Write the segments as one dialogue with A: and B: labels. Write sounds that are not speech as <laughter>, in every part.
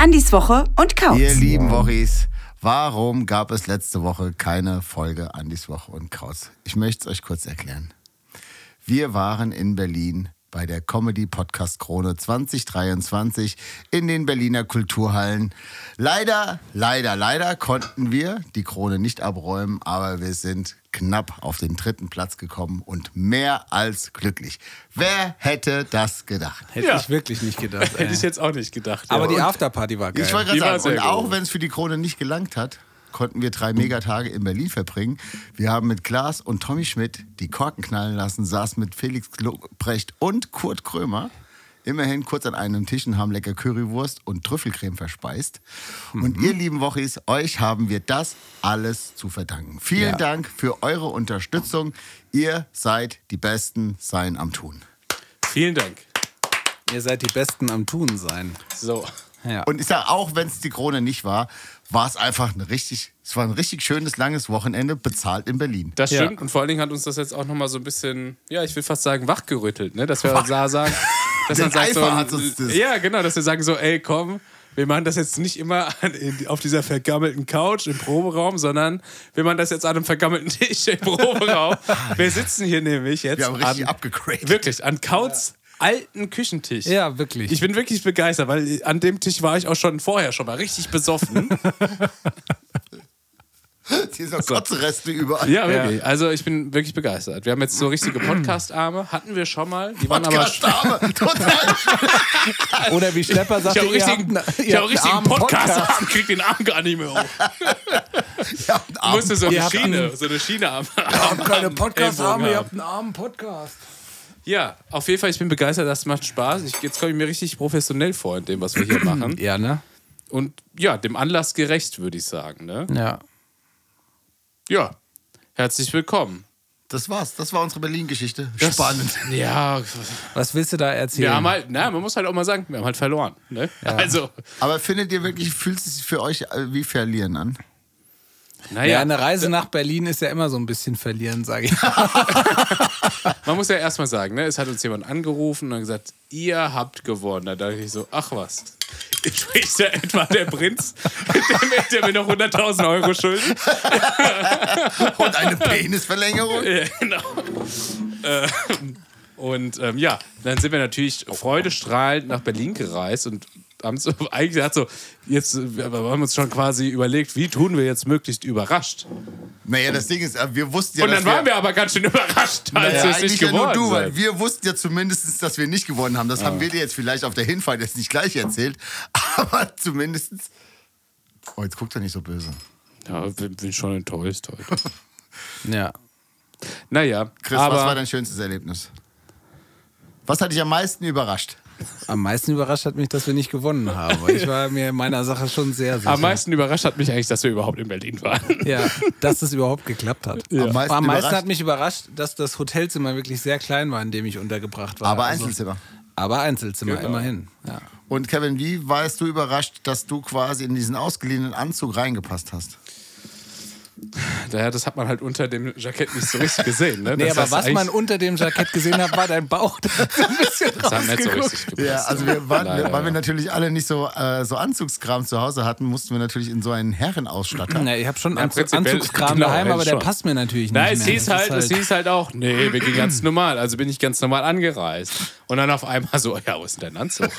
A: Andis Woche und Couch.
B: Ihr lieben Wochis, warum gab es letzte Woche keine Folge Andis Woche und Kraus? Ich möchte es euch kurz erklären. Wir waren in Berlin bei der Comedy Podcast Krone 2023 in den Berliner Kulturhallen. Leider, leider, leider konnten wir die Krone nicht abräumen, aber wir sind knapp auf den dritten Platz gekommen und mehr als glücklich. Wer hätte das gedacht?
C: Hätte
D: Ja.
C: ich wirklich nicht gedacht.
D: <laughs> Hätte
C: Ey.
D: ich jetzt auch nicht gedacht.
C: Aber
D: ja.
C: die Afterparty war geil.
B: Ich wollte
D: Die
B: gerade
D: war
B: sagen,
D: sehr
B: und auch
D: gut.
B: wenn es für die Krone nicht gelangt hat, konnten wir drei Megatage in Berlin verbringen. Wir haben mit Klaas und Tommy Schmidt die Korken knallen lassen, saßen mit Felix Lobrecht und Kurt Krömer immerhin kurz an einem Tisch und haben lecker Currywurst und Trüffelcreme verspeist. Und
C: Mhm.
B: ihr lieben Wochis, euch haben wir das alles zu verdanken. Vielen
C: Ja.
B: Dank für eure Unterstützung. Ihr seid die Besten, sein am Tun.
D: Vielen Dank.
C: Ihr seid die Besten am Tun sein.
D: So.
C: Ja.
B: Und ich sag, auch wenn es die Krone nicht war, war es einfach ein richtig, es war ein richtig schönes, langes Wochenende, bezahlt in Berlin.
D: Das
C: Ja.
D: stimmt. Und vor allen Dingen hat uns das jetzt auch nochmal so ein bisschen, ja, ich will fast sagen, wachgerüttelt, ne? Dass wir
C: <laughs>
D: da sagen, dass
B: Den
D: man sagt
B: Eifer
D: so,
B: hat uns das.
D: Ja, genau, dass wir sagen so, ey, komm, wir machen das jetzt nicht immer an, in, auf dieser vergammelten Couch im Proberaum, sondern wir machen das jetzt an einem vergammelten <laughs> Tisch
C: <laughs>
D: im Proberaum.
C: Ah,
D: wir sitzen hier nämlich jetzt
B: Wir haben
D: an,
B: richtig abgegradet. <laughs>
D: wirklich an Kauts alten Küchentisch.
C: ja, wirklich.
D: Ich bin wirklich begeistert, weil an dem Tisch war ich auch schon vorher schon mal richtig
C: <laughs>
D: besoffen.
B: Dieser Kotzreste überall.
D: Oh Ja, wirklich. Also ich bin wirklich begeistert. Wir haben jetzt so <clears throat> richtige Podcast-Arme. Hatten wir schon mal. Die waren aber. <laughs> Ich
B: Podcastarme, total.
C: Oder wie Schlepper sagt,
D: habe richtigen, ich hab richtigen Podcast-Arm. Krieg den Arm gar nicht <laughs> mehr hoch.
B: Ja, und
D: Ich
B: Abend.
D: musste so eine
C: Ihr habt
D: Schiene,
C: einen-
D: so eine Schiene <laughs> am
C: <laughs> habt keine Podcast-Arme,
D: Ellbogen
C: ihr
D: haben.
C: habt einen armen Podcast.
D: Ja, auf jeden Fall, ich bin begeistert. Das macht Spaß. Ich, jetzt komme ich mir richtig professionell vor in dem, was wir <clears throat> hier machen.
C: Ja, ne?
D: Und ja, dem Anlass gerecht, würde ich sagen. Ne?
C: Ja.
D: Ja, herzlich willkommen.
B: Das war's, das war unsere Berlin-Geschichte.
D: Das-
B: Spannend.
D: Ja,
C: Was willst du da erzählen?
D: wir haben halt, na, man muss halt auch mal sagen, wir haben halt verloren. Ne? Also,
B: Aber findet ihr wirklich, fühlt es sich für euch äh, wie verlieren an?
D: naja.
C: ja, eine Reise nach Berlin ist ja immer so ein bisschen verlieren, sage
D: <laughs>
C: ich.
D: Man muss ja erstmal sagen, ne? es hat uns jemand angerufen und gesagt, ihr habt gewonnen. Da dachte ich so, ach was. Spricht da etwa der Prinz, <laughs> der, mir- der mir noch 100.000 Euro schuldet?
B: Und
D: <laughs>
B: eine Penisverlängerung?
D: Ja, genau. Äh, Und ähm, ja, dann sind wir natürlich freudestrahlend nach Berlin gereist und haben so, <laughs> eigentlich gesagt so, jetzt äh, wir haben uns schon quasi überlegt, wie tun wir jetzt möglichst überrascht.
B: Naja, das Ding ist, äh, wir wussten ja,
D: und dann
B: dass
D: waren wir aber ganz schön überrascht, als
B: Naja,
D: wir es
B: eigentlich
D: nicht
B: ja nur
D: geworden
B: du, weil
D: sind.
B: wir wussten ja zumindest, dass wir nicht gewonnen haben. Das haben wir dir jetzt vielleicht auf der Hinfahrt jetzt nicht gleich erzählt. <laughs> Aber zumindest. Oh, jetzt guckt er nicht so böse.
D: Ja, bin, bin schon enttäuscht heute.
C: ja.
D: Naja,
B: Chris,
D: aber
B: was war dein schönstes Erlebnis? Was hat dich am meisten überrascht?
C: Am meisten überrascht hat mich, dass wir nicht gewonnen haben. weil Ich war mir meiner Sache schon sehr sicher.
D: Am meisten überrascht hat mich eigentlich, dass wir überhaupt in Berlin waren. <laughs>
C: ja, dass es überhaupt geklappt hat.
B: Am meisten
C: Am meisten
B: überrascht?
C: hat mich überrascht, dass das Hotelzimmer wirklich sehr klein war, in dem ich untergebracht war.
B: Aber
C: Also-
B: Einzelzimmer.
C: Aber Einzelzimmer,
D: Genau.
C: immerhin. Ja.
B: Und Kevin, wie warst du überrascht, dass du quasi in diesen ausgeliehenen Anzug reingepasst hast?
D: Naja, das hat man halt unter dem Jackett nicht so richtig gesehen.
C: <laughs>
D: Ne?
C: Nee,
D: Das
C: aber
D: heißt
C: was man
D: eigentlich-
C: unter dem Jackett gesehen hat, war dein Bauch. <laughs> Da hat's ein bisschen
D: das hat nicht so
C: rausgeguckt.
D: richtig gepasst.
B: Ja, also wir waren,
D: Leider,
B: weil wir
D: ja.
B: natürlich alle nicht so, äh, so Anzugskram zu Hause hatten, mussten wir natürlich in so einen Herrenausstatter.
C: Na, ich habe schon Anzug,
D: prinzipiell-
C: Anzugskram
D: genau,
C: daheim, aber der
D: schon.
C: passt mir natürlich nicht.
D: Nein, es
C: mehr.
D: hieß
C: Das ist
D: halt, es hieß halt auch, nee, wir
C: <clears throat>
D: gehen ganz normal. Also bin ich ganz normal angereist. Und dann auf einmal so, ja, wo ist denn dein Anzug?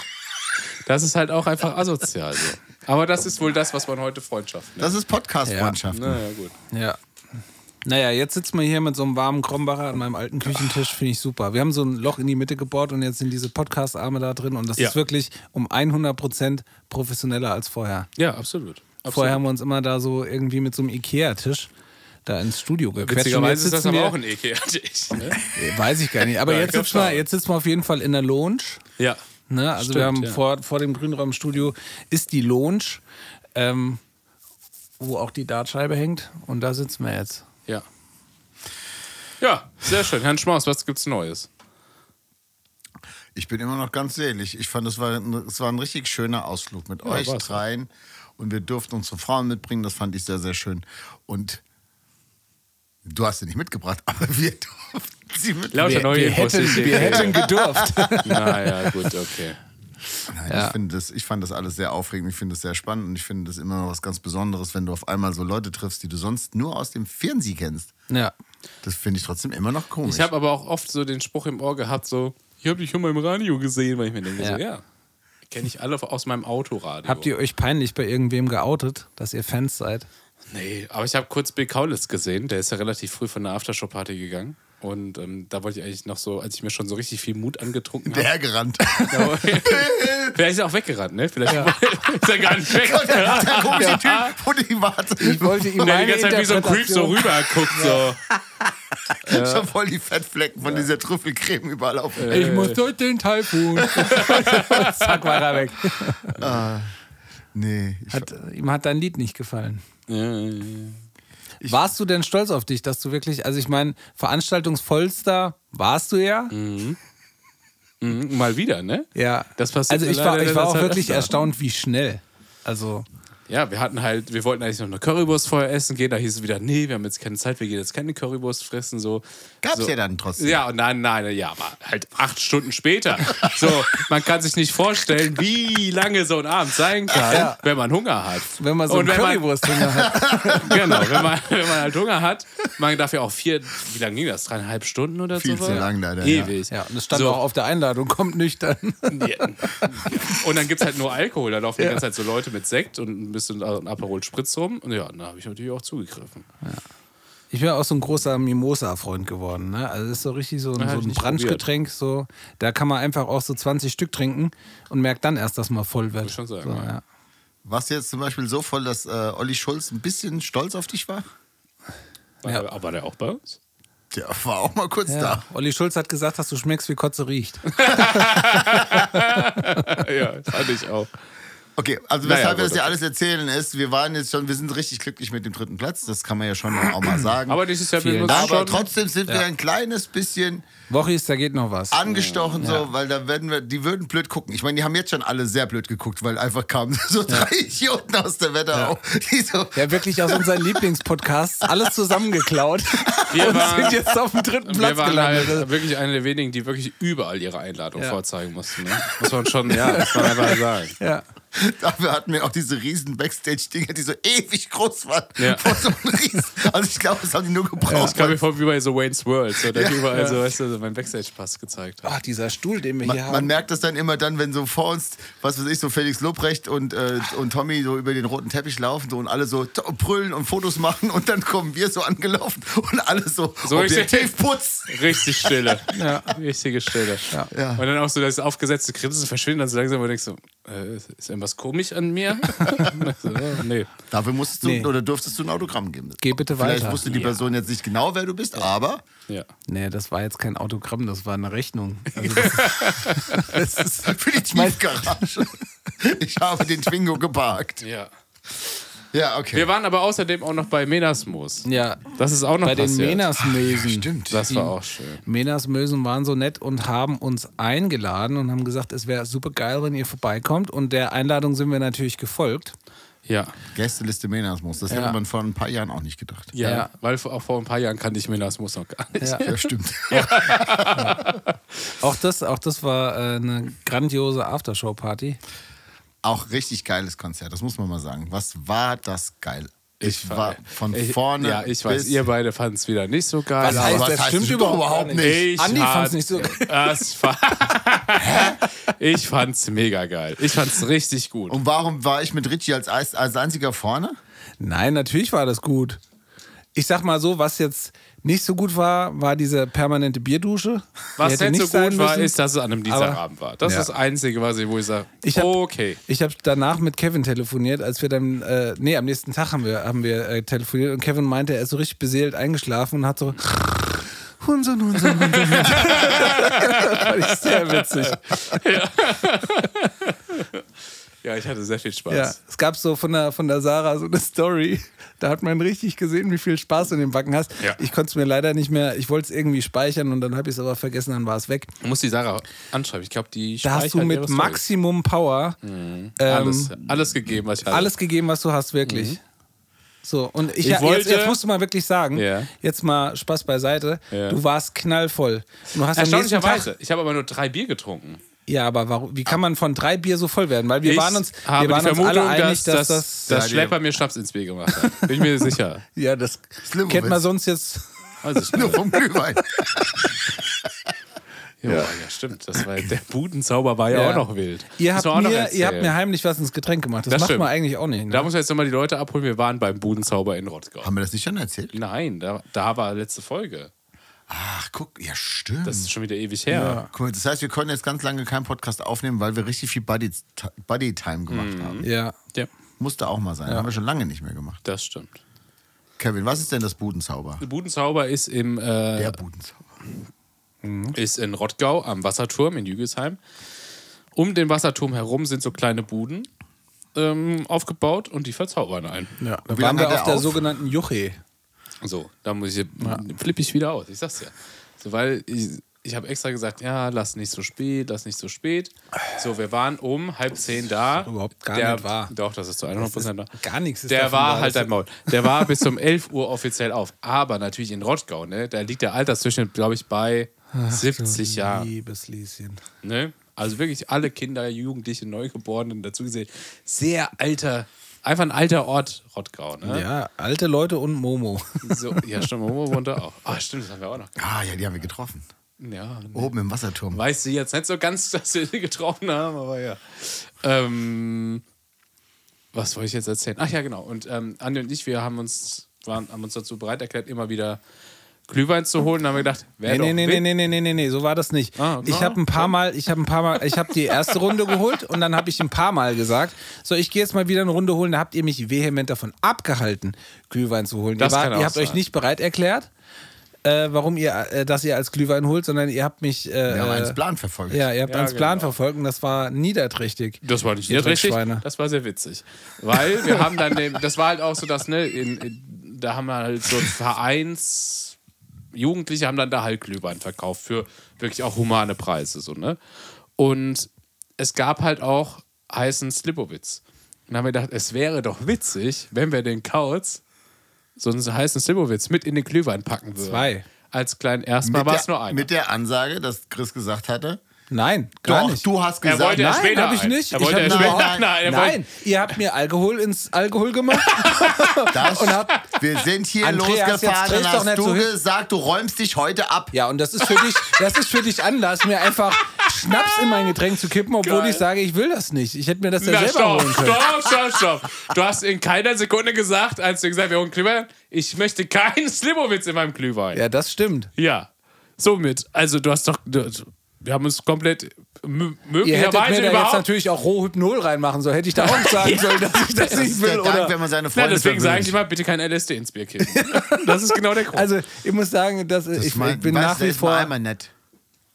D: Das ist halt auch einfach asozial. So. Aber das ist wohl das, was man heute Freundschaft nennt.
B: Das ist Podcast-Freundschaft.
D: Naja, gut.
C: Ja. Naja, jetzt sitzen wir hier mit so einem warmen Krombacher an meinem alten Küchentisch, finde ich super. Wir haben so ein Loch in die Mitte gebohrt und jetzt sind diese Podcast-Arme da drin und das
D: Ja.
C: ist wirklich um 100% professioneller als vorher.
D: Ja, absolut.
C: Vorher
D: absolut.
C: haben wir uns immer da so irgendwie mit so einem Ikea-Tisch da ins Studio gequetscht. und jetzt
D: Witzigerweise ist das
C: sitzen
D: aber
C: wir-
D: auch ein Ekel. Ne?
C: Weiß ich gar nicht, aber
D: Ja,
C: jetzt,
D: ich glaub
C: sitzen wir,
D: schon.
C: jetzt sitzen wir auf jeden Fall in der Lounge. <laughs>
D: Ja.
C: Ne? Also
D: Stimmt,
C: wir haben
D: ja.
C: vor, vor dem Grünraumstudio ist die Lounge, ähm, wo auch die Dartscheibe hängt und da sitzen wir jetzt.
D: Ja. Ja, sehr schön. Herrn Schmaus, was gibt's Neues?
B: Ich bin immer noch ganz selig. Ich fand, es war, ein- es war ein richtig schöner Ausflug mit euch
D: war's, ja.
B: dreien. Und wir durften unsere Frauen mitbringen. Das fand ich sehr, sehr schön. Und du hast sie nicht mitgebracht, <laughs> aber wir durften sie mitbringen.
D: Lauter
C: Wir,
D: neue
C: wir,
D: Infos,
C: hätten,
D: die-
C: wir hätten gedurft.
D: Naja,
C: <laughs>
D: gut, okay.
B: Nein, ich, finde das, ich fand das alles sehr aufregend. Ich finde das sehr spannend. Und ich finde das immer noch was ganz Besonderes, wenn du auf einmal so Leute triffst, die du sonst nur aus dem Fernsehen kennst.
C: ja.
B: Das finde ich trotzdem immer noch komisch.
D: Ich habe aber auch oft so den Spruch im Ohr gehabt, so, ich habe dich schon mal im Radio gesehen, weil ich mir denke,
C: Ja.
D: so, ja, kenne ich alle aus meinem Autoradio.
C: Habt ihr euch peinlich bei irgendwem geoutet, dass ihr Fans seid?
D: Nee, aber ich habe kurz Bill Kaulitz gesehen, der ist ja relativ früh von der Aftershow-Party gegangen. Und ähm, da wollte ich eigentlich noch so, als ich mir schon so richtig viel Mut angetrunken habe. <laughs>
B: hergerannt. <laughs>
D: Vielleicht ist er auch weggerannt, ne? Vielleicht <laughs> ist er gar
C: <laughs>
D: nicht weg.
B: der, der komische Typ, wo die Warte. Ich
C: wollte ihm
D: Und <laughs> der die
C: meine
D: ganze Zeit wie so ein Creep so
C: Interpretation.
D: rüber guckt, so.
B: <laughs> schon voll die Fettflecken von dieser Trüffelcreme überall auf.
C: Ich muss durch den Taifun. Zack, war er weg.
B: Nee, ich,
C: Hat, ihm hat dein Lied nicht gefallen.
B: Ich-
C: warst du denn stolz auf dich, dass du wirklich, also ich meine, Veranstaltungsvollster warst du ja?
D: Mhm, Mal wieder, ne?
C: Ja.
D: Das passiert
C: also
D: mir
C: ich war,
D: leider
C: ich
D: in
C: war
D: letzter
C: auch
D: Zeit
C: wirklich
D: öfter.
C: erstaunt, wie schnell. Also,
D: Ja, wir hatten halt, wir wollten eigentlich noch eine Currywurst vorher essen gehen, da hieß es wieder, nee, wir haben jetzt keine Zeit, wir gehen jetzt keine Currywurst fressen, so.
B: gab's
D: so.
B: ja dann trotzdem.
D: Ja, und nein, nein, ja, aber halt acht Stunden später. So, man kann sich nicht vorstellen, wie lange so ein Abend sein kann, wenn man Hunger hat.
C: wenn man so
D: und
C: einen
D: wenn man,
C: Currywurst Hunger hat.
D: <laughs> Genau, wenn man, wenn man halt Hunger hat, man darf ja auch vier, wie lange ging das? Dreieinhalb Stunden oder
B: Viel
D: so?
B: zu lang leider, ja.
D: Ewig.
C: Ja, und es stand
D: so,
C: auch auf der Einladung, kommt nüchtern.
D: ja. Und dann gibt es halt nur Alkohol. Da laufen die ganze Zeit so Leute mit Sekt und ein bisschen äh, ein Aperol Spritz rum. Und ja, da habe ich natürlich auch zugegriffen.
C: Ich bin auch so ein großer Mimosa-Freund geworden. Ne? Also, das ist so richtig so, ein-
D: hab
C: so
D: ich
C: ein
D: nicht
C: Brunchgetränk. So, da kann man einfach auch so 20 Stück trinken und merkt dann erst, dass man voll wird.
D: ich schon sagen,
C: so,
D: ja.
C: ja.
B: Warst du jetzt zum Beispiel so voll, dass äh, Olli Schulz ein bisschen stolz auf dich war?
D: War,
C: Ja.
D: der- war der auch bei uns?
B: Der war auch mal kurz
C: Ja.
B: da.
C: Olli Schulz hat gesagt, dass du schmeckst, wie Kotze
D: <laughs>
C: riecht.
D: ja, fand ich auch.
B: Okay, also
D: Naja,
B: weshalb wir
D: gut,
B: das ja
D: okay.
B: alles erzählen ist, wir waren jetzt schon, wir sind richtig glücklich mit dem dritten Platz, das kann man ja schon auch mal sagen.
D: Aber dieses Jahr
C: Vielen
D: müssen wir
C: Dank.
D: uns
B: Aber
D: schon-
B: trotzdem sind wir ein kleines bisschen
C: Wochis, da geht noch was.
B: angestochen, so, weil da werden wir, die würden blöd gucken. Ich meine, die haben jetzt schon alle sehr blöd geguckt, weil einfach kamen <laughs> so drei Idioten aus der Wetterau. Die so,
C: Ja, wirklich aus unseren Lieblingspodcasts alles zusammengeklaut. <laughs>
D: Wir
C: und
D: waren-
C: sind jetzt auf dem dritten Platz
D: wir waren
C: gelandet.
D: halt wirklich einer der wenigen, die wirklich überall ihre Einladung
C: Ja.
D: vorzeigen mussten. Ne? Muss man schon, ja, muss man einfach sagen.
C: ja.
B: <laughs> Dafür hatten wir auch diese riesen Backstage-Dinger, die so ewig groß waren. <laughs>
D: Ja.
B: Vor so einem riesen, also ich glaube, das haben die nur
D: Das
B: gebraucht.
D: kam
B: weil
D: mir vor wie bei so Wayne's World, so, der
B: Ja.
D: überall so, weißt du, so meinen Backstage-Pass gezeigt hat.
C: Ach, Ah, dieser Stuhl, den wir hier
B: man,
C: haben.
B: man merkt das dann immer dann, wenn so vor uns, was weiß ich, so Felix Lobrecht und, äh, und Tommy so über den roten Teppich laufen so, und alle so t- brüllen und Fotos machen und dann kommen wir so angelaufen und alle so,
D: So richtig-
B: Objektivputz.
D: Richtig Stille. Richtige Stille.
B: Ja.
D: Und dann auch so das aufgesetzte Grinsen verschwindet dann so langsam und denkst so, äh, ist irgendwas komisch an mir? so, oh, nee.
B: Dafür musstest du
C: Nee.
B: oder durftest du ein Autogramm geben.
C: Geh bitte
B: Vielleicht
C: weiter.
B: wusste die Person jetzt nicht genau, wer du bist, aber
D: Ja.
C: Nee, das war jetzt kein Autogramm, das war eine Rechnung. Also <laughs> das, das ist, <laughs>
B: für die Tiefgarage. <laughs> ich habe den Twingo geparkt.
D: ja.
B: Ja, okay.
D: Wir waren aber außerdem auch noch bei Menasmus.
C: ja,
D: Das ist auch noch
C: bei den
D: passiert.
C: Menasmösen.
B: Stimmt.
D: das war auch schön.
C: Menasmösen waren so nett und haben uns eingeladen und haben gesagt, es wäre super geil, wenn ihr vorbeikommt. Und der Einladung sind wir natürlich gefolgt.
D: Ja.
B: Gästeliste Menasmus. Das hätte man vor ein paar Jahren auch nicht gedacht.
D: Ja,
C: Ja.
D: weil vor- auch vor ein paar Jahren kannte ich Menasmus noch gar nicht.
B: Ja,
D: <laughs>
B: stimmt.
C: Auch das, auch das war äh, eine grandiose Aftershow-Party.
B: Auch richtig geiles Konzert, das muss man mal sagen. Was war das geil? Ich,
D: fand-
B: war von
D: Ich-
B: vorne.
D: Ja, ich
B: bis
D: weiß, ihr beide fanden es wieder nicht so geil.
C: Was
D: aber-
C: heißt,
B: was
C: das
B: heißt
C: stimmt
B: das
C: überhaupt
B: überhaupt
C: nicht.
B: nicht?
D: Ich
C: Andi
D: fand-
C: fand's nicht so geil.
D: Das fa- <laughs> ich fand's mega geil. Ich fand's richtig gut.
B: Und warum war ich mit Richie als, Eis- als einziger
D: <laughs>
B: vorne?
C: Nein, natürlich war das gut. Ich sag mal so, was jetzt nicht so gut war, war diese permanente Bierdusche. Die
D: was
C: hätte
D: nicht so
C: nicht sein
D: gut war,
C: müssen.
D: ist, dass es an einem Dienstagabend war. Das
C: Ja.
D: ist das Einzige, was ich, wo ich sage,
C: Ich hab-
D: okay.
C: Ich habe danach mit Kevin telefoniert, als wir dann, äh, nee, am nächsten Tag haben wir, haben wir äh, telefoniert und Kevin meinte, er ist so richtig beseelt eingeschlafen und hat so <laughs> Hunsen, Hunsen, Hunsen,
D: <laughs>
C: <laughs> Hunsen. das fand ich sehr witzig.
D: Ja, ich hatte sehr viel Spaß.
C: Ja, es gab so von der, von der Sarah so eine Story. Da hat man richtig gesehen, wie viel Spaß du in dem Backen hast.
D: Ja.
C: Ich konnte es mir leider nicht mehr, ich wollte es irgendwie speichern und dann habe ich es aber vergessen, dann war es weg.
D: Ich muss die Sarah anschreiben. Ich glaube, die
C: Da hast du
D: speichert
C: mit
D: ihre Stories.
C: Maximum Power
D: alles, alles gegeben, was ich hatte.
C: alles gegeben, was du hast, wirklich. So, und ich,
D: Mhm. Ich
C: ja,
D: wollte-
C: jetzt, jetzt musst du mal wirklich sagen,
D: Ja.
C: jetzt mal Spaß beiseite,
D: Ja.
C: du warst knallvoll. Du hast am nächsten Tag,
D: Erstaunlicherweise. Ich habe aber nur drei Bier getrunken.
C: ja, aber warum, wie kann man von drei Bier so voll werden? Weil wir
D: ich
C: waren uns,
D: habe
C: wir waren
D: die
C: uns
D: Vermutung,
C: alle einig, dass,
D: dass,
C: das,
D: dass
B: Ja, die-
D: Schlepper <laughs> mir Schnaps ins Bier gemacht hat. Bin ich mir sicher.
C: <laughs> ja, das
B: Slimowitz.
C: kennt man sonst jetzt.
D: Also ich
B: Nur vom Glühwein.
D: Ja, ja, stimmt. Das war, der Budenzauber war ja, auch noch wild.
C: Ihr habt,
D: Müssen wir auch noch
C: mir, ihr
D: erzählen.
C: habt mir heimlich was ins Getränk gemacht. Das,
D: Das
C: macht
D: stimmt.
C: man eigentlich auch nicht.
D: Da
C: Ne?
D: muss man jetzt nochmal die Leute abholen. Wir waren beim Budenzauber in Rottgau.
B: Haben wir das nicht schon erzählt?
D: Nein, da, da war letzte Folge.
B: Ach, guck, ja, stimmt.
D: Das ist schon wieder ewig her.
B: Guck mal, das heißt, wir konnten jetzt ganz lange keinen Podcast aufnehmen, weil wir richtig viel Buddy- Buddy-Time gemacht
D: Mhm.
B: haben.
C: Ja.
D: Ja,
B: Musste auch mal sein. Haben wir schon lange nicht mehr gemacht.
D: das stimmt.
B: Kevin, was ist denn das Budenzauber?
D: Der Budenzauber ist, im, äh,
B: Der Budenzauber.
D: ist in Rottgau am Wasserturm in Jügesheim. Um den Wasserturm herum sind so kleine Buden ähm, aufgebaut und die verzaubern einen.
C: ja. Da
B: wie
C: waren
B: lange
C: wir
B: hat
C: auf
B: er
C: der
B: auf?
C: sogenannten Juche.
D: So, da muss ich, flippe ich wieder aus, ich sag's dir. So, weil ich, ich habe extra gesagt, ja, lass nicht so spät, lass nicht so spät. So, wir waren um halb zehn da.
C: überhaupt gar
D: der,
C: nicht wahr.
D: Doch, das ist zu 100 Prozent wahr.
C: gar nichts ist
D: Der
C: davon
D: war
C: wahr,
D: halt
C: das-
D: dein Maul. Der war bis um 11 Uhr offiziell auf. Aber natürlich in Rottgau, ne? Da liegt der Altersdurchschnitt, glaube ich, bei 70 Jahren.
C: Liebes Lieschen.
D: Ne? Also wirklich alle Kinder, Jugendliche, Neugeborenen dazu gesehen. Sehr alter, einfach ein alter Ort, Rottgau. Ne?
C: Ja, alte Leute und Momo.
D: So, ja, stimmt, Momo wohnt da auch. Ah, stimmt, das haben wir auch noch.
B: Ah, ja, die haben wir getroffen.
D: Ja, ne.
B: Oben im Wasserturm.
D: weiß sie jetzt nicht so ganz, <laughs> dass wir sie getroffen haben, aber ja. Ähm, was wollte ich jetzt erzählen? Ach ja, genau. Und ähm, Andi und ich, wir haben uns, waren, haben uns dazu bereit erklärt, immer wieder Glühwein zu holen. Dann haben wir gedacht, wer
C: <laughs>
D: doch
C: Nee, nee, nee,
D: will-
C: nee, nee, nee, nee, nee, so war das nicht.
D: Ah,
C: ich
D: na,
C: habe ein paar Mal, ich habe ein paar Mal, ich habe die erste Runde geholt und dann habe ich ein paar Mal gesagt, so ich gehe jetzt mal wieder eine Runde holen, da habt ihr mich vehement davon abgehalten, Glühwein zu holen.
D: Das
C: ihr
D: kann auch
C: ihr habt euch
D: sein.
C: nicht bereit erklärt, äh, warum ihr äh, dass ihr als Glühwein holt, sondern ihr habt mich äh,
B: Wir haben einen Plan verfolgt.
C: ja, ihr habt
D: Ja,
C: uns Plan
D: genau.
C: verfolgt und das war niederträchtig.
D: Das war nicht
C: Ihr
D: richtig.
C: Dreckschweine.
D: Das war sehr witzig. Weil wir haben dann, den, das war halt auch so, dass, ne, in, in, da haben wir halt so ein Vereins. Jugendliche haben dann da halt Glühwein verkauft für wirklich auch humane Preise, so, ne? Und es gab halt auch heißen Slibowitz. Und dann haben wir gedacht, es wäre doch witzig, wenn wir den Kauz, so einen heißen Slibowitz, mit in den Glühwein packen würden.
C: Zwei.
D: Als kleinen, erstmal
B: Mit
D: war es
B: der-
D: nur einer.
B: Mit der Ansage, dass Chris gesagt hatte,
C: Nein, gar
B: doch,
C: nicht.
B: du hast
D: er
B: gesagt,
D: wollte ja
B: nein,
D: später.
C: hab ich
D: einen.
C: nicht.
D: Er
C: Ich
D: wollte
C: hab-
B: nein,
D: ja
C: <laughs>
D: später.
B: nein,
D: er wollte-
C: Nein, ihr habt mir Alkohol ins Alkohol
D: <laughs>
C: gemacht.
B: das,
C: Und hab-
B: wir sind hier
C: <laughs> Andreas, jetzt
B: losgefahren,
C: dreh's
B: dann
C: doch
B: hast
C: nicht
B: du
C: so hin.
B: gesagt, du räumst dich heute ab.
C: Ja, und das ist für dich, das ist für dich Anlass, mir einfach Schnaps in mein Getränk zu kippen, obwohl
D: Geil.
C: ich sage, ich will das nicht. Ich hätte mir das ja
D: Na,
C: selber
D: stopp,
C: holen können.
D: stopp, stopp, stopp. Du hast in keiner Sekunde gesagt, als du gesagt hast, wir holen Glühwein, ich möchte keinen <laughs> Slimowitz in meinem Glühwein. Ja.
C: Ja, das stimmt.
D: Somit, also du hast doch, du, wir haben uns komplett
C: Ihr
D: mö-
C: hättet mir
D: möglicherweise
C: da jetzt
D: überhaupt...
C: natürlich auch Rohhypnol reinmachen sollen. Hätte ich da auch
D: <laughs>
C: sagen sollen, dass ich das,
B: Das
C: nicht
B: ist der
C: will.
B: Dank,
C: Oder?
B: wenn man seine
D: Na,
B: Freunde
D: deswegen sage ich
B: verwöhnt.
D: mal, bitte kein LSD ins
C: <laughs>
D: Bier kippen. Das ist genau der Grund.
C: Also, ich muss sagen, dass
B: Das
C: ich,
B: mein-
C: ich bin
B: weißt
C: nach
B: du,
C: wie
B: ist mal
C: vor.
B: einmal nett.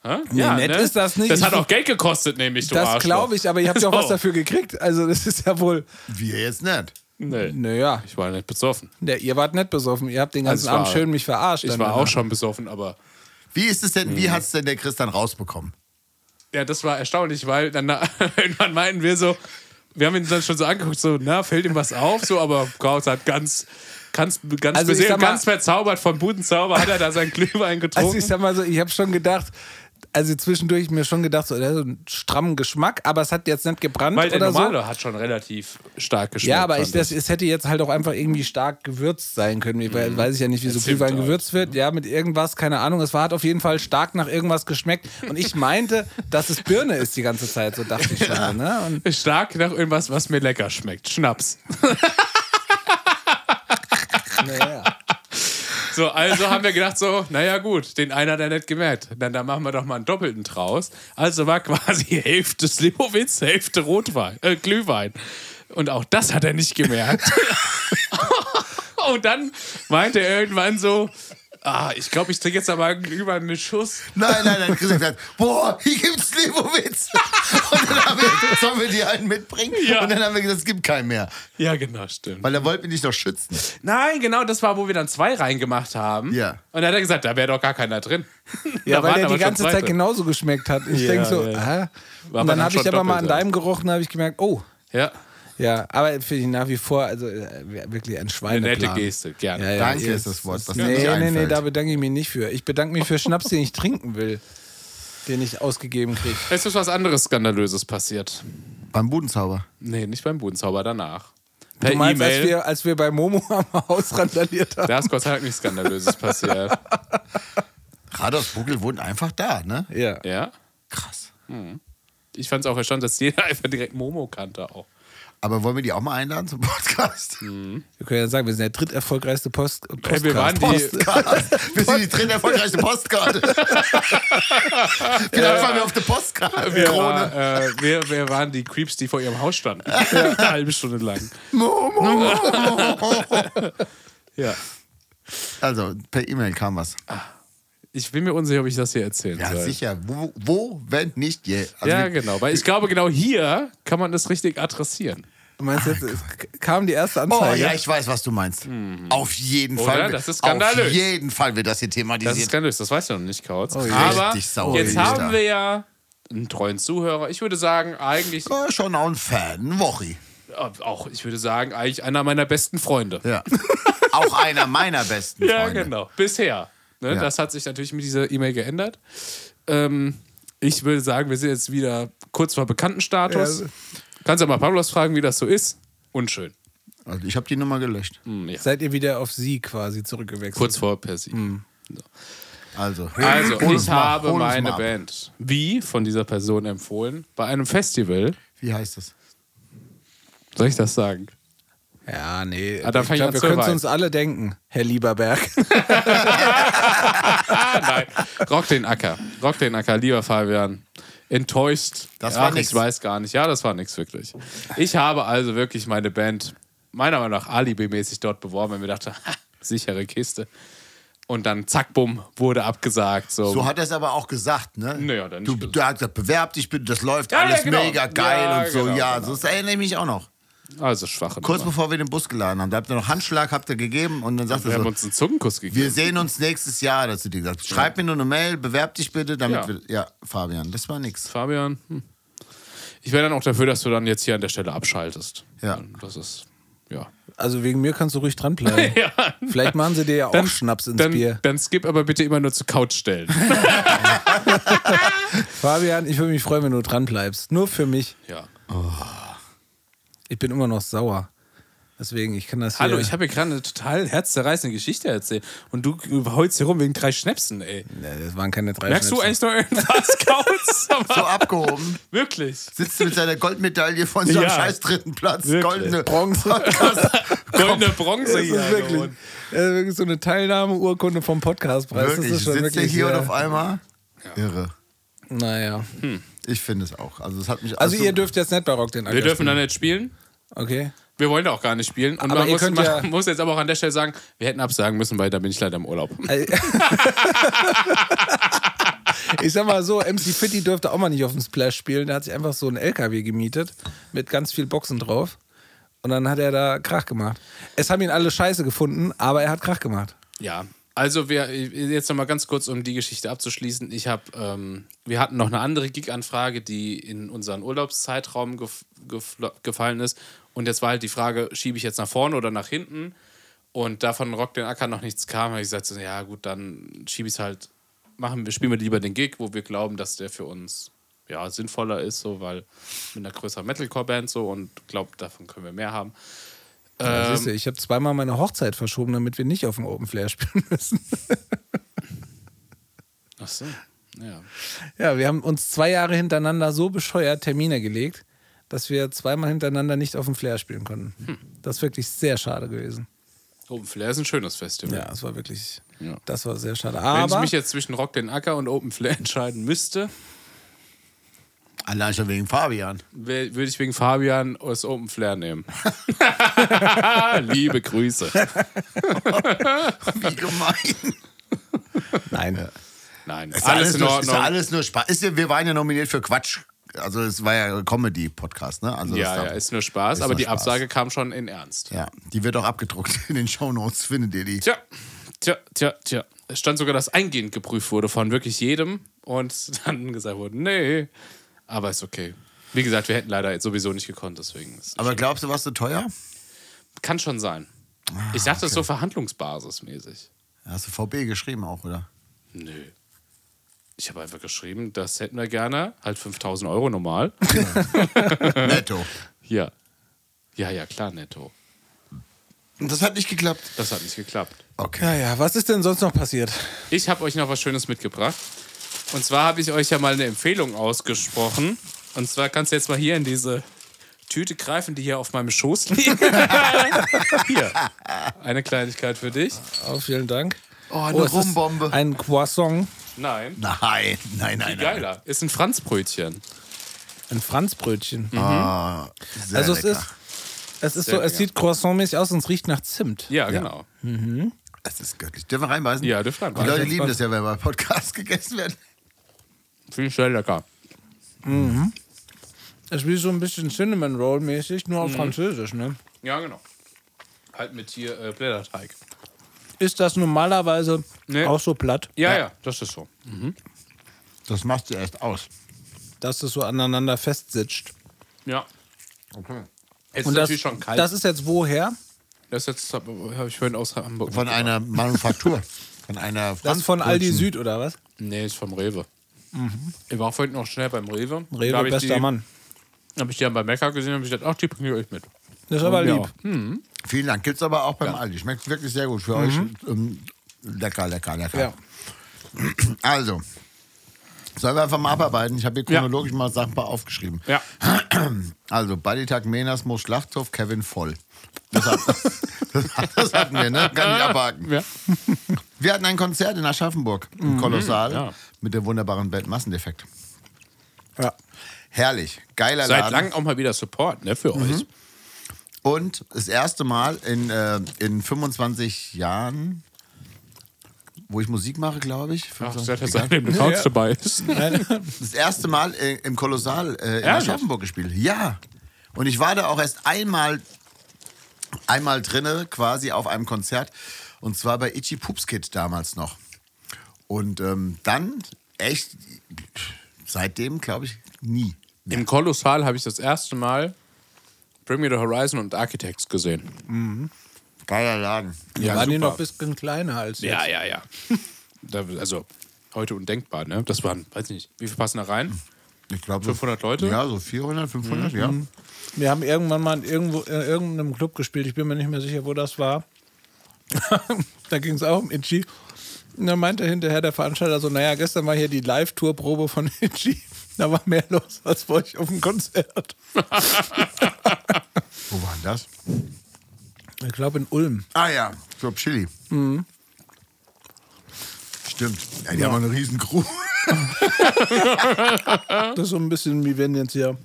D: Hä? ne?
C: nett ist das nicht.
D: Das
C: Ich-
D: hat auch Geld gekostet, nämlich, du
C: Das glaube ich, aber ihr habt ja auch
D: <laughs> So.
C: was dafür gekriegt. Also, das ist ja wohl.
B: Wir jetzt nicht.
D: Nee.
C: Naja,
D: Ich war nicht besoffen.
C: ja, ihr wart nicht besoffen. Ihr habt den ganzen
D: Also, ich war-
C: Abend schön mich verarscht.
D: Ich
C: dann äh, ne?
D: war
C: danach.
D: auch schon besoffen, aber...
B: Wie ist es denn,
C: Mhm.
B: wie hat es denn der Chris dann rausbekommen?
D: Ja, das war erstaunlich, weil dann <laughs> irgendwann meinten wir so, wir haben ihn dann schon so angeguckt, so, na, fällt ihm was auf, so, aber Kraus hat ganz, ganz, ganz
C: Also ich
D: beseelt,
C: sag mal-
D: ganz verzaubert von Budenzauber, hat er da seinen Glühwein
C: <laughs>
D: getrunken.
C: Also ich sag mal so, ich habe schon gedacht, also zwischendurch mir schon gedacht, so, der hat so einen strammen Geschmack, aber es hat jetzt nicht gebrannt
D: weil der
C: oder
D: normale
C: so.
D: hat schon relativ stark geschmeckt.
C: Ja, aber ich,
D: fand
C: das, es hätte jetzt halt auch einfach irgendwie stark gewürzt sein können. Ich we- weiß ich ja nicht, wie so
D: Zimt
C: Glühwein
D: Mhm. halt,
C: gewürzt wird. Ja, mit irgendwas, keine Ahnung. Es war, hat auf jeden Fall stark nach irgendwas geschmeckt. Und ich meinte, dass es Birne ist die ganze Zeit, so dachte
D: <laughs>
C: ich schon. Ne? Und
D: Stark nach irgendwas, was mir lecker schmeckt. <laughs> Schnaps.
C: naja.
D: So, also haben wir gedacht, so, naja, gut, den einen hat er nicht gemerkt. Dann, dann machen wir doch mal einen Doppelten draus. Also war quasi Hälfte Slivovitz, Hälfte Rotwein, äh, Glühwein. Und auch das hat er nicht gemerkt. <laughs> Und dann meinte er irgendwann so, ah, ich glaube, ich trinke jetzt aber einen Glühwein mit Schuss.
C: <laughs>
B: Nein, nein, nein. Chris hat gesagt, boah, hier gibt's Lebowitz. <laughs> Und dann haben wir sollen wir dir einen mitbringen?
D: Ja.
B: Und dann haben wir gesagt, es gibt keinen mehr.
D: Ja, genau, stimmt.
B: Weil er wollte mich doch schützen.
D: Nein, genau, das war, wo wir dann zwei reingemacht haben.
B: Ja.
D: Und da hat er gesagt, da wäre doch gar keiner drin.
C: <laughs> Ja, weil
D: waren
C: der
D: aber
C: die
D: schon
C: ganze
D: zwei
C: Zeit
D: drin.
C: genauso geschmeckt hat. Ich
D: Ja,
C: denke so,
D: ja, ja.
C: hä?
D: War
C: Und
D: aber
C: dann
D: dann
C: habe ich
D: schon
C: aber mal an
D: doppelt, ja.
C: deinem gerochen, habe ich gemerkt, oh,
D: Ja,
C: ja, aber finde ich nach wie vor, also äh, wirklich ein
D: eine
C: Schweineplan.
D: nette Geste, gerne.
C: Ja, ja,
B: Danke
C: ihr-
B: ist das Wort, was mir nicht
C: Nee, nee, nee,
B: einfällt.
C: da bedanke ich mich nicht für. Ich bedanke mich für Schnaps, den ich trinken will, den ich ausgegeben kriege.
D: Es ist was anderes Skandalöses passiert.
B: Beim Budenzauber.
D: Nee, nicht beim Budenzauber, danach. Per
C: Du meinst, als
D: E-Mail.
C: wir, als wir bei Momo am Haus randaliert haben?
D: Da ist Gott sei Dank nichts Skandalöses passiert. <laughs>
B: Rados Vogel wohnt einfach da, ne?
C: Ja.
D: Ja?
B: Krass.
D: Ich fand es auch erstaunlich, dass jeder einfach direkt Momo kannte auch.
B: Aber wollen wir die auch mal einladen zum Podcast? <laughs>
C: Wir können ja sagen, wir sind der dritterfolgreichste Post Podcast.
D: Äh, wir waren die-
B: Podcast. Wir sind die dritte erfolgreichste
D: <laughs>
B: Postkarte. Vielleicht fahren wir auf die Postkarte.
D: Wir,
B: Krone.
D: war, äh, wir, wir waren die Creeps, die vor ihrem Haus standen. <laughs> Eine halbe Stunde lang. Ja.
B: <laughs> Also, per E-Mail kam was.
D: Ich bin mir unsicher, ob ich das hier erzählen
B: Ja,
D: soll.
B: sicher. Wo, wo, wenn nicht je. Also,
D: ja,
B: wir-
D: genau. Weil ich glaube, genau hier kann man das richtig adressieren.
C: Du meinst jetzt, es kam die erste
B: Oh
C: Anzeige?
B: ja, ich weiß, was du meinst. Auf jeden
D: Mhm. Oder?
B: Fall.
D: Das ist
B: auf
D: skandalös.
B: jeden Fall wird das hier
D: Das ist
B: thematisiert.
D: skandalös, das weißt du noch nicht, Kautz.
B: ja.
D: Aber
B: Oh, Richtig sauer
D: jetzt
B: bin ich da.
D: haben wir ja einen treuen Zuhörer. Ich würde sagen, eigentlich äh,
B: Ja, schon auch ein Fan, ein Wochi.
D: auch, ich würde sagen, eigentlich einer meiner besten Freunde.
B: Ja. <laughs> auch einer meiner besten
D: Ja,
B: Freunde.
D: genau. Bisher. Ne?
B: Ja.
D: Das hat sich natürlich mit dieser E-Mail geändert. Ähm, ich würde sagen, wir sind jetzt wieder kurz vor Bekanntenstatus.
C: Ja.
D: Kannst ja mal Pavlos fragen, wie das so ist. Unschön.
B: Also ich habe die Nummer gelöscht.
D: Hm, ja.
C: Seid ihr wieder auf sie quasi zurückgewechselt?
D: Kurz vor Percy.
B: Also,
D: Also,
B: Mhm. hol uns
D: ich
B: mal-
D: habe
B: hol uns
D: meine
B: mal ab.
D: Band, wie von dieser Person empfohlen, bei einem Festival,
B: Wie heißt das?
D: soll ich das sagen?
C: Ja, nee.
D: Ah, da
C: ich
D: fang ich
C: glaube,
D: an
C: wir
D: zu
C: können es
D: weinen.
C: uns alle denken, Herr Lieberberg. <laughs>
D: Ah, nein. Rock den Acker. Rock den Acker, lieber Fabian. Enttäuscht.
B: Das
D: Ach,
B: war nix.
D: Ich weiß gar nicht. Ja, das war nichts wirklich. Ich habe also wirklich meine Band meiner Meinung nach alibimäßig dort beworben, weil mir dachte, ha, sichere Kiste. Und dann zack, bumm, wurde abgesagt. So.
B: So hat er es aber auch gesagt, ne?
D: Naja, dann
B: du,
D: nicht.
B: du hast gesagt, bewerb dich bitte, das läuft
D: Ja, ja,
B: alles
D: genau.
B: mega geil
D: Ja,
B: und so.
D: genau,
B: ja,
D: genau.
B: so das erinnere ich mich auch noch.
D: also schwache
B: Kurz
D: Nummer.
B: bevor wir den Bus geladen haben, da habt ihr noch Handschlag habt ihr gegeben und dann sagt
D: Wir
B: er
D: haben
B: so,
D: uns einen Zungenkuss
B: wir
D: gegeben.
B: sehen uns nächstes Jahr, dazu dir gesagt. Schreib mir nur eine Mail, bewerb dich bitte, damit
D: Ja.
B: wir. Ja, Fabian, das war nix.
D: Fabian, hm. ich wäre dann auch dafür, dass du dann jetzt hier an der Stelle abschaltest.
B: Ja.
D: Das ist, ja.
C: Also wegen mir kannst du ruhig dranbleiben.
D: <laughs> Ja.
C: Vielleicht machen sie dir ja auch Schnaps ins
D: dann,
C: Bier.
D: Dann skip aber bitte immer nur zu
B: <laughs>
D: Couch stellen.
C: Fabian, ich würde mich freuen, wenn du dranbleibst. Nur für mich.
D: ja.
C: Ich bin immer noch sauer. Deswegen, ich kann das hier.
D: Hallo, ich habe hier gerade eine total herzzerreißende Geschichte erzählt und du heulst hier rum wegen drei Schnäpsen, ey.
C: Nee, das waren keine drei
D: Merkst du
C: Schnäpse.
D: eigentlich noch irgendwas, Kautz? <laughs>
B: So
D: Aber
B: abgehoben.
D: wirklich.
B: Sitzt mit seiner Goldmedaille von so einem
D: Ja.
B: scheiß dritten Platz.
D: Wirklich.
B: Goldene
C: Bronze?
D: <laughs> Goldene
C: <laughs>
D: Bronze
C: Das ist
D: hier.
C: wirklich,
D: geholt.
C: das ist wirklich so eine Teilnahmeurkunde vom Podcastpreis. Das
B: Wirklich,
C: ist schon
B: sitzt ihr
C: wirklich
B: hier und
C: sehr-
B: auf einmal? Irre.
C: Naja.
B: Ich finde es auch. Also, es hat mich
C: Also, ihr dürft jetzt nicht bei Rock den Acker
D: Hm. Wir dürfen
C: spielen.
D: da nicht spielen.
C: Okay.
D: Wir wollen da auch gar nicht spielen. Und
C: Aber
D: man,
C: ihr
D: muss,
C: könnt
D: man
C: ja-
D: <laughs> muss jetzt aber auch an der Stelle sagen, wir hätten absagen müssen, weil da bin ich leider im Urlaub.
C: Ich sag mal so, MC Fitty durfte auch mal nicht auf dem Splash spielen. Der hat sich einfach so einen LKW gemietet mit ganz viel Boxen drauf. Und dann hat er da Krach gemacht. Es haben ihn alle scheiße gefunden, aber er hat Krach gemacht.
D: Ja, also wir jetzt noch mal ganz kurz, um die Geschichte abzuschließen. Ich habe, ähm, wir hatten noch eine andere Gig-Anfrage, die in unseren Urlaubszeitraum gef gefl- gefallen ist. Und jetzt war halt die Frage, schiebe ich jetzt nach vorne oder nach hinten? Und davon Rock den Acker noch nichts kam, habe ich gesagt, so, ja gut, dann schiebe ich es halt, machen wir, spielen wir lieber den Gig, wo wir glauben, dass der für uns ja, sinnvoller ist, so, weil mit einer größeren Metalcore-Band so und glaubt, davon können wir mehr haben.
C: Ja,
D: Ähm.
C: siehst du, ich habe zweimal meine Hochzeit verschoben, damit wir nicht auf dem Open Flair spielen <laughs> müssen.
D: Ähm, Ach so, ja.
C: Ja, wir haben uns zwei Jahre hintereinander so bescheuert Termine gelegt, dass wir zweimal hintereinander nicht auf dem Flair spielen konnten.
D: Hm.
C: Das ist wirklich sehr schade gewesen.
D: Open Flair ist ein schönes Festival.
C: Ja, es war wirklich,
D: Ja.
C: das war sehr schade.
D: Wenn ich
C: Aber
D: mich jetzt zwischen Rock den Acker und Open Flair <laughs> entscheiden müsste,
B: Allein schon wegen Fabian.
D: wär- würde ich wegen Fabian das Open Flair nehmen. Liebe Grüße.
B: <laughs> Wie gemein.
C: nein.
D: Nein,
B: Ist
D: alles in
B: nur, Ist
D: Ordnung.
B: alles nur Spaß. Ist, ja- wir waren ja nominiert für Quatsch. also es war ja Comedy-Podcast, ne? Also
D: Ja,
B: das
D: ja,
B: darf-
D: ist nur Spaß,
B: ist
D: aber
B: nur
D: die
B: Spaß.
D: Absage kam schon in Ernst.
B: Ja, die wird auch abgedruckt <laughs> in den Shownotes, findet ihr die.
D: Tja, tja, tja, tja. Es stand sogar, dass eingehend geprüft wurde von wirklich jedem und <laughs> dann gesagt wurde, nee, aber ist okay. Wie gesagt, wir hätten leider sowieso nicht gekonnt, deswegen. Ist,
B: Aber glaubst du, warst du teuer?
D: kann schon sein. Ich dachte,
B: Ah,
D: das ist so verhandlungsbasismäßig.
B: Hast du VB geschrieben auch, oder?
D: Nö. Ich habe einfach geschrieben, das hätten wir gerne, halt 5000 Euro <laughs> normal.
B: Netto.
D: Hier. Ja, ja, klar, netto.
B: Und das hat nicht geklappt.
D: Das hat nicht geklappt.
B: Okay.
C: Naja, was ist denn sonst noch passiert?
D: Ich habe euch noch was Schönes mitgebracht. Und zwar habe ich euch ja mal eine Empfehlung ausgesprochen. Und zwar kannst du jetzt mal hier in diese Tüte greifen, die hier auf meinem Schoß liegt. <laughs> hier. Eine Kleinigkeit für dich.
C: Oh, vielen Dank.
B: Oh, eine
C: es ist
B: Rumbombe.
C: Ein Croissant,
D: Nein.
B: Nein, nein, nein, nein.
D: Geiler. Ist ein Franzbrötchen.
C: ein Franzbrötchen.
B: Ah, sehr
C: also es
B: lecker.
C: ist, es ist so, es
D: lecker.
C: sieht Croissant-mäßig aus und es riecht nach Zimt.
D: Ja, genau.
B: Es ist göttlich. Dürfen wir reinbeißen?
D: Ja, dürfen wir
B: Die Leute
D: reinbeißen.
B: lieben das ja, wenn mal Podcasts <laughs> gegessen werden.
D: Finde ich sehr lecker.
C: Es wie so ein bisschen Cinnamon Roll-mäßig, nur auf
D: Mhm.
C: Französisch, ne?
D: Ja, genau. Halt mit hier äh, Blätterteig.
C: Ist das normalerweise
D: Nee.
C: auch so platt,
D: Ja, ja, das ist so.
B: Das machst du erst aus.
C: dass es so aneinander festsitzt?
D: Ja. Okay. Es ist
C: das,
D: natürlich schon kalt.
C: das ist jetzt woher?
D: das jetzt habe ich vorhin aus Hamburg.
B: Von einer Manufaktur. Von einer
C: Das von Aldi
B: französischen-
C: Süd oder was?
D: Nee, ist vom Rewe. Ich war vorhin noch schnell beim Rewe. Da
C: Mhm. Rewe,
D: hab ich
C: bester
D: die,
C: Mann.
D: Habe ich die dann bei Mecker gesehen und habe ich gedacht, ach, die bringe ich euch mit.
C: Das ist aber
D: Ja. Hm.
C: lieb.
B: Vielen Dank. Gibt es aber auch beim Aldi. Schmeckt wirklich sehr gut für euch. Ähm, lecker, lecker, lecker.
C: Ja.
B: <clears throat> Also, sollen wir einfach mal abarbeiten? Ich habe hier
D: Ja.
B: chronologisch mal Sachen aufgeschrieben.
D: Ja.
B: <clears throat> Also, Baditag Menas, Mo Schlachthof, Kevin Voll. Das, hat, <laughs> das, das hatten wir, ne? Kann ich abhaken.
D: Ja.
B: Wir hatten ein Konzert in Aschaffenburg, im Kolossal,
D: Mhm. ja.
B: mit der wunderbaren Band Massendefekt.
C: Ja.
B: Herrlich, geiler
D: Seit
B: Laden.
D: langem auch mal wieder Support, ne,
C: Mhm.
D: für euch.
B: Und das erste Mal in, äh, in 25 Jahren, wo ich Musik mache, glaube ich.
D: Ach,
B: 25
D: seit er
B: egal.
D: seitdem eine Couch
C: Ja.
D: dabei ist.
B: das erste Mal äh, im Kolossal äh, in
D: Ehrlich?
B: Aschaffenburg gespielt. Ja. Und ich war da auch erst einmal, einmal drinne, quasi auf einem Konzert. Und zwar bei Itchy Poops Kid damals noch. Und ähm, dann echt, seitdem glaube ich, nie.
D: <laughs> Im Kolossal habe ich das erste Mal Bring Me the Horizon und Architects gesehen.
B: Geiler Laden.
D: Ja,
C: Waren die
D: super.
C: noch ein bisschen kleiner als jetzt?
D: Ja, ja, <laughs> ja. da, also, heute undenkbar, ne? Das waren, weiß nicht, wie viel passen da rein?
B: Ich glaube,
D: 500 Leute? Mhm.
B: Ja, so 400, 500, ja.
C: Wir haben irgendwann mal in, irgendwo, in irgendeinem Club gespielt. Ich bin mir nicht mehr sicher, wo das war. <laughs> da ging es auch um Itchy. Und dann meinte hinterher der Veranstalter so, naja, gestern war hier die Live-Tour-Probe von <laughs> Itchy. Da war mehr los als bei euch auf dem
D: <laughs>
C: Konzert.
B: Wo waren das?
C: Ich glaube in Ulm.
B: Ah ja, ich glaube Chili.
D: Mhm.
B: Stimmt. Ja, die haben auch eine riesen Crew.
C: Das ist so ein bisschen wie wenn jetzt hier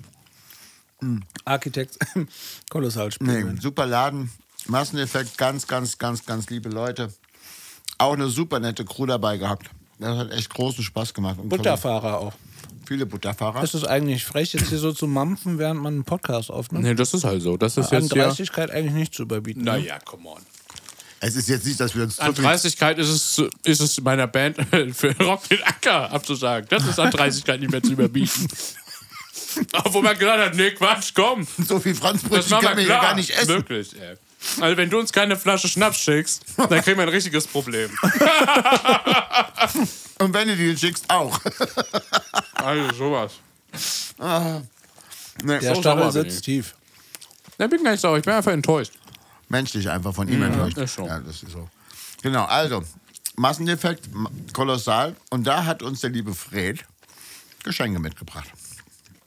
C: Architects <laughs> kolossal
B: Nee,
C: spielen.
B: super Laden. Masseneffekt, ganz, ganz, ganz, ganz liebe Leute. Auch eine super nette Crew dabei gehabt. Das hat echt großen Spaß gemacht. Und
C: Butterfahrer auch.
B: tolle- Viele Butterfahrer.
C: Ist es eigentlich frech, jetzt hier so zu mampfen, während man einen Podcast aufnimmt?
D: Nee, das ist halt so. Das ist
C: An
D: jetzt ja.
C: Dreistigkeit eigentlich nicht zu überbieten. ne?
D: Naja, come on.
B: Es ist jetzt nicht, dass wir uns
D: An
B: zu viel-
D: Dreistigkeit ist es, zu- ist es meiner Band <laughs> für Rock den Acker abzusagen. Das ist an Dreistigkeit nicht mehr zu überbieten.
B: <laughs>
D: Obwohl man gesagt hat, nee, Quatsch, komm.
B: so viel
D: Das
B: Franzbrötchen
D: machen
B: kann man hier
D: wir klar. Ne?
B: gar nicht essen.
D: Wirklich, ey. Also wenn du uns keine Flasche Schnaps schickst, dann kriegen wir ein
B: <laughs>
D: richtiges Problem.
B: Und wenn du die schickst, auch.
D: Also sowas.
B: <laughs> Nee,
C: Der
D: So
C: Stachel
D: sauer bin ich.
C: sitzt tief.
D: Na, bin gar nicht sauer, ich bin einfach enttäuscht.
B: menschlich einfach von ihm enttäuscht.
D: ist so.
B: Ja, das ist so. Genau, also, Massendefekt, m- kolossal. Und da hat uns der liebe Fred Geschenke mitgebracht.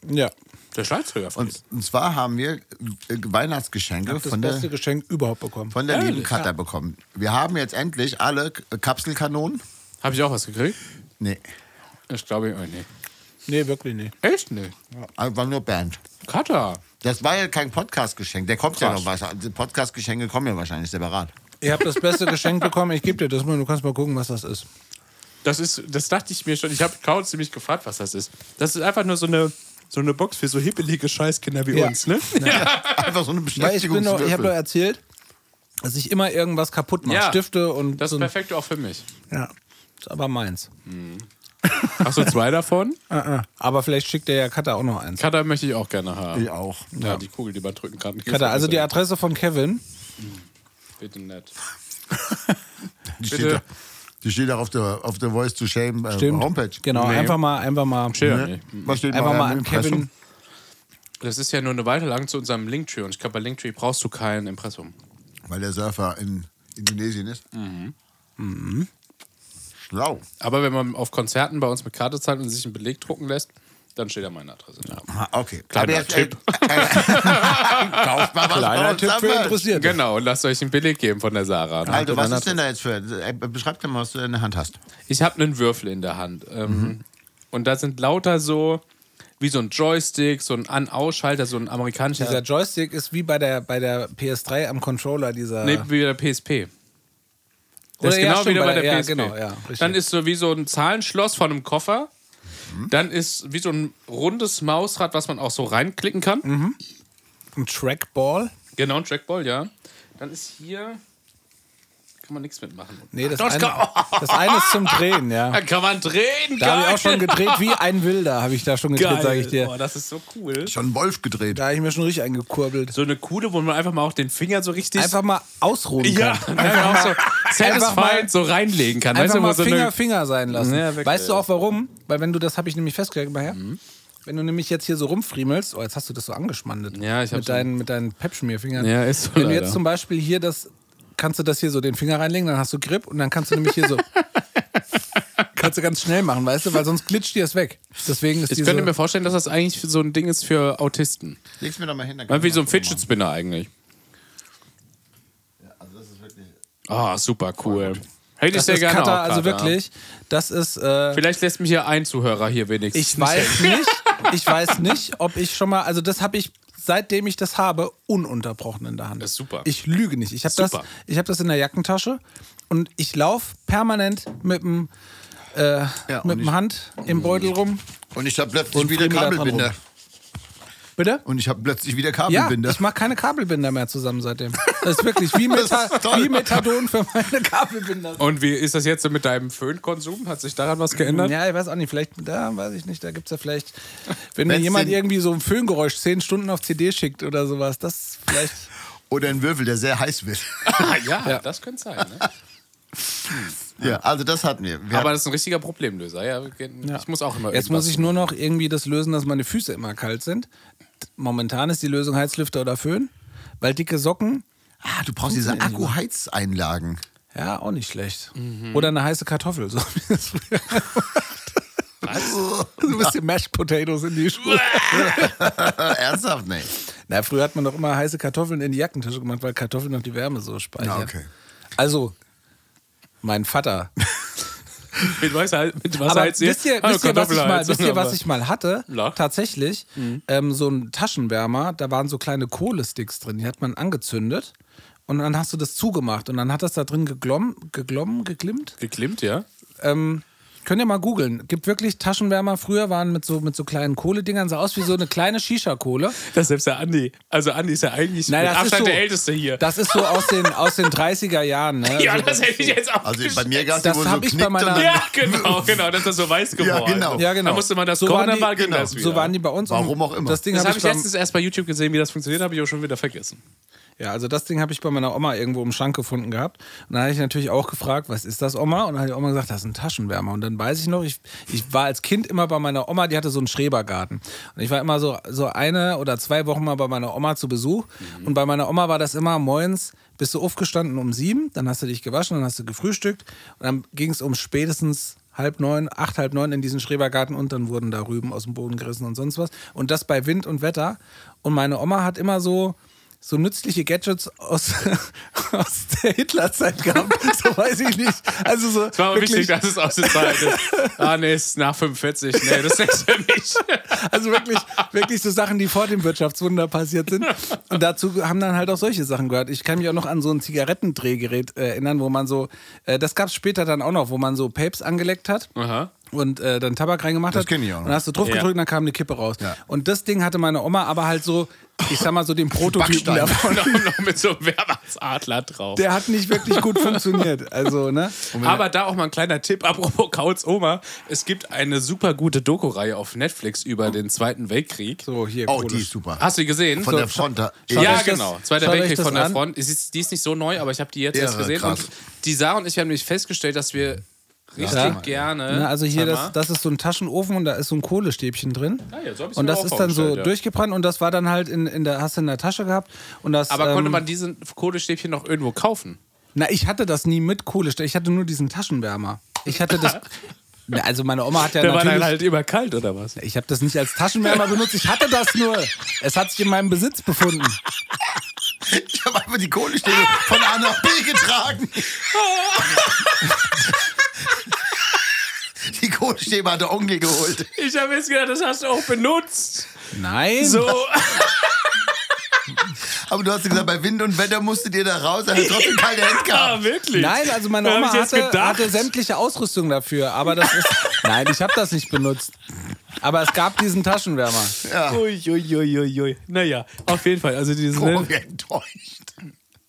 C: Ja.
D: Der Schlagzeuger von
B: Und, und zwar haben wir äh, Weihnachtsgeschenke
C: das
B: von der,
C: beste Geschenk überhaupt bekommen.
B: von der lieben
D: Ehrlich?
B: Katha bekommen. Wir haben jetzt endlich alle K- Kapselkanonen.
D: Habe ich auch was gekriegt?
B: Nee,
D: Ich glaube, oh, nee.
C: nee, wirklich nicht.
D: Echt? Nee.
B: einfach nur Band.
D: Kata.
B: Das war ja kein Podcast-Geschenk. Der kommt ja
D: Krass.
B: noch weiter. Die Podcast-Geschenke kommen ja wahrscheinlich separat.
C: Ihr habt das beste Geschenk bekommen. Ich gebe dir das mal. Du kannst mal gucken, was das ist.
D: Das ist, das dachte ich mir schon. Ich habe kaum ziemlich gefragt, was das ist. Das ist einfach nur so eine,
E: so eine Box für so hippelige Scheißkinder wie
C: Ja.
E: uns, ne?
B: Einfach so eine
C: Weil ich bin
B: Beschäftigung.
C: noch, ich habe doch erzählt, dass ich immer irgendwas kaputt mache.
D: Ja.
C: Stifte und
D: Das
C: so.
D: ist
C: ein-
D: perfekt auch für mich.
C: Ja. Ist aber meins.
D: Hast du zwei davon?
C: Ah, ah. Aber vielleicht schickt der ja Katta auch noch eins.
D: Cutter möchte ich auch gerne haben.
B: Ich auch.
D: Ja, die Kugel, die man drücken kann.
C: Katta, also die Adresse von Kevin.
D: Bitte nett.
C: <laughs>
B: Die
D: Bitte.
B: steht, da, die steht auch auf der, auf der Voice to Shame äh,
C: Stimmt.
B: Homepage.
C: Genau,
D: Nee.
C: einfach mal, einfach mal.
D: Steht da
B: Ne?
D: nicht.
B: Was steht
C: Einfach
B: mal
C: mal
B: im
C: an
B: Impressum?
C: Kevin.
D: Das ist ja nur eine Weiterleitung zu unserem Linktree und ich glaube, bei Linktree brauchst du kein Impressum.
B: Weil der Surfer in Indonesien ist. Oh, Schlau.
D: Aber wenn man auf Konzerten bei uns mit Karte zahlt und sich einen Beleg drucken lässt, dann steht da meine Adresse.
B: Ah, Okay.
D: Kleiner
B: Aber jetzt,
D: Tipp.
B: Äh, äh, kauft mal was bei
C: Kleiner
B: uns
C: Tipp für
B: sammelt.
C: Interessierte.
D: Genau, und lasst euch einen Beleg geben von der Sarah.
B: Also, was ist denn da jetzt für. Äh, beschreib dir mal, was du in der Hand hast.
D: Ich habe einen Würfel in der Hand. Ähm,
C: Mhm.
D: Und da sind lauter so, wie so ein Joystick, so ein An-Ausschalter, so ein amerikanischer.
C: Dieser Joystick ist wie bei der, bei der PS3 am Controller, dieser.
D: nee, wie der PSP.
C: Oder
D: Das ist
C: ja,
D: genau
C: stimmt,
D: wieder bei der,
C: ja,
D: PSP.
C: genau, ja, richtig.
D: Dann ist so wie so ein Zahlenschloss von einem Koffer.
C: Mhm.
D: Dann ist wie so ein rundes Mausrad, was man auch so reinklicken kann.
C: Mhm. ein Trackball.
D: Genau, ein Trackball, ja. Dann ist hier. Kann man nichts mitmachen.
C: Nee, das,
D: Doch,
C: eine,
D: kann-
C: das eine ist zum Drehen, ja.
D: <laughs> Da kann man drehen,
C: Da habe
D: geil.
C: ich auch schon gedreht wie ein Wilder, habe ich da schon gedreht, sage ich dir.
D: Oh, das ist so cool.
B: Schon Wolf gedreht.
C: Da habe ich mir schon richtig eingekurbelt.
D: So eine Kuhle, wo man einfach mal auch den Finger so richtig.
C: Einfach mal ausruhen
D: ja,
C: kann.
D: <laughs> einfach auch so
C: einfach mal-
D: satisfied so reinlegen kann.
C: Einfach
D: weißt du, wo
C: mal
D: so
C: Finger,
D: eine,
C: Finger sein lassen.
D: Ja, wirklich.
C: weißt du auch warum? Weil wenn du das, habe ich nämlich festgestellt, nachher, wenn du nämlich jetzt hier so rumfriemelst, oh, jetzt hast du das so angeschmandet.
D: Ja, ich hab's
C: mit deinen, mit deinen Pepschmierfingern.
D: Ja, ist so
C: Wenn du
D: leider.
C: jetzt zum Beispiel hier das, kannst du das hier so den Finger reinlegen, dann hast du Grip und dann kannst du nämlich hier
D: <laughs>
C: so, kannst du ganz schnell machen, weißt du, weil sonst glitscht dir das weg. Deswegen ist
D: ich
C: diese,
D: könnte mir vorstellen, dass das eigentlich so ein Ding ist für Autisten.
B: Leg's mir doch mal hin. dann kann
D: Wie
B: ich
D: so
C: genau.
D: ein
B: mal
D: Fidget Spinner eigentlich.
B: machen. Also, das ist wirklich.
D: Ah, super cool. Hätte ich
C: das
D: sehr
C: ist
D: gerne
C: Cutter,
D: auch,
C: also
D: Cutter.
C: wirklich, das ist, äh,
D: Vielleicht lässt mich hier ein Zuhörer hier wenigstens.
C: Ich weiß nicht, ich weiß nicht, ob ich schon mal, also das habe ich seitdem ich das habe ununterbrochen in der Hand.
D: Das ist super.
C: Ich lüge nicht. Ich habe das,
D: Super.
C: ich habe das in der Jackentasche und ich laufe permanent mit dem äh,
B: Ja, und
C: mit
B: ich-
C: dem Hand im Beutel rum.
B: Und ich habe plötzlich
C: Und
B: wieder
C: Friemel da dran
B: Kabelbinder.
C: rum. Bitte?
B: Und ich habe plötzlich wieder
C: Ja,
B: Kabelbinder.
C: ich mache keine Kabelbinder mehr zusammen seitdem. Das ist wirklich
B: <laughs>
C: wie,
B: Das
C: Meta
B: ist toll.
C: wie Methadon für meine Kabelbinder.
D: Und wie ist das jetzt so mit deinem Föhnkonsum? Hat sich daran was geändert?
C: Ja, ich weiß auch nicht, vielleicht, da weiß ich nicht, da gibt es ja vielleicht, wenn mir
B: Wenn's
C: jemand
B: den-
C: irgendwie so ein Föhngeräusch zehn Stunden auf CD schickt oder sowas, das vielleicht.
B: Oder ein Würfel, der sehr heiß
F: <laughs>
B: wird.
D: Ah, ja, das könnte sein. Ne?
B: ja, also das hatten wir. wir
D: <laughs> Aber
B: hatten-
D: das ist ein richtiger Problemlöser. Ja, wir gehen-
C: Ja.
D: Ich muss auch immer.
C: Jetzt
D: irgendwas
C: muss ich nur noch irgendwie das lösen, dass meine Füße immer kalt sind. Momentan ist die Lösung Heizlüfter oder Föhn, weil dicke Socken,
B: ah, du brauchst diese Akkuheizeinlagen. <laughs>
C: ja, auch nicht schlecht.
D: Mhm.
C: Oder eine heiße Kartoffel, so wie das früher. So ein bisschen Mashed Potatoes in die
D: <laughs>
C: Schuhe.
B: Ernsthaft, nee.
C: Na, früher hat man doch immer heiße Kartoffeln in die Jackentasche gemacht, weil Kartoffeln noch die Wärme so speichern.
B: Na, okay.
C: Also, mein Vater.
D: <laughs> Mit was, mit was
C: Aber
D: heizt ihr?
C: wisst ihr,
D: Ah,
C: wisst ihr, was, ich mal,
D: Kartoffelheiz.
C: wisst ihr, was ich mal hatte?
D: Ja.
C: Tatsächlich,
D: Mhm.
C: ähm, so ein Taschenwärmer, da waren so kleine Kohlesticks drin, die hat man angezündet und dann hast du das zugemacht und dann hat das da drin geglomm, geglommen, geglimmt.
D: Geklimmt, ja?
C: Ähm, könnt ihr mal googeln. Gibt wirklich Taschenwärmer, früher waren mit so, mit so kleinen Kohledingern, sah aus wie so eine kleine Shisha-Kohle.
D: Das ist selbst der Andi. Also Andi ist ja eigentlich
C: Nein,
D: mit
C: das ist
D: Abstand
C: so-
D: der Älteste hier.
C: Das ist so aus den, aus den 30er Jahren. Ne?
D: <laughs> ja,
C: Also
D: das hätte ich jetzt auch
B: Also bei
D: geschätzt.
B: mir gab es
C: Das
B: so
C: hab ich bei
B: knickt und
C: meiner-
B: dann-
D: Ja, <laughs> genau, genau, dass das so weiß geworden ist.
B: genau.
C: Ja, genau.
D: Da musste man das
C: so
D: kochen,
C: waren
D: dann
C: die,
D: war ging
C: genau,
D: das wieder.
C: So waren die bei uns. und
B: Warum auch immer.
C: Das Ding
D: das
C: habe
D: habe
C: ich,
D: ich
C: beim-
D: letztens erst bei YouTube gesehen, wie das funktioniert, habe ich auch schon wieder vergessen.
C: Ja, also das Ding habe ich bei meiner Oma irgendwo im Schrank gefunden gehabt. Und dann habe ich natürlich auch gefragt, was ist das, Oma? Und dann hat die Oma gesagt, das ist ein Taschenwärmer. Und dann weiß ich noch, ich, ich war als Kind immer bei meiner Oma, die hatte so einen Schrebergarten. Und ich war immer so, so eine oder zwei Wochen mal bei meiner Oma zu Besuch. Und bei meiner Oma war das immer moins, bist du aufgestanden um sieben, dann hast du dich gewaschen, dann hast du gefrühstückt. Und dann ging es um spätestens halb neun, acht, halb neun in diesen Schrebergarten und dann wurden da Rüben aus dem Boden gerissen und sonst was. Und das bei Wind und Wetter. Und meine Oma hat immer so so nützliche Gadgets aus, <laughs> aus der Hitlerzeit gehabt. <laughs> So weiß ich nicht. Also so
D: Es war aber
C: wirklich,
D: wichtig, dass es aus der Zeit <laughs> ist. Ah, nee, ist nach 45. Nee, das ist nichts für <laughs> mich.
C: also wirklich, wirklich so Sachen, die vor dem Wirtschaftswunder passiert sind. Und dazu haben dann halt auch solche Sachen gehört. Ich kann mich auch noch an so ein Zigarettendrehgerät äh, erinnern, wo man so, äh, das gab es später dann auch noch, wo man so Papes angeleckt hat.
D: Aha.
C: und äh, dann Tabak reingemacht
B: Das
C: hat.
B: kenn ich auch noch.
C: Und dann hast du drauf
D: Ja.
C: gedrückt und dann kam eine Kippe raus.
B: Ja.
C: Und das Ding hatte meine Oma aber halt so, ich sag mal so den Prototypen
B: <laughs> Backstein.
C: davon.
D: Und <laughs> auch noch mit so einem Wehrmachtsadler drauf.
C: Der hat nicht wirklich gut funktioniert. Also, ne?
D: Aber da auch mal ein kleiner Tipp, apropos Kauls Oma. Es gibt eine super gute Doku-Reihe auf Netflix über den Zweiten Weltkrieg.
C: So, hier.
B: Oh,
C: Kohle.
B: die ist super.
D: Hast du die gesehen?
B: Von
D: So,
B: der Front. da-
C: Schaut
D: ja,
C: euch das-
D: genau. Zweiter
C: schaut euch
D: Weltkrieg
C: das
D: von der
C: an.
D: Front. Es Ist, die ist nicht so neu, aber ich habe die jetzt erst
B: Irre,
D: gesehen.
B: krass.
D: Und die Sarah und ich haben nämlich festgestellt, dass wir richtig
C: Ja.
D: gerne.
C: Ne, also hier,
D: Sag mal.
C: das, das ist so ein Taschenofen und da ist so ein Kohlestäbchen drin.
D: Ah, ja, so hab ich's
C: und
D: mir
C: das
D: auch
C: ist dann so
D: vorgestellt, ja.
C: durchgebrannt und das war dann halt in, in der, hast du in der Tasche gehabt. Und das,
D: aber konnte
C: ähm,
D: man diesen Kohlestäbchen noch irgendwo kaufen?
C: Na, ich hatte das nie mit Kohlestäbchen, ich hatte nur diesen Taschenwärmer. Ich hatte
D: <laughs>
C: das. Na, also meine Oma hat ja natürlich.
D: immer kalt halt oder was?
C: ich habe das nicht als Taschenwärmer benutzt, ich hatte das nur. Es hat sich in meinem Besitz befunden.
B: Ich habe einfach die Kohlestelle von A nach B getragen. Die Kohlstäbe hat der Onkel geholt.
D: Ich habe jetzt gedacht, das hast du auch benutzt.
C: Nein. <laughs>
D: So, <laughs>
B: Aber du hast gesagt, bei Wind und Wetter musstet ihr da raus. Er hat trotzdem keine Hände
D: ah,
B: gehabt.
D: wirklich.
C: Nein, also meine
D: Da hab
C: Oma
D: ich jetzt
C: hatte,
D: gedacht.
C: hatte sämtliche Ausrüstung dafür, aber das
D: <laughs>
C: ist. Nein, ich habe das nicht benutzt. Aber es gab diesen Taschenwärmer.
D: Uiuiuiui. Naja, auf jeden Fall. Also diese,
B: Oh, wie enttäuscht.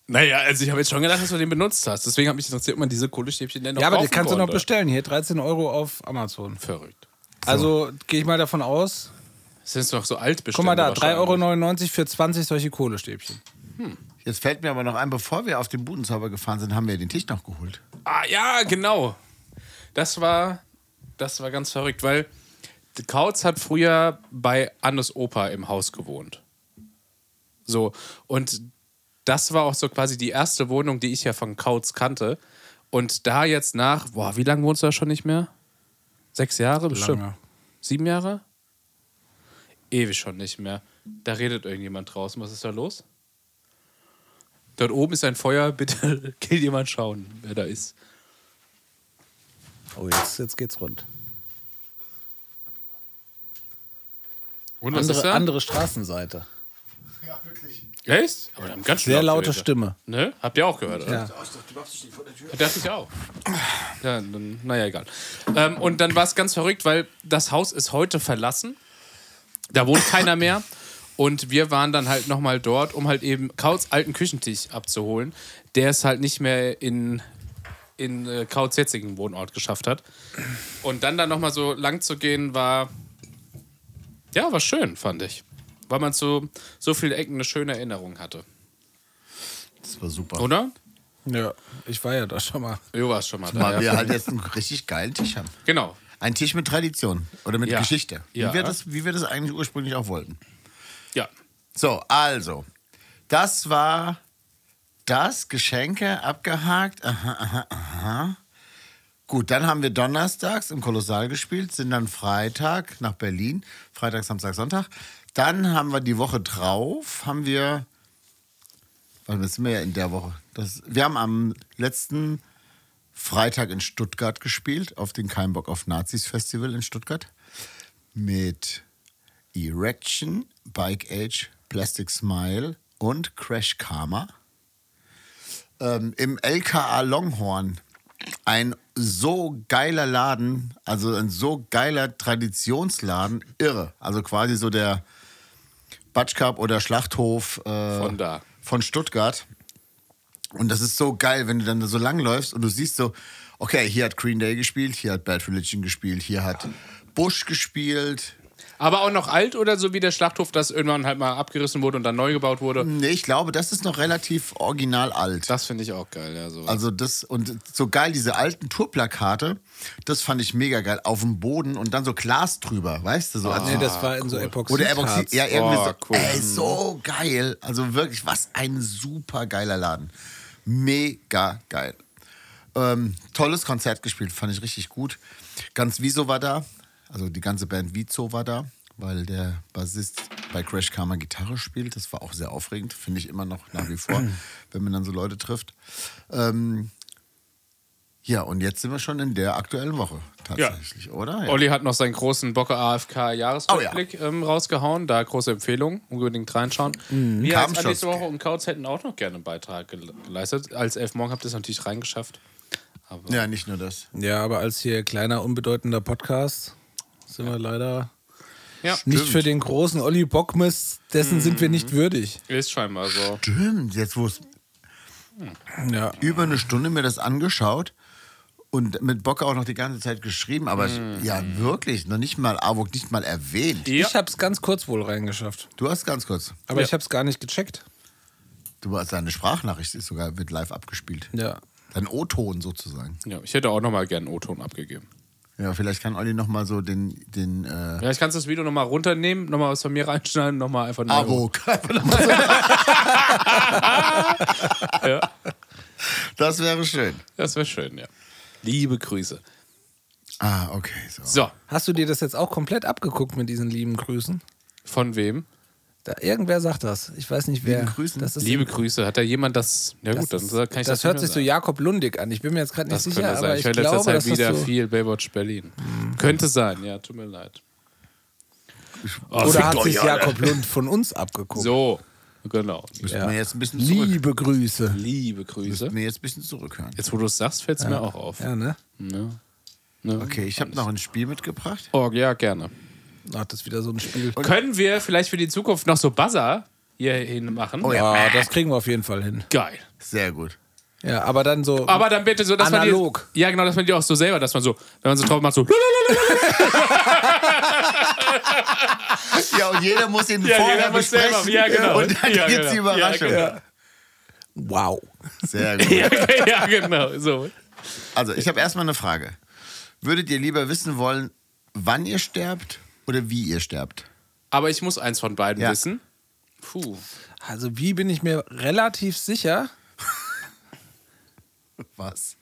D: Naja, also ich habe jetzt schon gedacht, dass du den benutzt hast. Deswegen hat mich interessiert, ob man diese Kohlestäbchen denn noch
C: Ja, aber
D: kaufen
C: den kannst du noch
D: konnte.
C: bestellen. Hier 13 Euro auf Amazon.
D: Verrückt.
C: Also gehe ich mal davon aus.
D: Das sind noch so alt bestimmt.
C: Guck mal da, 3,99 Euro für 20 solche Kohlestäbchen.
B: Jetzt fällt mir aber noch ein, bevor wir auf den Budenzauber gefahren sind, haben wir den Tisch noch geholt.
D: Ah, ja, genau. Das war, das war ganz verrückt, weil die Kautz hat früher bei Annes Opa im Haus gewohnt. So, und das war auch so quasi die erste Wohnung, die ich ja von Kautz kannte. Und da jetzt nach, boah, wie lange wohnst du da schon nicht mehr? Sechs Jahre bestimmt.
C: Lange.
D: Sieben Jahre? Ewig schon nicht mehr. Da redet irgendjemand draußen. Was ist da los? Dort oben ist ein Feuer. Bitte <laughs> geht jemand schauen, wer da ist.
C: Oh, jetzt, jetzt geht's rund.
D: Und was ist
C: Andere,
D: da?
C: andere Straßenseite.
B: Ja, wirklich.
D: Echt? Aber dann ganz schön
C: Sehr
D: laut
C: laute
D: geredet.
C: Stimme.
D: Ne? Habt ihr auch gehört, oder?
C: Ja.
D: Dachte ich auch. Ja, dann, naja, egal. Ähm, und dann war es ganz verrückt, weil das Haus ist heute verlassen. Da wohnt keiner mehr. Und wir waren dann halt nochmal dort, um halt eben Kauts alten Küchentisch abzuholen, der es halt nicht mehr in, in äh, Kauts jetzigen Wohnort geschafft hat. Und dann da nochmal so lang zu gehen, war. Ja, war schön, fand ich. Weil man zu so vielen Ecken eine schöne Erinnerung hatte.
B: Das war super.
D: Oder?
C: Ja, ich war ja da schon mal.
D: Jo, war schon mal da.
B: Weil
D: ja.
B: wir halt jetzt einen richtig geilen Tisch haben.
D: Genau.
B: Ein Tisch mit Tradition oder mit
D: Ja.
B: Geschichte. Wie,
D: Ja.
B: wir das, wie wir das eigentlich ursprünglich auch wollten.
D: Ja.
B: So, also, das war das, Geschenke abgehakt. Aha, aha, aha. Gut, dann haben wir donnerstags im Kolossal gespielt, sind dann Freitag nach Berlin, Freitag, Samstag, Sonntag. Dann haben wir die Woche drauf, haben wir, warte, das sind wir ja in der Woche. Das, wir haben am letzten Freitag in Stuttgart gespielt, auf dem Kein Bock auf Nazis Festival in Stuttgart mit Erection, Bike Age, Plastic Smile und Crash Karma. Ähm, Im LKA Longhorn. Ein so geiler Laden, also ein so geiler Traditionsladen, irre. Also quasi so der Batschkap oder Schlachthof äh,
D: Von da.
B: von Stuttgart. Und das ist so geil, wenn du dann da so langläufst und du siehst so, okay, hier hat Green Day gespielt, hier hat Bad Religion gespielt, hier hat Bush gespielt,
D: Aber auch noch alt oder so wie der Schlachthof, das irgendwann halt mal abgerissen wurde und dann neu gebaut wurde.
B: Nee, ich glaube, das ist noch relativ original alt.
D: Das finde ich auch geil. Ja, so.
B: Also das und so geil, diese alten Tourplakate, das fand ich mega geil. Auf dem Boden und dann so Glas drüber, weißt du? So, also,
C: Ah. nee, das war in so Epoxid.
B: oder Epoxid, ja, irgendwie
D: Oh,
B: so.
D: cool.
B: Ey, so geil. Also wirklich, was ein super geiler Laden. Mega geil. Ähm, tolles Konzert gespielt, fand ich richtig gut. Ganz Wieso war da, also die ganze Band Wieso war da, weil der Bassist bei Crash Karma Gitarre spielt. Das war auch sehr aufregend, finde ich immer noch nach wie vor, <clears throat> wenn man dann so Leute trifft. Ähm, ja, und jetzt sind wir schon in der aktuellen Woche tatsächlich, oder? Ja. Oh,
D: Olli hat noch seinen großen Bocke AFK Jahresrückblick ähm, rausgehauen. Da große Empfehlung. Unbedingt reinschauen. Wir
B: Hm, Kam
D: als um
B: schon.
D: nächste Woche und Kautz hätten auch noch gerne einen Beitrag gel- geleistet. Als Elf Morgen habt ihr es natürlich reingeschafft. Aber
B: Ja, nicht nur das.
C: Ja, aber als hier kleiner, unbedeutender Podcast sind wir leider
D: Ja.
C: nicht für den großen Olli Bockmist, dessen sind wir nicht würdig.
D: ist scheinbar so.
B: Stimmt, jetzt wo es
C: Ja.
B: über eine Stunde mir das angeschaut und mit Bock auch noch die ganze Zeit geschrieben, aber ich, ja, wirklich, noch nicht mal AWOK, nicht mal erwähnt.
D: Ja.
C: Ich hab's ganz kurz wohl reingeschafft.
B: Du hast ganz kurz,
C: Aber
D: Ja.
C: ich hab's gar nicht gecheckt.
B: du hast deine Sprachnachricht, ist sogar wird live abgespielt.
C: Ja.
B: Dein O-Ton sozusagen.
D: Ja, ich hätte auch nochmal gern einen O-Ton abgegeben.
B: Ja, vielleicht kann Olli nochmal so den, den äh,
D: Vielleicht kannst du das Video nochmal runternehmen, nochmal was von mir reinschneiden, nochmal einfach neu
B: <laughs> AWOK. Das wäre schön.
D: Das wäre schön, ja. Liebe Grüße.
B: Ah, okay. So.
D: So,
C: Hast du dir das jetzt auch komplett abgeguckt mit diesen lieben Grüßen?
D: von wem?
C: Da, irgendwer sagt das. Ich weiß nicht wer.
B: Lieben Grüßen?
C: Das ist
D: Liebe Grüße. Hat da jemand das? Ja gut, dann kann ich
C: das
D: das, nicht
C: hört
D: mehr
C: sich so
D: sagen.
C: Jakob Lundig an. Ich bin mir jetzt gerade nicht
D: Das
C: sicher,
D: könnte
C: aber
D: sein.
C: ich
D: Ich höre in letzter
C: glaube,
D: Zeit
C: dass
D: wieder
C: das so
D: viel Baywatch Berlin. Könnte sein, ja, tut mir leid. Oh,
C: oder
D: fickt
C: hat
D: euch,
C: sich
D: Alter.
C: Jakob Lund von uns abgeguckt.
D: So, genau.
B: Müssen
C: Ja.
B: wir jetzt ein bisschen zurück.
C: Liebe Grüße.
D: Liebe Grüße.
B: Müssen wir jetzt ein bisschen zurückhören.
D: Jetzt, wo du es sagst, fällt es mir auch auf.
C: Ja, ne?
D: Ne? Ne?
B: Okay, ich habe noch ein Spiel mitgebracht.
D: Oh, ja, gerne.
C: Ach, das ist wieder so ein Spiel.
D: Können wir vielleicht für die Zukunft noch so Buzzer hierhin machen?
B: Oh ja.
C: Ah, das kriegen wir auf jeden Fall hin.
D: Geil.
B: Sehr gut.
C: Ja, aber dann so.
D: Aber dann bitte so, dass
C: Analog.
D: man die. Ja, genau, dass man die auch so selber, dass man so, wenn man so drauf
C: <laughs>
D: macht, so. <laughs>
B: Ja, und jeder muss ihn
D: <laughs> Ja,
B: vorher
D: jeder muss selber-
B: besprechen.
D: ja, genau.
B: <laughs> Und dann
D: Ja,
B: gibt's
D: genau.
B: die Überraschung.
D: Ja,
C: wow.
B: Sehr gut.
D: ja, genau. So.
B: Also, ich habe erstmal eine Frage. Würdet ihr lieber wissen wollen, wann ihr sterbt oder wie ihr sterbt?
D: Aber ich muss eins von beiden
B: Ja.
D: wissen. Puh.
C: Also, wie bin ich mir relativ sicher?
B: Was?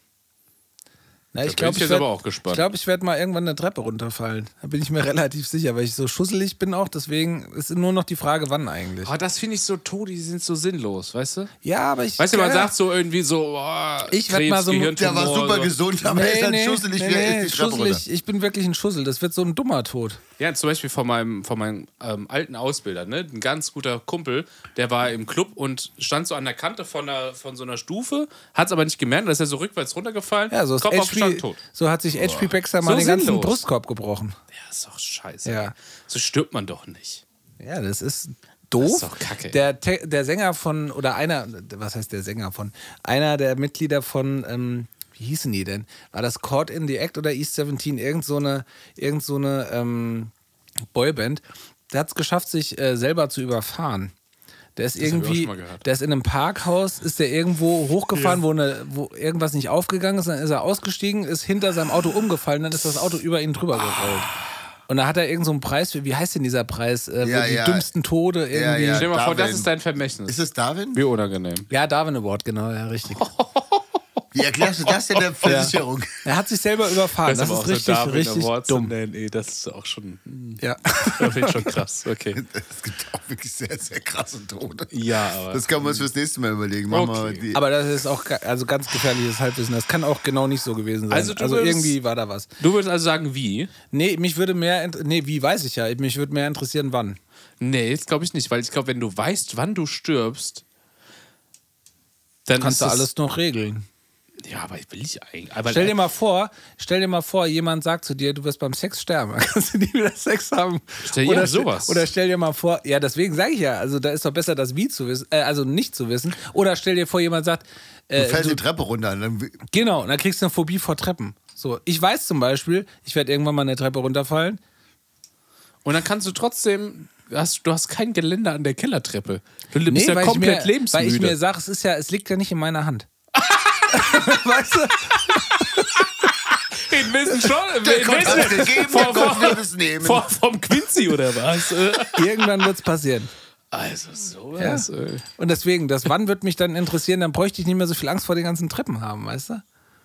C: Na, ich
D: bin
C: glaube,
D: ich
C: ich,
D: jetzt
C: werd-
D: aber auch gespannt.
C: Ich glaube, ich werde mal irgendwann eine Treppe runterfallen. Da bin ich mir <laughs> relativ sicher, weil ich so schusselig bin auch. Deswegen ist nur noch die Frage, wann eigentlich.
D: Oh, das finde ich so tot, die sind so sinnlos, weißt du?
C: Ja, aber ich.
D: Weißt du, man
C: ja,
D: sagt so irgendwie so, oh,
C: Ich werd
D: Krebs,
C: mal so-
B: Der war
D: Gehirntumor,
B: super
D: so.
B: gesund, aber
C: halt
B: er ist dann schusselig, wie er ist die Treppe runter.
C: schusselig. Ich bin wirklich ein Schussel. Das wird so ein dummer Tod.
D: Ja, zum Beispiel von meinem, von meinem ähm, alten Ausbilder, ne? Ein ganz guter Kumpel, der war im Club und stand so an der Kante von, einer, von so einer Stufe, hat es aber nicht gemerkt, da ist er so rückwärts runtergefallen,
C: Ja, so ist
D: Kopf
C: HP,
D: aufgestanden, tot.
C: So hat sich HP Baxter mal
D: So
C: den ganzen
D: sinnlos.
C: Brustkorb gebrochen.
D: Ja, ist doch scheiße.
C: Ja.
D: So stirbt man doch nicht.
C: Ja, das ist doof.
D: Das ist doch kacke.
C: Der, Te- der Sänger von, oder einer, was heißt der Sänger von? Einer der Mitglieder von, ähm, wie hießen die denn? War das Caught in the Act oder East 17? Irgend so eine, irgend so eine ähm, Boyband. Der hat es geschafft, sich äh, selber zu überfahren. Der ist
D: ich auch
C: irgendwie,
D: schon mal gehört.
C: der ist in einem Parkhaus, ist der irgendwo hochgefahren, wo, eine, wo irgendwas nicht aufgegangen ist, dann ist er ausgestiegen, ist hinter seinem Auto umgefallen, dann ist das Auto über ihn
D: Ah.
C: drüber gerollt. Und da hat er irgendeinen so einen Preis für, wie heißt denn dieser Preis? Äh,
B: Ja,
C: wo die
B: ja.
C: dümmsten Tode irgendwie.
B: Ja,
D: Stell dir mal vor,
B: Darwin.
D: das ist dein Vermächtnis.
B: Ist es Darwin?
D: Wie unangenehm.
C: Ja, Darwin Award, genau, ja, richtig.
D: Oh.
B: Wie erklärst du das denn der Versicherung?
C: Er hat sich selber überfahren. Das,
D: aber auch
C: ist richtig,
D: Darwin
C: richtig
D: Awards zu
C: dumm.
D: Nennen, ey, das ist auch schon, <laughs> hm,
C: Ja.
D: das finde ich schon krass. Okay.
B: Es gibt auch wirklich sehr, sehr krasse Tode.
D: Ja, aber-
B: Das kann man uns fürs nächste Mal überlegen. Machen
D: Okay.
B: wir die,
C: <laughs> Aber das ist auch ga- also ganz gefährliches Halbwissen. Das kann auch genau nicht so gewesen sein.
D: Also
C: Also,
D: du würdest-
C: irgendwie war da was.
D: Du würdest also sagen, wie?
C: Nee, mich würde mehr. int- Nee, wie weiß ich ja. Mich würde mehr interessieren, wann.
D: Nee, das glaube ich nicht, weil ich glaube, wenn du weißt, wann du stirbst, dann
C: Kannst
D: ist
C: du
D: das-
C: alles noch regeln.
D: Ja, aber will ich eigentlich. Aber
C: Stell dir mal vor, stell dir mal vor, jemand sagt zu dir, du wirst beim Sex sterben. <laughs> Kannst du nie wieder Sex haben?
D: Stell dir
C: oder
D: auch sowas.
C: Oder stell dir mal vor, ja, deswegen sage ich ja, also da ist doch besser, das wie zu wissen, äh, also nicht zu wissen. Oder stell dir vor, jemand sagt, äh,
B: du fällst die Treppe runter. und Dann,
C: genau, und dann kriegst du eine Phobie vor Treppen. So, ich weiß zum Beispiel, ich werde irgendwann mal eine Treppe runterfallen.
D: und dann kannst du trotzdem. Hast, du hast kein Geländer an der Kellertreppe. Du bist
C: Nee,
D: ja
C: weil,
D: komplett
C: ich mir, weil
D: lebensmüde.
C: ich mir sage, es ist ja, es liegt ja nicht in meiner Hand. <laughs> weißt du?
D: in Wissen schon. In
B: der Gott hat es
D: Wissen,
B: gegeben, der
D: vor,
B: Gott wird
D: vor,
B: es nehmen.
D: vor, vom Quincy oder was? Äh,
C: <laughs> Irgendwann wird es passieren.
D: also sowas.
C: Ja.
D: ey.
C: Und deswegen, das wann wird mich dann interessieren, dann bräuchte ich nicht mehr so viel Angst vor den ganzen Treppen haben, weißt du?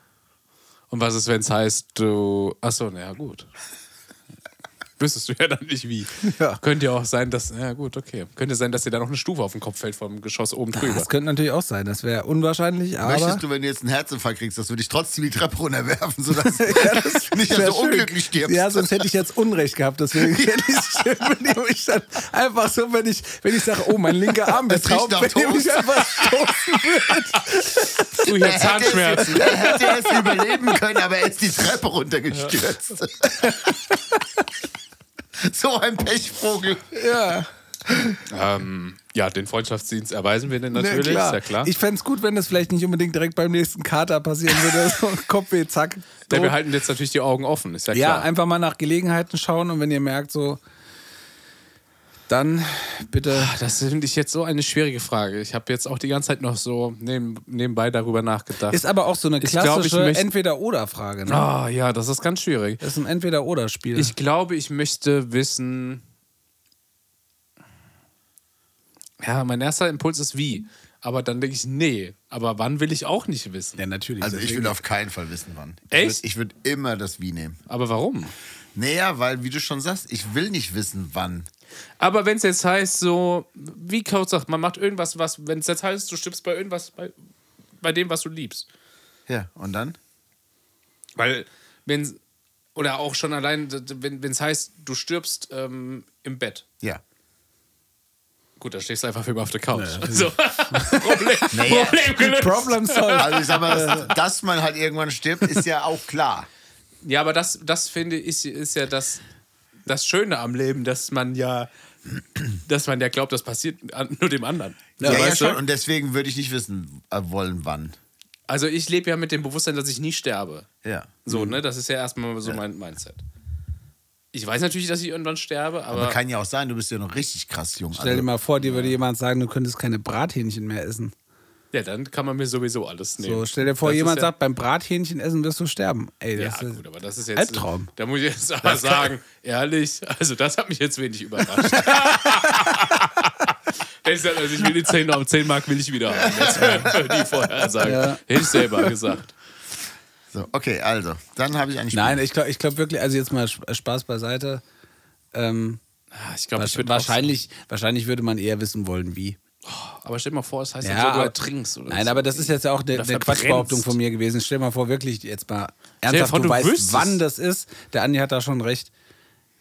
C: <laughs>
D: Und was ist, wenn es heißt, du. Achso, naja, gut. wüsstest du ja dann nicht wie.
C: Ja.
D: Könnte ja auch sein, dass, ja gut, okay. Könnte sein, dass dir da noch eine Stufe auf den Kopf fällt vom Geschoss oben drüber.
C: Das könnte natürlich auch sein, das wäre unwahrscheinlich, aber
B: Möchtest du, wenn du jetzt einen Herzinfarkt kriegst, dass du dich trotzdem die Treppe
C: <laughs>
B: runterwerfen, sodass du nicht dass
C: Wär
B: du
C: schön.
B: unglücklich stirbst?
C: Ja, sonst hätte ich jetzt Unrecht gehabt.
B: <laughs>
C: Deswegen hätte ich schön, wenn ihr mich dann einfach so, wenn ich, wenn ich sage, oh, mein linker Arm
B: Es
C: ist taub,
B: riecht nach
C: wenn ihr mich
B: Toast.
C: einfach stoßen würdet.
B: <laughs>
D: Du hier Zahnschmerzen.
B: Zahnschmerzen. Er hätte es überleben können, aber er ist die Treppe runtergestürzt. <laughs> so ein Pechvogel.
C: Ja,
D: Ähm, ja, den Freundschaftsdienst erweisen wir denn
C: na
D: natürlich,
C: klar.
D: ist ja klar.
C: Ich fände es gut, wenn das vielleicht nicht unbedingt direkt beim nächsten Kater passieren würde. <laughs> So Kopfweh, zack.
D: ja, wir
C: tot.
D: halten jetzt natürlich die Augen offen, ist ja
C: ja,
D: klar.
C: einfach mal nach Gelegenheiten schauen und wenn ihr merkt, so, dann bitte.
D: Ah, das finde ich jetzt so eine schwierige Frage. Ich habe jetzt auch die ganze Zeit noch so neben, nebenbei darüber nachgedacht.
C: Ist aber auch so eine
D: Ah, Ich glaub, ich
C: klassische
D: möchte-
C: Entweder-Oder-Frage. Ne?
D: Ah, ja, das ist ganz schwierig.
C: Das ist ein Entweder-Oder-Spiel.
D: Ich glaube, ich möchte wissen. Ja, mein erster Impuls ist wie. Aber dann denke ich, nee. Aber wann will ich auch nicht wissen?
C: ja, natürlich.
B: Also ich
C: Deswegen-
B: will auf keinen Fall wissen, wann.
D: Echt?
B: Ich würde würd immer das Wie nehmen.
D: Aber warum?
B: Naja, weil, wie du schon sagst, ich will nicht wissen, wann.
D: Aber wenn es jetzt heißt, so, wie Coach sagt, man macht irgendwas, was, wenn es jetzt heißt, du stirbst bei irgendwas, bei, bei dem, was du liebst.
B: Ja, und dann?
D: Weil, wenn, oder auch schon allein, wenn es heißt, du stirbst ähm, im Bett.
B: Ja.
D: Gut, dann stehst du einfach immer auf der Couch. <laughs> Also, Problem,
B: Naja.
D: Problem gelöst.
C: Problem solved.
B: Also ich sag mal, dass, dass man halt irgendwann stirbt, ist ja auch klar.
D: Ja, aber das, das finde ich, ist ja das, das Schöne am Leben, dass man ja, dass man ja glaubt, das passiert an- nur dem anderen.
B: Ja, ja,
D: weißt du?
B: schon. Und deswegen würde ich nicht wissen äh, wollen, wann.
D: Also ich lebe ja mit dem Bewusstsein, dass ich nie sterbe.
B: Ja.
D: So,
C: Mhm.
D: ne? Das ist ja erstmal so mein Mindset. Ich weiß natürlich, dass ich irgendwann sterbe, aber,
B: Aber kann ja auch sein, du bist ja noch richtig krass jung.
C: <laughs> Stell dir
B: Also,
C: mal vor, dir würde jemand sagen, du könntest keine Brathähnchen mehr essen.
D: ja, dann kann man mir sowieso alles nehmen.
C: So, stell dir vor,
D: Das ist
C: jemand
D: ja,
C: sagt, beim Brathähnchen essen wirst du sterben. Ey,
D: Ja,
C: das ist,
D: gut, aber das ist jetzt.
C: Albtraum.
D: Da muss ich jetzt aber sagen, ehrlich, also das hat mich jetzt
C: <laughs>
D: wenig überrascht. Ich sag, also ich will die 10, auf 10 Mark will ich wieder haben.
C: <laughs>
D: Jetzt, die vorher sagen. Hätte ich selber gesagt.
B: so, okay, also, dann habe ich eigentlich.
C: Nein, ich glaube ich glaub wirklich, also jetzt mal Sp- Spaß beiseite. Ähm,
D: Ah, Ich glaube,
C: wasch-
D: ich würde
C: wahrscheinlich, wahrscheinlich würde man eher wissen wollen, wie.
D: Auch, aber stell dir mal vor, es heißt ja, so, du ertrinkst. Oder
C: nein,
D: so.
C: aber das ist jetzt ja auch eine
D: Oder
C: ne
D: verbrennst.
C: Quatschbehauptung von mir gewesen. Stell dir mal vor, wirklich jetzt mal
D: dir
C: ernsthaft,
D: vor,
C: du,
D: du
C: weißt,
D: wüsstest.
C: wann das ist. Der Andi hat da schon recht.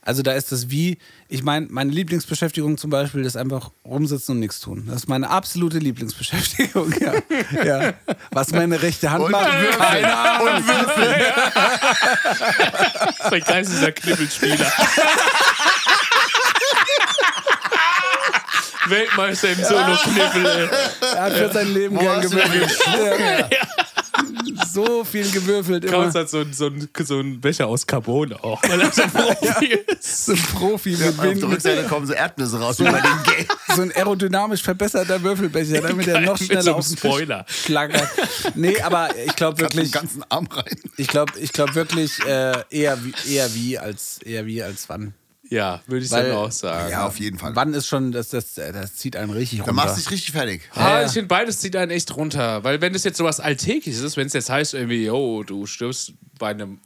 C: Also da ist das wie, ich meine, meine Lieblingsbeschäftigung zum Beispiel ist einfach rumsitzen und nichts tun. Das ist meine absolute Lieblingsbeschäftigung.
D: <laughs>
C: Ja. ja. Was meine rechte Hand
B: Und
C: macht,
B: Würfel.
C: keine Ahnung.
B: Und Würfel.
D: Dein Geist ist ein
C: <laughs>
D: Knibbelspieler. Weltmeister im Solo-Knibbel, ey.
C: Er hat für sein Leben
B: Boah,
C: gern
B: hast du da
C: gewürfelt. Ja. So viel gewürfelt immer.
D: Kauz hat so, ein- so, ein- so einen Becher aus Carbon auch, weil er so
C: <laughs>
D: Profi ist.
C: So ein Profi mit
B: Auf der
C: Wind, mit
B: Rückseite kommen so Erdnüsse raus wie bei den Games.
C: so ein aerodynamisch verbesserter Würfelbecher, damit er noch
D: Mit
C: schneller
D: so einem
C: auf den Tisch
D: Spoiler.
C: schlagert. Nee, aber ich glaube
B: den
C: wirklich,
B: ganzen Arm rein.
C: ich glaube ich glaub wirklich äh, eher, wie, eher, wie als, eher wie als wann.
D: Ja, würde ich
C: Weil-
D: dann auch sagen.
B: Ja, auf jeden Fall.
C: Wann ist schon, das, das, das zieht einen richtig runter.
B: Dann machst du dich richtig fertig.
D: Ah,
C: Ja.
D: ich finde, beides zieht einen echt runter. Weil wenn es jetzt sowas Alltägliches ist, wenn es jetzt heißt irgendwie, yo, du stirbst bei einem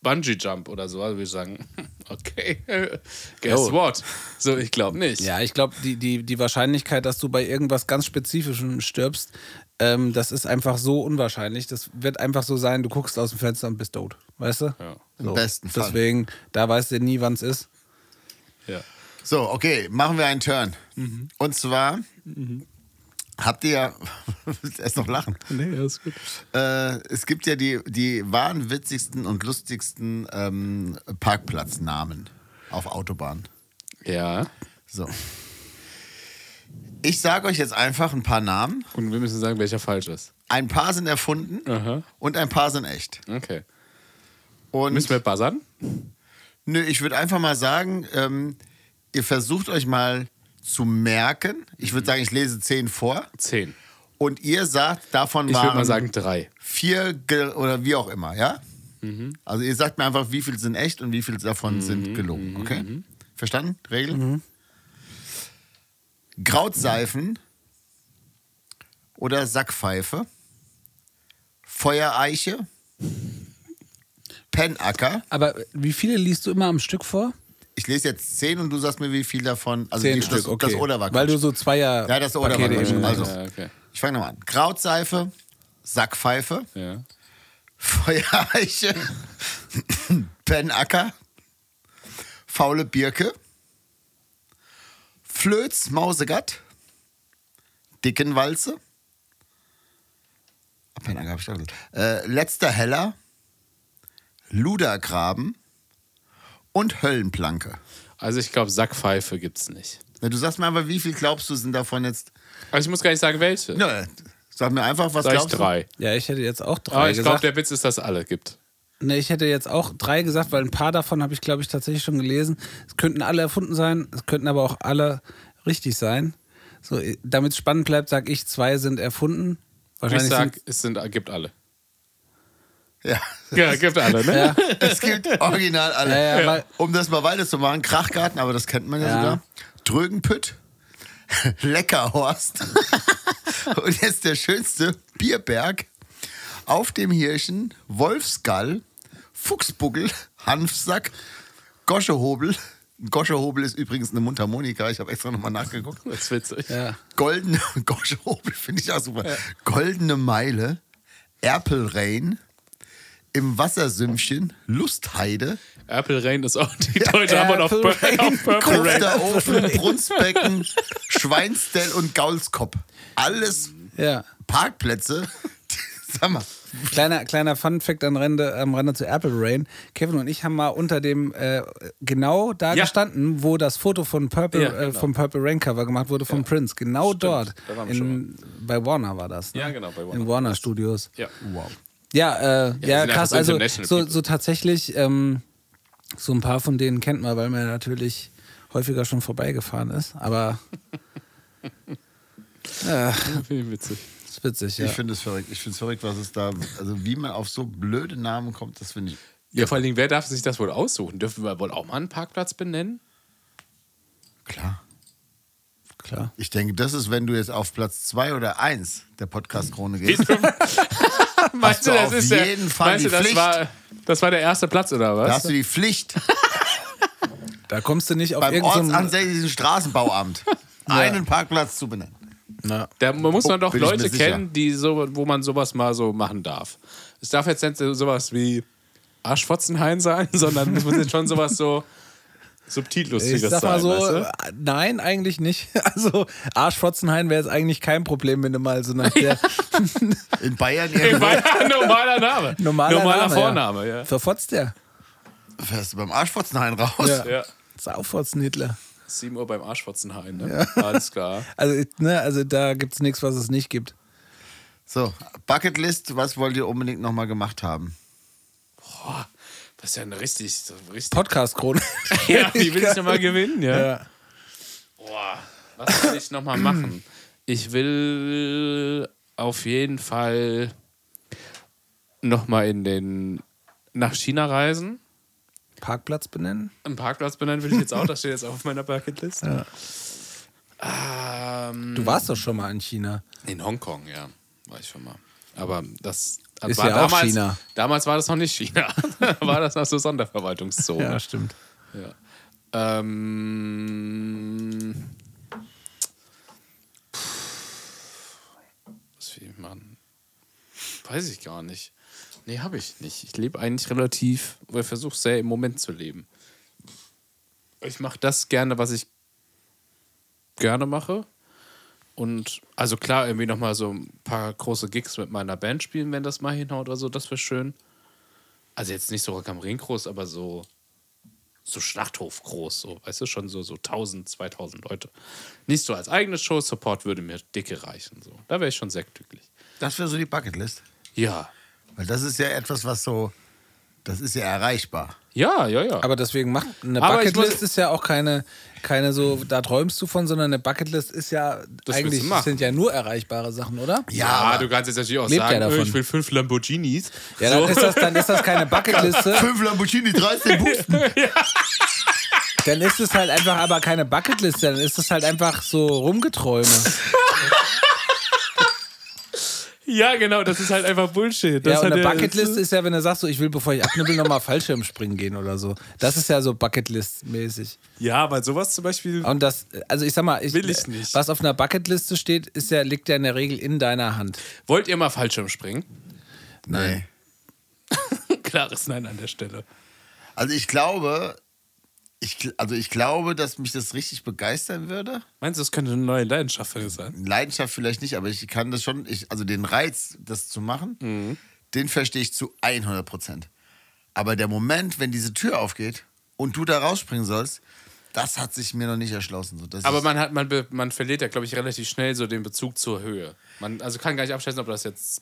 D: Bungee-Jump oder so, also würde ich sagen, <laughs> okay, <laughs> guess
C: Yo.
D: what? So, ich glaube nicht.
C: Ja, ich glaube, die, die, die Wahrscheinlichkeit, dass du bei irgendwas ganz Spezifischem stirbst, ähm, das ist einfach so unwahrscheinlich. Das wird einfach so sein, du guckst aus dem Fenster und bist tot. Weißt du? Ja. So.
B: Im besten Fall.
C: Deswegen, da weißt du nie, wann es ist.
D: Ja.
B: So, okay, machen wir einen Turn.
C: Mhm.
B: Und zwar habt ihr <laughs> ja. erst noch lachen.
D: Nee, ist gut.
B: Äh, es gibt ja die, die wahren witzigsten und lustigsten ähm, Parkplatznamen auf Autobahnen.
D: Ja.
B: So. Ich sage euch jetzt einfach ein paar Namen.
D: Und wir müssen sagen, welcher falsch ist.
B: Ein paar sind erfunden
D: Aha.
B: und ein paar sind echt.
D: Okay.
B: Und
D: Müssen wir buzzern?
B: Nö, ich würde einfach mal sagen, ähm, ihr versucht euch mal zu merken. Ich
D: Mhm.
B: würde sagen, ich lese zehn vor.
D: Zehn.
B: Und ihr sagt, davon
D: Ich würde
B: waren
D: mal sagen drei.
B: vier ge- oder wie auch immer, ja? Also ihr sagt mir einfach, wie viel sind echt und wie viel davon sind gelogen, okay? Verstanden? Regel?
C: Mhm.
B: Krautseifen oder Sackpfeife, Feuereiche, Pennacker,
C: Aber wie viele liest du immer am Stück vor?
B: Ich lese jetzt zehn und du sagst mir, wie viel davon. Also
C: Zehn
B: die,
C: Stück,
B: das,
C: okay.
B: das Oder war
C: Weil du
B: Quatsch.
C: so Zweier.
B: Ja, das Oder war
C: Pakete
B: Quatsch.
C: eben-
B: Also,
D: Ja, okay.
B: ich fange nochmal an. Krautseife, Sackpfeife,
D: Ja.
B: Feuerreiche, Pennacker, faule Birke, Flöz, Mausegatt, Dickenwalze, Ah, Pennacker hab ich doch gesagt. äh, letzter Heller, Ludergraben und Höllenplanke.
D: Also ich glaube, Sackpfeife gibt's nicht.
B: Na, du sagst mir aber, wie viel glaubst du sind davon jetzt?
D: Also ich muss gar nicht sagen, welche.
B: Nö, sag mir einfach, was
D: Sag ich
B: glaubst du?
D: drei.
C: Ja, ich hätte jetzt auch drei
D: Aber Ah, ich glaube,
C: gesagt.
D: der Witz ist, dass es alle gibt.
C: ne, ich hätte jetzt auch drei gesagt, weil ein paar davon habe ich, glaube ich, tatsächlich schon gelesen. Es könnten alle erfunden sein, es könnten aber auch alle richtig sein. So, damit es spannend bleibt, sage ich, zwei sind erfunden.
D: Ich
C: Wahrscheinlich
D: sag, es sind, gibt alle.
B: Ja.
D: Ja, gibt alle, ne?
C: sind, ja.
B: Es gibt original alle.
C: Ja, ja, weil-
B: Um das mal weiter zu machen, Krachgarten, aber das kennt man ja,
C: Ja.
B: sogar. Drögenpütt, <laughs>
C: <laughs>
B: Leckerhorst und jetzt der schönste, Bierberg, auf dem Hirschen, Wolfsgall, Fuchsbuckel, Hanfsack, Goschehobel. Goschehobel ist übrigens eine Mundharmonika, ich habe extra nochmal nachgeguckt.
D: Das ist witzig.
C: ja.
B: Goldene, <laughs> Goschehobel finde ich auch super. Goldene Meile, Erpelrain, im Wassersümpfchen, Lustheide,
D: Apple Rain ist auch die deutsche
C: Ja,
D: Antwort auf,
C: Apple
D: Pur-
C: Rain.
D: <laughs> auf Purple Rain.
B: Grufter Ofen, Brunsbecken, Schweinstell und Gaulskopf. Alles
C: ja.
B: Parkplätze. <laughs> Sag mal,
C: Kleiner, kleiner Fun-Fact am Rande, am Rande zu Apple Rain. Kevin und ich haben mal unter dem, äh, genau da
D: Ja.
C: gestanden, wo das Foto von Purple,
D: Ja, genau.
C: äh, vom Purple Rain Cover gemacht wurde von Prince. Genau dort.
D: da waren wir
C: In, bei Warner war das. Ne?
D: Ja, genau, bei Warner.
C: In Warner Studios.
D: Ja.
C: Wow. Ja, äh, ja,
D: sind
C: krass.
D: einfach so
C: Also
D: international
C: so,
D: people.
C: so tatsächlich, ähm, so ein paar von denen kennt man, weil man natürlich häufiger schon vorbeigefahren ist. Aber
D: Finde ich witzig.
C: ist witzig, ja.
B: ich finde es verrückt. Ich finde es verrückt, was es da. Also, wie man auf so blöde Namen kommt, das finde ich.
D: Ja, vor allen Dingen, wer darf sich das wohl aussuchen? Dürfen wir wohl auch mal einen Parkplatz benennen?
B: Klar.
C: Klar.
B: Ich denke, das ist, wenn du jetzt auf Platz 2 oder 1 der Podcast-Krone gehst. <laughs>
D: <laughs> Meinst
B: du auf jeden Fall
D: meinst
B: die
D: du, das
B: Pflicht?
D: war, das war der erste Platz, oder
B: Da
D: was?
B: hast du die Pflicht
C: Da kommst du nicht auf
B: beim
C: irgendeinen.
B: ortsansässigen Straßenbauamt einen Parkplaß zu benennen.
D: Da muss man doch
B: bin ich mir
D: Leute
B: sicher.
D: kennen, die so, wo man sowas mal so machen darf. Es darf jetzt nicht sowas wie Arschfotzenhain sein, <laughs> sondern muss man jetzt schon sowas so subtil
C: Ich
D: lustiges
C: sag mal so,
D: sein. weißt du?
C: äh, nein, eigentlich nicht. <laughs> Also Arschfrotzenhain wäre jetzt eigentlich kein Problem, wenn du mal so
D: <laughs>
C: nach der
B: In Bayern
D: Ey,
B: irgendwo
D: war ja ein normaler Name.
C: <laughs> äh, normaler,
D: normaler
C: Name,
D: Vorname, ja.
C: Verfotzt der.
B: fährst du beim Arschfotzenhain raus.
C: Ja.
D: ja.
C: <laughs> Saufotzenhitler.
D: 7 Uhr beim Arschfotzenhain, ne? Alles klar.
C: Also, ne, also da gibt's nichts, was es nicht gibt.
B: So, Bucketlist, was wollt ihr unbedingt nochmal gemacht haben?
D: Boah, das ist ja ein richtig, so ein richtig
C: Podcast-Krone.
D: <laughs>
C: <laughs>
D: Ja, die will ich nochmal gewinnen, ja.
C: Ja.
D: Boah, was will ich nochmal machen? Ich will auf jeden Fall nochmal in den nach China reisen.
C: Parkplatz benennen.
D: Einen Parkplatz benennen will ich jetzt auch, das steht jetzt auch auf meiner Bucketlist. Ähm,
C: Du warst doch schon mal in China.
D: in Hongkong, ja, war ich schon mal. Aber das das
C: Ist
D: war
C: ja auch
D: damals,
C: China.
D: Damals war das noch nicht China. <laughs> Da war das noch so Sonderverwaltungszone.
C: stimmt.
D: Ja. Ähm. Was will ich machen? Weiß ich gar nicht. Nee, habe ich nicht. Ich lebe eigentlich relativ, oder versuche sehr im Moment zu leben. Ich mache das gerne, was ich gerne mache. Und also klar, irgendwie nochmal so ein paar große Gigs mit meiner Band spielen, wenn das mal hinhaut oder so, das wäre schön. Also jetzt nicht so Rock am Ring groß, aber so so Schlachthof groß, so, weißt du, schon so, so 1000, 2000 Leute. Nicht so als eigene Show, Support würde mir dicke reichen, so. Da wäre ich schon sehr glücklich.
B: Das wäre so die Bucketlist.
D: Ja.
B: Weil das ist ja etwas, was so, das ist ja erreichbar.
D: Ja, ja, ja.
C: Aber deswegen macht eine
D: Aber ich
C: Bucketlist
D: muss-
C: ist ja auch keine, keine so, da träumst du von, sondern eine Bucketlist ist ja
D: willst du
C: eigentlich
D: machen.
C: sind ja nur erreichbare Sachen, oder?
B: Ja,
D: ja,
B: aber
D: du kannst jetzt natürlich auch
C: Lebt
D: sagen,
C: ja
D: "Öh,
C: davon."
D: ich will fünf Lamborghinis.
C: Ja, <laughs> dann ist das, dann ist das keine Bucketliste.
B: fünf Lamborghini, 13 Buchsen.
C: Dann ist es halt einfach aber keine Bucketliste, dann ist es halt einfach so rumgeträume.
D: Ja, genau, das ist halt einfach Bullshit. Das
C: Ja, und
D: hat
C: eine
D: der-
C: Bucketlist ist ja, wenn du sagst, so, ich will, bevor ich abnippel, nochmal Fallschirmspringen gehen oder so. Das ist ja so Bucketlist-mäßig.
D: Ja, aber sowas zum Beispiel.
C: Und das, also ich sag mal, ich,
D: Will ich nicht.
C: was auf einer Bucketliste steht, ist ja, liegt ja in der Regel in deiner Hand.
D: Wollt ihr mal Fallschirm springen? <laughs>
B: Nein.
D: Klares Nein an der Stelle.
B: Also ich glaube, ich, gl- also ich glaube, dass mich das richtig begeistern würde.
D: Meinst du, das könnte eine neue Leidenschaft für dich sein?
B: Leidenschaft vielleicht nicht, aber ich kann das schon, ich, also den Reiz, das zu machen,
D: Mhm.
B: den verstehe ich zu 100 Prozent. Aber der Moment, wenn diese Tür aufgeht und du da rausspringen sollst, das hat sich mir noch nicht erschlossen. So, das
D: Aber
B: ist-
D: man, hat, man, be- man verliert ja, glaube ich, relativ schnell so den Bezug zur Höhe. Man also kann gar nicht abschätzen, ob das jetzt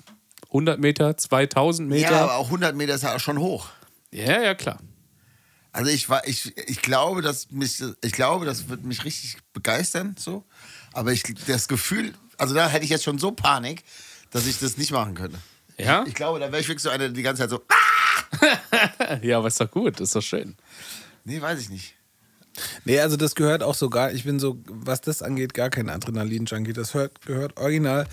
D: 100 Meter, 2000 Meter.
B: ja, aber auch 100 Meter ist ja auch schon hoch.
D: ja, ja, klar.
B: Also ich war, ich, ich glaube, dass mich, ich glaube, das wird mich richtig begeistern, so. Aber ich, das Gefühl, also da hätte ich jetzt schon so Panik, dass ich das nicht machen könnte.
D: Ja?
B: Ich glaube, da wäre ich wirklich so einer, der die ganze Zeit so, "Ah!"
D: Ja, aber ist doch gut, ist doch schön.
B: nee, weiß ich nicht.
C: Nee, also das gehört auch so gar, ich bin so, was das angeht, gar kein Adrenalin-Junkie. Das hört, gehört original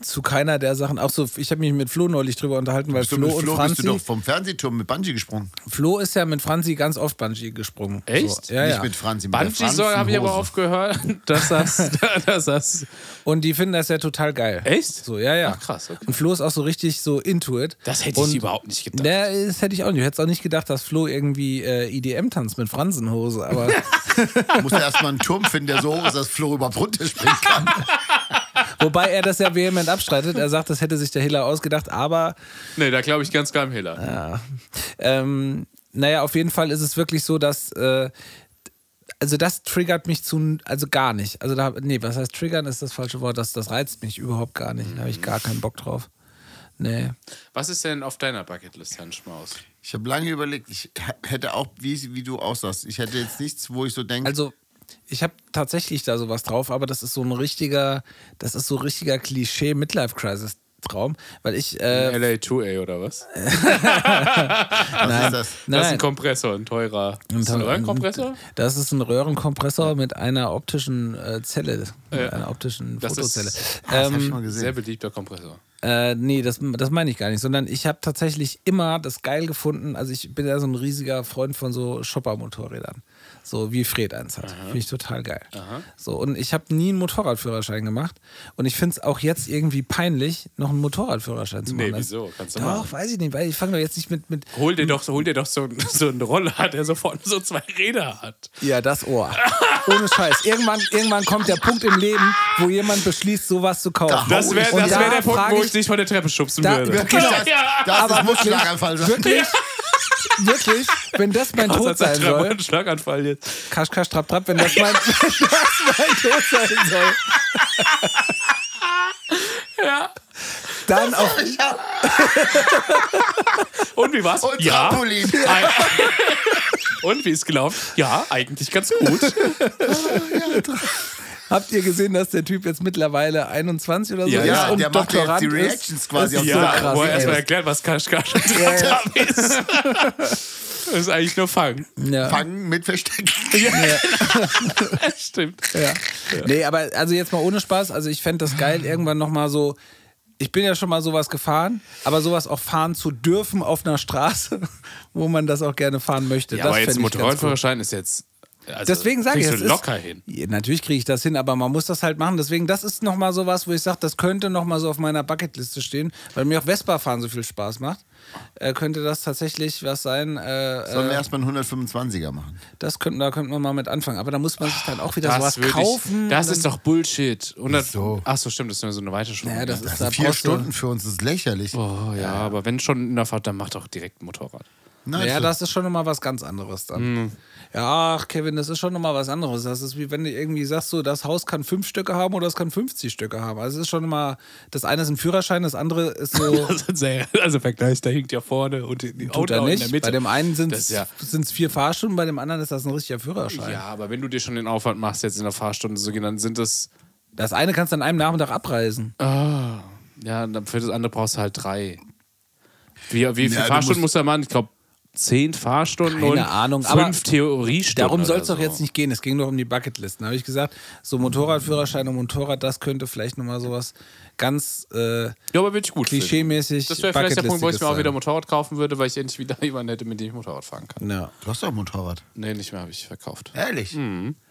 C: zu keiner der Sachen. Auch so, ich habe mich mit Flo neulich drüber unterhalten, weil
B: Bist du
C: Flo
B: mit
C: und
B: Flo bist du
C: Franzi,
B: doch vom Fernsehturm mit Bungee gesprungen.
C: Flo ist ja mit Franzi ganz oft Bungee gesprungen.
D: Echt?
C: So, ja,
B: nicht
C: ja.
B: mit Franzi, mit der
D: Bungee
B: Franzi
D: soll habe ich aber
B: Hose.
D: aufgehört, <laughs> dass das, dass das.
C: Und die finden das ja total geil.
D: Echt?
C: So, ja, ja.
D: Ach, krass, okay.
C: Und Flo ist auch so richtig so into it.
D: Das hätte ich
C: und
D: überhaupt nicht gedacht.
C: Nee, das hätte ich auch nicht. Du hättest auch nicht gedacht, dass Flo irgendwie äh, IDM tanzt mit Fransenhose,
D: <laughs>
C: aber
B: <laughs> Muss er erstmal einen Turm finden, der so hoch ist, dass Flo über runter springen kann.
C: wobei er das ja vehement abstreitet. Er sagt, das hätte sich der Hiller ausgedacht, aber
D: Nee, ne, da glaube ich ganz klar im Hehler.
C: ähm, naja, auf jeden Fall ist es wirklich so, dass äh, also das triggert mich zu, also gar nicht. Also da, nee, was heißt triggern ist das falsche Wort, das, das reizt mich überhaupt gar nicht. Da habe ich gar keinen Bock drauf. Nee.
D: Was ist denn auf deiner Bucketlist, Herrn Schmaus?
B: <laughs> Ich habe lange überlegt, ich h- hätte auch, wie, wie du aussahst, ich hätte jetzt nichts, wo ich so denke,
C: Also, ich habe tatsächlich da sowas drauf, aber das ist so ein richtiger, das ist so ein richtiger Klischee-Midlife-Crisis-Traum, weil ich, äh,
D: LA2A oder was?
B: was ist Ah, das?
D: Das ist ein
C: nein,
D: Kompressor, ein teurer. Ist das ein Röhrenkompressor?
C: das ist ein Röhrenkompressor mit einer optischen äh, Zelle, mit
D: Ja.
C: einer optischen
D: Das ist-
C: Fotozelle.
B: Das habe ich
C: ähm,
B: mal gesehen.
D: Sehr beliebter Kompressor.
C: äh, nee, das, das meine ich gar nicht, sondern ich habe tatsächlich immer das geil gefunden. Also ich bin ja so ein riesiger Freund von so Shopper-Motorrädern. So wie Fred eins hat. Finde ich total geil. So, und ich habe nie einen Motorradführerschein gemacht. Und ich finde es auch jetzt irgendwie peinlich, noch einen Motorradführerschein zu
D: Nee,
C: machen.
D: wieso? Kannst du
C: Doch,
D: machen.
C: weiß ich nicht, weil ich fange doch jetzt nicht mit, mit.
D: Hol dir doch, hol dir doch so, <laughs> so einen Roller, der so vorne so zwei Räder hat.
C: Ja, das Ohr. Ohne Scheiß. Irgendwann, irgendwann kommt der Punkt im Leben, wo jemand beschließt, sowas zu kaufen.
D: Das wäre
C: Und
D: das wär
C: da
D: der Punkt,
C: frag
D: wo ich dich von der Treppe schubsen
C: Da- <laughs>
D: würde.
B: Wirklich, das,
D: Ja.
B: das ist
C: Aber wirklich,
B: Muschlaganfall. <laughs>
C: wirklich, wirklich, wenn das mein
D: Das
C: Tod
D: hat sein
C: sein soll,
D: einen Schlaganfall jetzt.
C: Kasch, kasch, trapp, trapp, wenn das mein, <laughs> wenn das mein Tod sein soll.
D: Ja.
C: Dann auch.
D: Und wie war's?
B: Und
D: ja.
B: Trampolin.
D: Ein- <laughs> Und wie ist gelaufen? Ja, eigentlich ganz
C: <laughs>
D: gut.
C: Habt ihr gesehen, dass der Typ jetzt mittlerweile 21 oder so
D: Ja,
C: ist?
D: ja,
C: und
B: der macht ja jetzt
C: Doktorand
B: die
C: ist?
B: Reactions quasi
C: Das ist
B: auf
C: so
D: Ja,
B: krass,
D: wo er
C: ey.
D: erstmal erklärt, was Kaschkasch und
C: Ja, ja.
D: Tratab <laughs> ist. Das ist eigentlich nur Fang.
C: ja.
B: Fangen mit Verstecken.
D: Stimmt.
C: Ja. Nee, aber also jetzt mal ohne Spaß, also ich fände das geil, irgendwann nochmal so. Ich bin ja schon mal sowas gefahren, aber sowas auch fahren zu dürfen auf einer Straße, <laughs> wo man das auch gerne fahren möchte.
D: Ja,
C: das
D: aber jetzt
C: fänd ich ganz cool.
D: Motorradführerschein ist jetzt. Also,
C: Deswegen sage ich,
D: kriegst
C: es
D: du
C: ist-
D: locker hin.
C: Ja, natürlich kriege ich das hin, aber man muss das halt machen. Deswegen, das ist nochmal so was, wo ich sage, das könnte nochmal so auf meiner Bucketliste stehen, weil mir auch Vespa fahren so viel Spaß macht. Äh, könnte das tatsächlich was sein? Äh,
B: Sollen wir
C: äh,
B: erstmal einen 125er machen?
C: das könnten, da könnten wir mal mit anfangen. Aber da muss man sich dann auch wieder
D: Das,
C: sowas
D: würd ich-
C: kaufen.
D: das
C: und
D: ist doch Bullshit. 100,
B: Wieso?
D: Ach so, stimmt, das ist nur so eine weite Stunde.
C: dann, ja, das ist da
B: Vier
C: brauchst du-
B: Stunden für uns ist lächerlich.
D: Oh ja, aber wenn schon in der Fahrt, dann mach doch direkt ein Motorrad. <laughs>
B: Nein,
C: Ja,
B: so.
C: das ist schon nochmal was ganz anderes dann.
D: Hm.
C: Ja, ach, Kevin, das ist schon nochmal was anderes. Das ist wie wenn du irgendwie sagst, so, das Haus kann fünf Stücke haben oder es kann 50 Stücke haben. Also es ist schon immer, das eine ist ein Führerschein, das andere ist
D: <laughs>
C: so.
D: also Vergleich, da hinkt ja vorne und die
C: Tut er nicht. Bei dem einen sind
D: Das
C: es
D: ist ja-
C: vier Fahrstunden, bei dem anderen ist das ein richtiger Führerschein.
D: Ja, aber wenn du dir schon den Aufwand machst, jetzt in der Fahrstunde so genannt, sind das.
C: Das eine kannst du an einem Nachmittag abreisen.
D: Ah, ja, dann für das andere brauchst du halt drei. Wie, wie viele
B: du
D: Fahrstunden
B: musst-
D: muss er machen? Ich glaube, zehn Fahrstunden
C: Keine
D: und
C: Ahnung,
D: fünf
C: aber
D: Theoriestunden.
C: Darum soll
D: oder
C: es doch
D: so.
C: jetzt nicht gehen. Es ging nur um die Bucketlisten. Da habe ich gesagt, so Motorradführerschein und Motorrad, das könnte vielleicht nochmal sowas ganz äh,
D: Ja, aber würde ich gut. finden.
C: klischeemäßig.
D: Das wäre vielleicht der Punkt, wo ich mir auch wieder
C: Bucketlist-iges
D: Motorrad kaufen würde, weil ich endlich wieder <laughs> jemanden hätte, mit dem ich Motorrad fahren kann.
C: sein. ja.
B: Du hast doch ein Motorrad.
D: Nee, nicht mehr habe ich verkauft.
B: Ehrlich?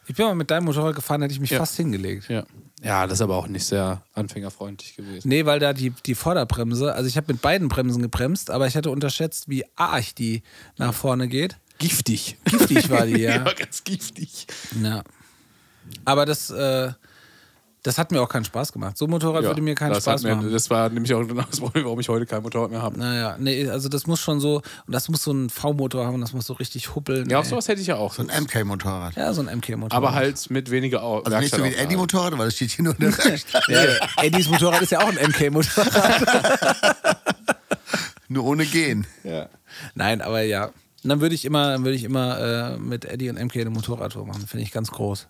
C: Ich bin mal mit deinem Motorrad gefahren, hätte ich mich
D: Ja.
C: fast hingelegt.
D: Ja. Ja, das ist aber auch nicht sehr anfängerfreundlich gewesen.
C: Nee, weil da die, die Vorderbremse, also ich habe mit beiden Bremsen gebremst, aber ich hatte unterschätzt, wie arg die nach vorne geht.
D: Giftig.
C: Giftig war
D: <laughs>
C: die,
D: Ja,
C: ja.
D: ganz giftig.
C: Ja. Aber das, äh, das hat mir auch keinen Spaß gemacht. So ein Motorrad würde mir keinen
D: das
C: Spaß
D: hat mir,
C: machen.
D: Das war nämlich auch genau das Problem, warum ich heute kein Motorrad mehr habe.
C: Naja, nee, also das muss schon so, und das muss so ein V-Motor haben, das muss so richtig huppeln.
D: Ja,
C: ey.
D: auf sowas hätte ich ja auch.
B: So ein MK-Motorrad.
C: ja so ein MK-Motor.
D: aber halt mit weniger Au-
B: Also nicht so wie ein
D: Werkstattaufwand.
B: Eddie-Motorrad, weil das steht hier nur in der Werkstatt.
C: <laughs> halt Ja, Eddies Motorrad ist ja auch ein MK-Motorrad.
B: <laughs> Nur ohne Gehen.
C: <laughs> Nein, aber ja. Und dann würde ich immer, dann würde ich immer äh, mit Eddie und MK eine Motorradtour machen. Finde ich ganz groß.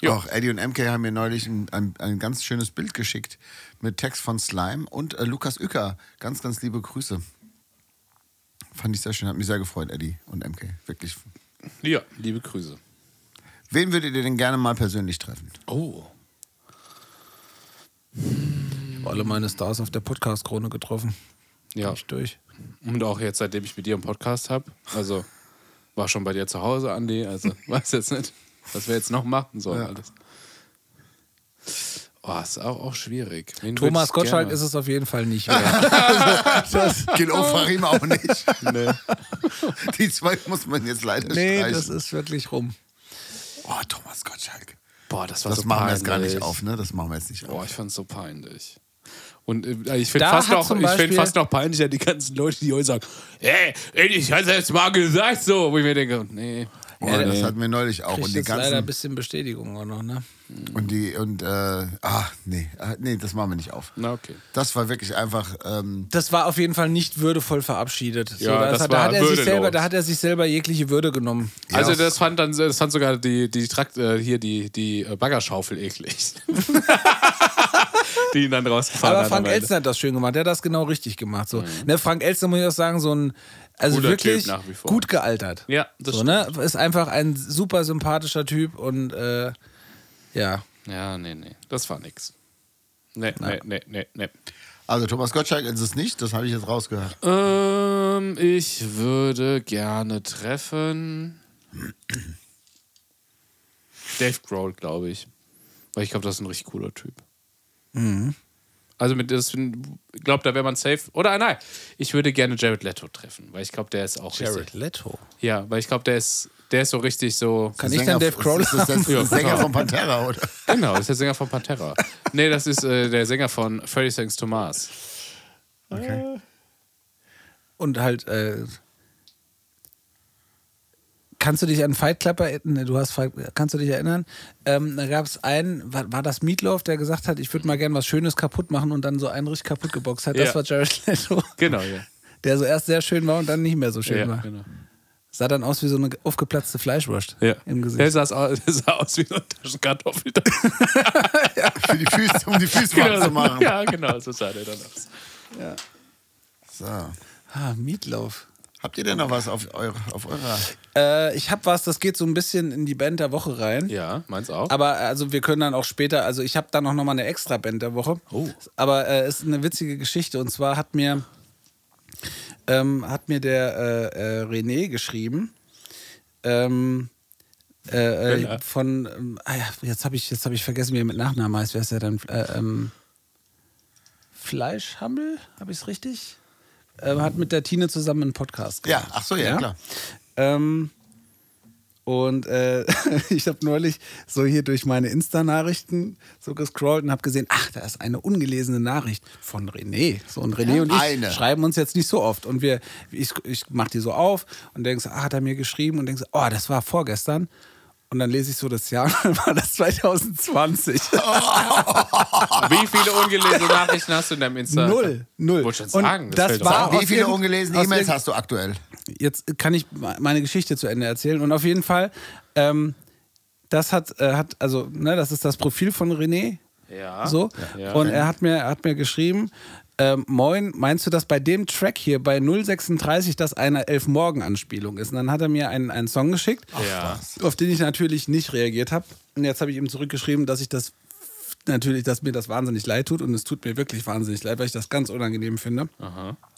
D: Ja.
B: Doch, Eddie und MK haben mir neulich ein, ein, ein ganz schönes Bild geschickt mit Text von Slime und äh, Lukas Uecker. Ganz, ganz liebe Grüße. Fand ich sehr schön, hat mich sehr gefreut, Eddie und MK. Wirklich.
D: Ja, liebe Grüße.
B: Wen würdet ihr denn gerne mal persönlich treffen?
D: Oh.
C: Ich habe alle meine Stars auf der Podcast-Krone getroffen.
D: Mhm. Ja.
C: Bin ich durch.
D: Und auch jetzt, seitdem ich mit dir einen Podcast habe. Also, war schon bei dir zu Hause, Andi. Also, weiß jetzt nicht, was wir jetzt noch machen sollen. Alles. Oh, ist auch, auch schwierig. Wen würd
C: Thomas
D: ich
C: Gottschalk
D: gerne-
C: ist es auf jeden Fall
D: <laughs>
C: nicht mehr.
B: <laughs> Gil Ofarim auch
C: <laughs>
B: nicht. <laughs> Die zwei muss man jetzt leider
C: nee,
B: streichen.
C: das ist wirklich rum.
B: oh, Thomas Gottschalk.
D: Boah, das war
B: Das machen
D: so
B: wir
D: peinlich.
B: jetzt gar nicht auf, ne? Das machen wir jetzt nicht auf.
D: Boah, ich fand's so peinlich. Und äh, ich finde
C: Da
D: fast,
C: hat
D: noch-
C: zum
D: ich find
C: Beispiel-
D: fast noch peinlicher die ganzen Leute, die heute sagen, hey, ich hab's jetzt mal gesagt so. Wo ich mir denke, nee.
B: Boah, das hatten wir neulich auch.
C: Kriegt
B: Und die
C: jetzt leider ein
B: ganzen.
C: bisschen Bestätigung auch noch, ne?
B: Und die, und, äh, ah, nee, ah, nee, das machen wir nicht auf.
D: Na, okay.
B: Das war wirklich einfach, ähm,
C: Das war auf jeden Fall nicht würdevoll verabschiedet. So,
D: Ja, das
C: hat,
D: war
C: da, hat er sich
D: würdelos.
C: selber, da hat er sich selber jegliche Würde genommen.
D: Also das fand dann, das fand sogar die, die Trakt, äh, hier die, die äh, Baggerschaufel eklig. die ihn dann rausgefahren
C: Aber
D: hat am
C: Frank
D: Ende.
C: Elstner hat das schön gemacht. Der hat das genau richtig gemacht. So. Ne, Frank Elstner muss ich auch sagen, so ein also
D: Mhm. Cooler
C: wirklich
D: Typ nach wie vor.
C: gut gealtert.
D: Ja, das
C: so, ne? Ist einfach ein super sympathischer Typ und äh, ja.
D: Ja, nee, nee. Das war nix. Nee, nee, nee, nee, nee.
B: also Thomas Gottschalk ist es nicht, das habe ich jetzt rausgehört.
D: Ähm, ich würde gerne treffen. Dave Grohl, glaube ich. Weil ich glaube, das ist ein richtig cooler Typ. Also mit das glaube, da wäre man safe. Oder nein, ich würde gerne Jared Leto treffen, weil ich glaube, der ist auch richtig.
C: Leto.
D: Ja, weil ich glaube, der ist der ist so richtig so
C: Kann
B: Der
C: ich dann
B: Sänger-
C: Dave Crowley
B: Ist das
C: <laughs>
B: der,
D: Ja,
B: der Sänger
D: genau.
B: von Pantera, oder?
D: Genau, das ist der Sänger von Pantera. Nee, das ist äh, der Sänger von 30 Thanks to Mars.
C: Und halt, äh, kannst du dich an Fight Club erinnern? Nee, Du hast Fight, kannst du dich erinnern? Ähm, da gab es einen, war, war das Meatloaf, der gesagt hat, ich würde mal gern was Schönes kaputt machen und dann so einen richtig kaputt geboxt hat. Das
D: Ja.
C: war Jared Leto. <laughs>
D: Genau, ja.
C: Der so erst sehr schön war und dann nicht mehr so schön
D: ja,
C: war.
D: genau.
C: Sah dann aus wie so eine aufgeplatzte Fleischwurst
D: Ja.
C: im
D: Der
C: Gesicht.
D: saß aus, <laughs> der sah aus wie eine
C: <laughs>
D: Taschenkartoffel.
B: Für die Füße, um die Füße warm zu machen.
D: Genau. Ja, genau, so sah der dann aus.
B: So.
C: Ah, Meatloaf.
B: Habt ihr denn noch was auf, eure, auf eurer?
C: Äh, ich hab was, das geht so ein bisschen in die Band der Woche rein.
D: Ja, meins auch.
C: Aber also wir können dann auch später, also ich habe dann auch nochmal eine extra Band der Woche.
D: Oh.
C: Aber es äh, ist eine witzige Geschichte. Und zwar hat mir, ähm, hat mir der äh, äh, René geschrieben. Ähm, äh, äh, von, ähm, ah ja, jetzt habe ich, jetzt hab ich vergessen, wie er mit Nachnamen heißt. Wer ist der dann? Äh, ähm, Fleischhammel? Habe ich es richtig? Ähm, hat mit der Tine zusammen einen Podcast
B: Ja, ach so, ja,
C: Ja?
B: klar.
C: ähm, und äh, <laughs> ich habe neulich so hier durch meine Insta-Nachrichten so gescrollt und habe gesehen, ach, da ist eine ungelesene Nachricht von René. So und René und ich
B: Eine.
C: schreiben uns jetzt nicht so oft. Und wir, ich, ich mache die so auf und denke so, ah, hat er mir geschrieben und denke so, oh, das war vorgestern. Und dann lese ich so das Jahr <laughs> und dann war das 2020.
D: Wie viele ungelesene Nachrichten hast du in deinem Insta?
C: Null, null.
D: Wollte schon
C: Und
D: sagen, das
C: das
D: fällt
C: war-
D: auf.
B: Wie
C: aus
B: viele
C: irgend-
B: ungelesene
C: aus
B: E-Mails
C: irgend-
B: hast du aktuell?
C: jetzt kann ich me- meine Geschichte zu Ende erzählen. Und auf jeden Fall, ähm, das hat, äh, hat also, ne, das ist das Profil von René.
D: Ja.
C: So.
D: Ja.
C: Und er hat mir, er hat mir geschrieben, ähm, moin, meinst du, dass bei dem Track hier bei 036 das eine Elf-Morgen-Anspielung ist? Und dann hat er mir einen, einen Song geschickt,
D: Ja.
C: auf den ich natürlich nicht reagiert habe. Und jetzt habe ich ihm zurückgeschrieben, dass ich das natürlich, dass mir das wahnsinnig leid tut und es tut mir wirklich wahnsinnig leid, weil ich das ganz unangenehm finde.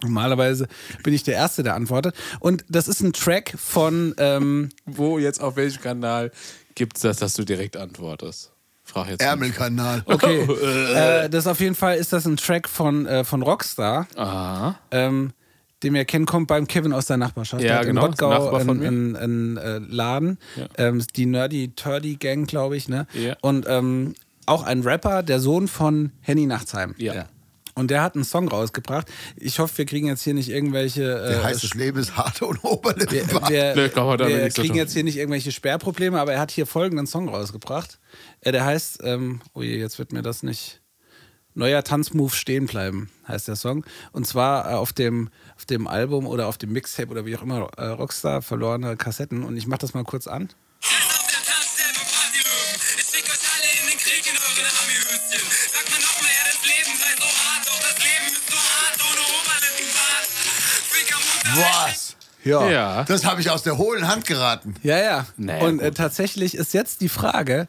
C: Normalerweise bin ich der Erste, der antwortet. Und das ist ein Track von ähm,
D: Wo jetzt auf welchem Kanal gibt es das, dass du direkt antwortest? Frag jetzt. Oh,
B: Ärmelkanal.
C: Okay. äh, das auf jeden Fall ist das ein Track von, äh, von Rockstar,
D: nicht. Aha.
C: ähm, dem ihr kennt, kommt beim Kevin aus der Nachbarschaft.
D: Ja,
C: Der hat
D: genau,
C: In
D: ist ein
C: Rottgau
D: Nachbar von
C: einen,
D: mir.
C: einen, einen äh, Laden.
D: Ja.
C: Ähm, ist die Nerdy Turdy Gang, glaube ich. Ne?
D: Ja.
C: Und ähm, auch ein Rapper, der Sohn von Henny Nachtsheim.
D: Ja.
C: Und der hat einen Song rausgebracht. Ich hoffe, wir kriegen jetzt hier nicht irgendwelche.
B: Der
C: äh,
B: heißt, das Leben ist harte und Oberlippe. <laughs>
C: wir,
B: weit.
C: wir,
D: Nee, ich glaub, heute haben wir
C: wir
D: nichts zu
C: kriegen
D: tun.
C: jetzt hier nicht irgendwelche Sperrprobleme, aber er hat hier folgenden Song rausgebracht. Äh, Der heißt, ähm, oh je, jetzt wird mir das nicht. Neuer Tanzmove stehen bleiben, heißt der Song. Und zwar äh, auf dem, auf dem Album oder auf dem Mixtape oder wie auch immer, äh, Rockstar verlorene Kassetten. Und ich mach das mal kurz an.
F: Jetzt auf der Tanzstelle befragt ihr Löwen. Ich schick euch alle in den Krieg in euren Armeehöschen. Sagt mir nochmal, ja, das Leben sei so hart, doch das Leben ist so hart ohne Oberlippenbart. Fick am Unterleib.
B: Was? Ja.
D: Ja.
B: Das habe ich aus der hohlen Hand geraten.
C: Ja, ja.
D: Naja,
C: Und äh,
D: gut.
C: tatsächlich ist jetzt die Frage: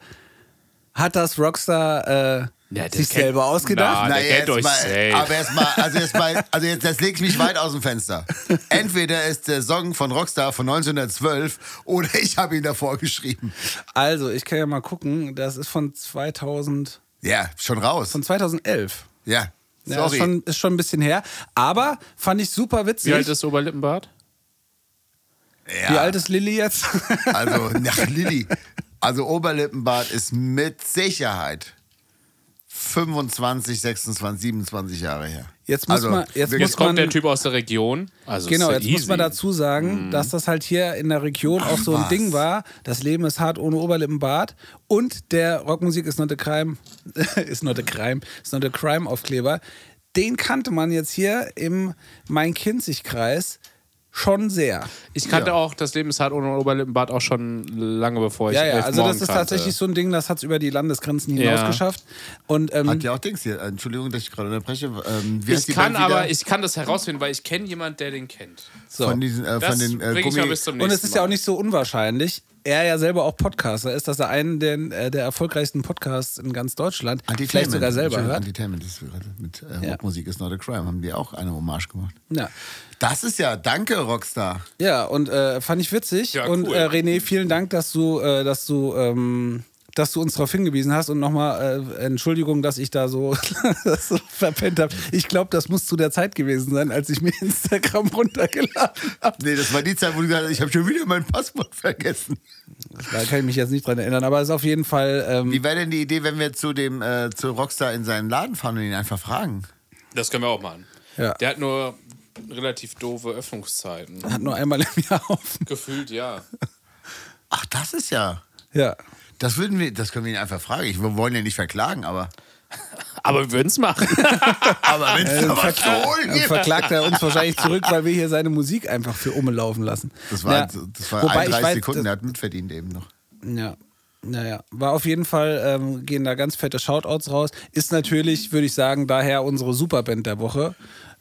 C: Hat das Rockstar äh,
D: Ja, das
C: sich
D: kennt-
C: selber ausgedacht?
D: Ah, der kennt euch
B: mal,
D: safe.
B: aber erstmal, also erstmal, also jetzt, das lege ich mich weit aus dem Fenster. Entweder ist der Song von Rockstar von 1912 oder ich habe ihn davor geschrieben.
C: Also, ich kann ja mal gucken. Das ist von 2000.
B: Ja, schon raus.
C: Von 2011.
B: Ja,
C: Ja, ist,
B: sorry.
C: schon, ist schon ein bisschen her. Aber fand ich super witzig.
D: Wie alt ist Oberlippenbart?
B: ja,
C: Wie alt ist Lilly jetzt? <laughs>
B: Also, nach Lilly. Also, Oberlippenbart ist mit Sicherheit 25, 26, 27 Jahre her. Also,
C: Jetzt muss man- jetzt
B: wirklich-
C: muss
D: Jetzt kommt
C: man-
D: der Typ aus der Region. Also
C: genau,
D: ist ja
C: jetzt muss
D: easy.
C: man dazu sagen, dass das halt hier in der Region auch so ein
B: was.
C: Ding war. Das Leben ist hart ohne Oberlippenbart. Und der Rockmusik ist not a crime. <laughs> ist not a crime. Ist not a crime Aufkleber. Den kannte man jetzt hier im Main-Kinzig-Kreis schon sehr.
D: Ich kannte auch, das Leben ist hart ohne Oberlippenbart auch schon lange bevor ich
C: Ja, ja,
D: Elf
C: also das
D: Morgen
C: ist
D: kannte.
C: tatsächlich so ein Ding, das hat es über die Landesgrenzen hinaus
D: Ja.
C: geschafft. Und, ähm,
B: Hat ja auch Dings hier. Entschuldigung, dass ich gerade unterbreche. Ähm, wie heißt
D: Ich
B: die
D: kann
B: Band wieder?
D: aber, ich kann das herausfinden, weil ich kenne jemanden, der den kennt.
C: so.
B: Von, diesen, äh,
D: Das
B: von den äh,
D: bring ich mal bis zum
C: Und
D: nächsten
C: es ist ja
D: Mal.
C: auch nicht so unwahrscheinlich, er ja selber auch Podcaster ist, dass er einen der, äh, der erfolgreichsten Podcasts in ganz Deutschland vielleicht sogar selber hört.
B: Entertainment ist gerade mit äh,
C: Ja.
B: Rockmusik ist not a crime. Haben die auch eine Hommage gemacht.
C: Ja,
B: Das ist ja, danke Rockstar.
C: ja und äh, fand ich witzig.
D: Ja,
C: Und
D: cool.
C: äh, René, vielen Dank, dass du, äh, dass du, ähm, dass du uns darauf hingewiesen hast und nochmal äh, Entschuldigung, dass ich da so, <laughs> das so verpennt habe. Ich glaube, das muss zu der Zeit gewesen sein, als ich mir <laughs> Instagram runtergeladen habe.
B: Nee, das war die Zeit, wo du gesagt hast, ich habe schon wieder mein Passwort <laughs> vergessen.
C: Da kann ich mich jetzt nicht dran erinnern, aber es ist auf jeden Fall. Ähm,
B: Wie wäre denn die Idee, wenn wir zu dem äh, zu Rockstar in seinen Laden fahren und ihn einfach fragen?
D: Das können wir auch machen.
C: Ja.
D: Der hat nur relativ doofe Öffnungszeiten.
C: hat nur einmal im Jahr auf. <laughs>
D: Gefühlt, ja.
B: Ach, das ist ja.
C: Ja.
B: Das würden wir, das können wir ihn einfach fragen. Ich, wir wollen ja nicht verklagen, aber.
D: Aber wir würden es machen.
B: Aber wenn es da was zu holen
C: Dann
B: gibt.
C: Äh, verklagt er uns wahrscheinlich zurück, weil wir hier seine Musik einfach für Umme laufen lassen.
B: Das war, halt also,
C: Ja.
B: das war
C: Wobei, ich
B: 31
C: weiß,
B: Sekunden, der hat mitverdient eben noch.
C: Das, ja. Naja, war auf jeden Fall, ähm, gehen da ganz fette Shoutouts raus. Ist natürlich, würde ich sagen, daher unsere Superband der Woche.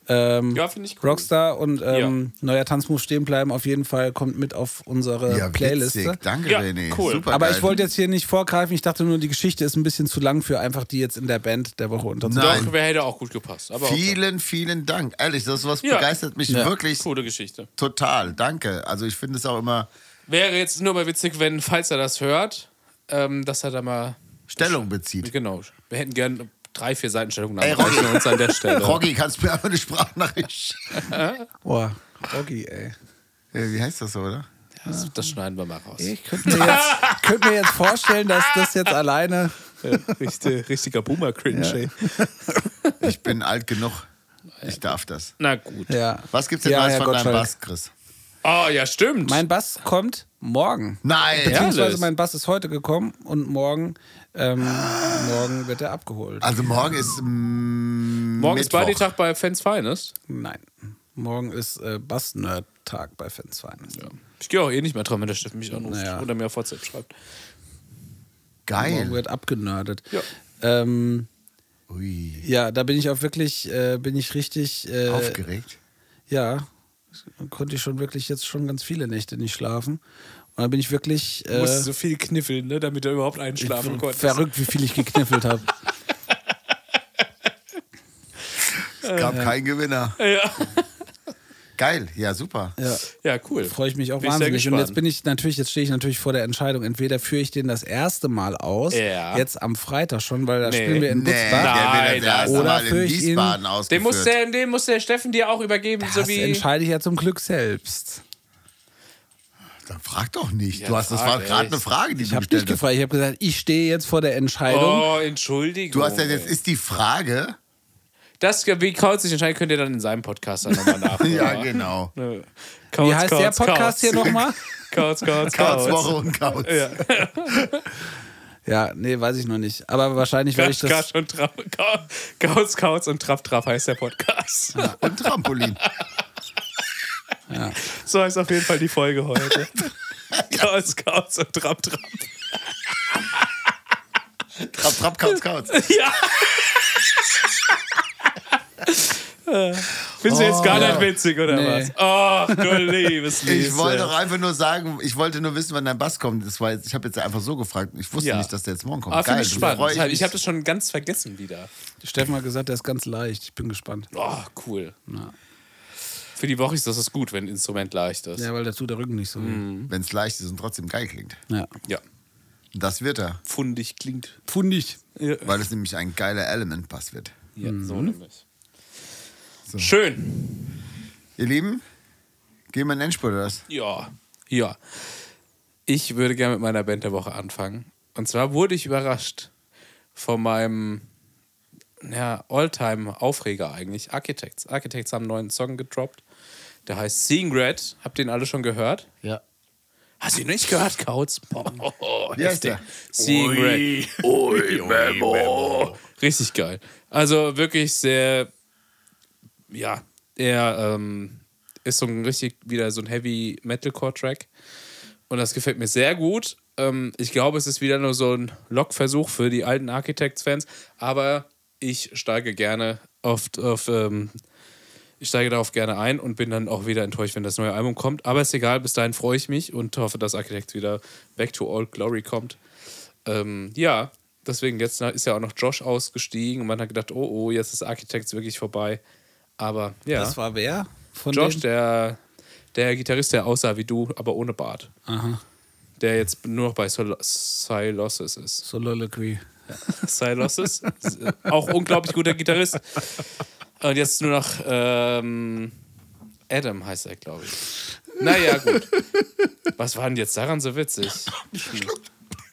C: Ähm,
D: Ja, finde ich cool.
C: Rockstar und ähm, neuer Tanzmove stehen bleiben auf jeden Fall, kommt mit auf unsere Playliste.
B: witzig. Danke,
D: Ja,
B: René.
D: cool.
B: Super
C: ne? Aber ich wollte jetzt hier nicht vorgreifen, ich dachte nur, die Geschichte ist ein bisschen zu lang für einfach die jetzt in der Band der Woche unterzubringen.
D: Doch, wer hätte auch gut gepasst. Aber okay.
B: Vielen, vielen Dank. Ehrlich, das ist was
D: Ja.
B: begeistert mich
C: Ja.
B: wirklich
D: coole Geschichte.
B: total. Danke. Also ich finde es auch immer
D: Wäre jetzt nur mal witzig, wenn, falls er das hört, ähm, dass er da mal.
B: Stellung bezieht.
D: Genau. Wir hätten gern drei, vier Seiten Stellungnahmen.
B: Ey, Rocky.
D: Reichen uns an der Stelle.
B: Rocky, kannst du mir einfach eine Sprachnachricht?
C: Boah, Rocky, ey.
B: Äh, Wie heißt das so, oder?
D: Das, das schneiden wir mal raus.
C: Ich könnte mir, jetzt- könnte mir jetzt vorstellen, dass das jetzt alleine
E: <laughs>
D: richtiger Boomer-Cringe,
C: ey.
B: Ich bin alt genug. Ich darf das.
D: Na gut.
C: Ja.
B: Was gibt's denn
C: ja,
B: Neues
C: Herr
B: von deinem
C: Gottschalk.
B: Bass, Chris?
D: Oh, ja, stimmt.
C: Mein Bass kommt morgen.
B: Nein!
C: Beziehungsweise
D: Ehrlich?
C: mein Bass ist heute gekommen und morgen, ähm, morgen wird er abgeholt.
B: Also morgen ist mm,
D: Morgen ist
B: Mittwoch.
D: Partytag bei Fans ne? Feines.
C: Nein. Morgen ist äh, Bass-Nerd-Tag bei Fans Finest.
D: Ich gehe auch eh nicht mehr dran, wenn der Steffen mich anruft
C: Naja.
D: oder mir auf WhatsApp schreibt.
C: Morgen
B: Geil.
C: wird abgenördet.
D: Ja.
C: Ähm,
B: Ui,
C: Ja, da bin ich auch wirklich, äh, bin ich richtig, äh,
B: aufgeregt.
C: ja, konnte ich schon wirklich jetzt schon ganz viele Nächte nicht schlafen. Und da bin ich wirklich äh,
E: Musste so viel kniffeln, ne, damit er überhaupt einschlafen konnte.
C: verrückt, wie viel ich gekniffelt
D: <laughs>
C: habe.
B: Es gab
C: äh,
B: keinen
D: <laughs>
B: Gewinner. Geil, ja, super.
C: Ja.
D: Ja, cool.
C: freue ich mich auch
D: Bin ich sehr
C: wahnsinnig. Und
D: gespannt.
C: jetzt bin ich natürlich, jetzt stehe ich natürlich vor der Entscheidung. Entweder führe ich den das erste Mal aus,
D: Ja.
C: jetzt am Freitag schon, weil da
D: Nee.
C: spielen wir in
B: Nee,
C: Butzbach.
B: der
D: Nein,
B: wird das erste
C: oder
B: Mal
C: für
B: in
C: ich ihn-
B: Wiesbaden
D: Den muss,
B: ausgeführt.
D: der, den muss der Steffen dir auch übergeben, so
C: Das
D: wie.
C: entscheide ich ja zum Glück selbst.
B: Dann frag doch nicht.
D: Ja,
B: du hast, das
D: frag,
B: war gerade
D: ey.
B: eine Frage, die
C: Ich
B: du
C: habe nicht
B: gestellt hast.
C: gefragt, ich habe gesagt, ich stehe jetzt vor der Entscheidung.
D: Oh, Entschuldigung.
B: Du hast ja jetzt ist die Frage.
D: Das, wie Kraut sich entscheidet, könnt ihr dann in seinem Podcast
C: <laughs>
D: dann nochmal Äh, nachhören.
B: Ja, genau.
D: Oh,
C: Wie heißt der Podcast
D: <laughs>
C: hier nochmal?
D: Kauz, Kauz, Kauz.
B: Kauzwoche und Kauz.
C: Ja, nee, weiß ich noch nicht. Aber wahrscheinlich werde ich
D: Kauz,
C: das.
D: Kauz und Trapp. Kauz, Kauz und Trapp, Trapp heißt der
B: <laughs>
D: Podcast.
B: Und Trampolin.
D: So heißt auf jeden Fall die Folge heute. Kauz, Kauz und Trapp, Trapp.
B: Trap, trap, Kauz,
D: <laughs>
B: Kauz.
D: Findest du
B: Oh,
D: jetzt gar nicht witzig, oder
C: Nee.
D: was? Ach, du liebes
B: Ich
D: Liebste.
B: wollte doch einfach nur sagen, ich wollte nur wissen, wann dein Bass kommt. Das war jetzt, ich habe jetzt einfach so gefragt. Ich wusste
D: Ja.
B: nicht, dass der jetzt morgen kommt.
D: Aber finde ich
B: dann
D: spannend.
B: freu
D: Ich, ich
B: mich.
D: habe das schon ganz vergessen wieder.
C: Steffen hat gesagt, der ist ganz leicht. Ich bin gespannt.
D: Oh, cool. Für die Woche ist das das gut, wenn ein Instrument leicht ist.
C: Ja, weil dazu der Rücken nicht so. weh.
D: Mhm.
B: wenn es leicht ist und trotzdem geil klingt.
C: Ja.
D: ja.
B: Und Das wird er,
D: Fundig klingt.
C: Pfundig.
B: weil es nämlich ein geiler Element-Bass wird.
D: Ja, so
B: Mhm.
D: nämlich. Schön.
B: Ihr Lieben, gehen wir in den Endspurt oder was?
D: Ja. Ja. Ich würde gerne mit meiner Band der Woche anfangen. Und zwar wurde ich überrascht von meinem ja, All-Time-Aufreger eigentlich, Architects. Architects haben einen neuen Song gedroppt. Der heißt Seeing Red. Habt ihr den alle schon gehört?
B: Ja.
D: Hast du ihn nicht gehört, Kautz? Boah,
B: Wie heißt
D: heftig.
B: der?
D: Seeing Red. <laughs> Ui, Memo. Richtig geil. Also wirklich sehr, ja, er ähm, ist so ein richtig wieder so ein Heavy Metalcore-Track. Und das gefällt mir sehr gut. Ähm, ich glaube, es ist wieder nur so ein Lockversuch für die alten Architects-Fans. Aber ich steige gerne oft auf ähm, ich steige darauf gerne ein und bin dann auch wieder enttäuscht, wenn das neue Album kommt. Aber ist egal, bis dahin freue ich mich und hoffe, dass Architects wieder Back to Old Glory kommt. Ähm, ja, deswegen jetzt ist ja auch noch Josh ausgestiegen und man hat gedacht, oh oh, jetzt ist Architects wirklich vorbei. Aber ja,
C: Das war wer? Von
D: Josh,
C: denen?
D: der, der Gitarrist, der aussah wie du, aber ohne Bart.
C: Aha.
D: Der jetzt nur noch bei Sol
C: <laughs>
D: Silosses ist.
C: Soliloquy.
D: Silosses. auch unglaublich guter Gitarrist. Und jetzt nur noch ähm, Adam heißt er, glaube ich. Naja, gut. Was war denn jetzt daran so witzig?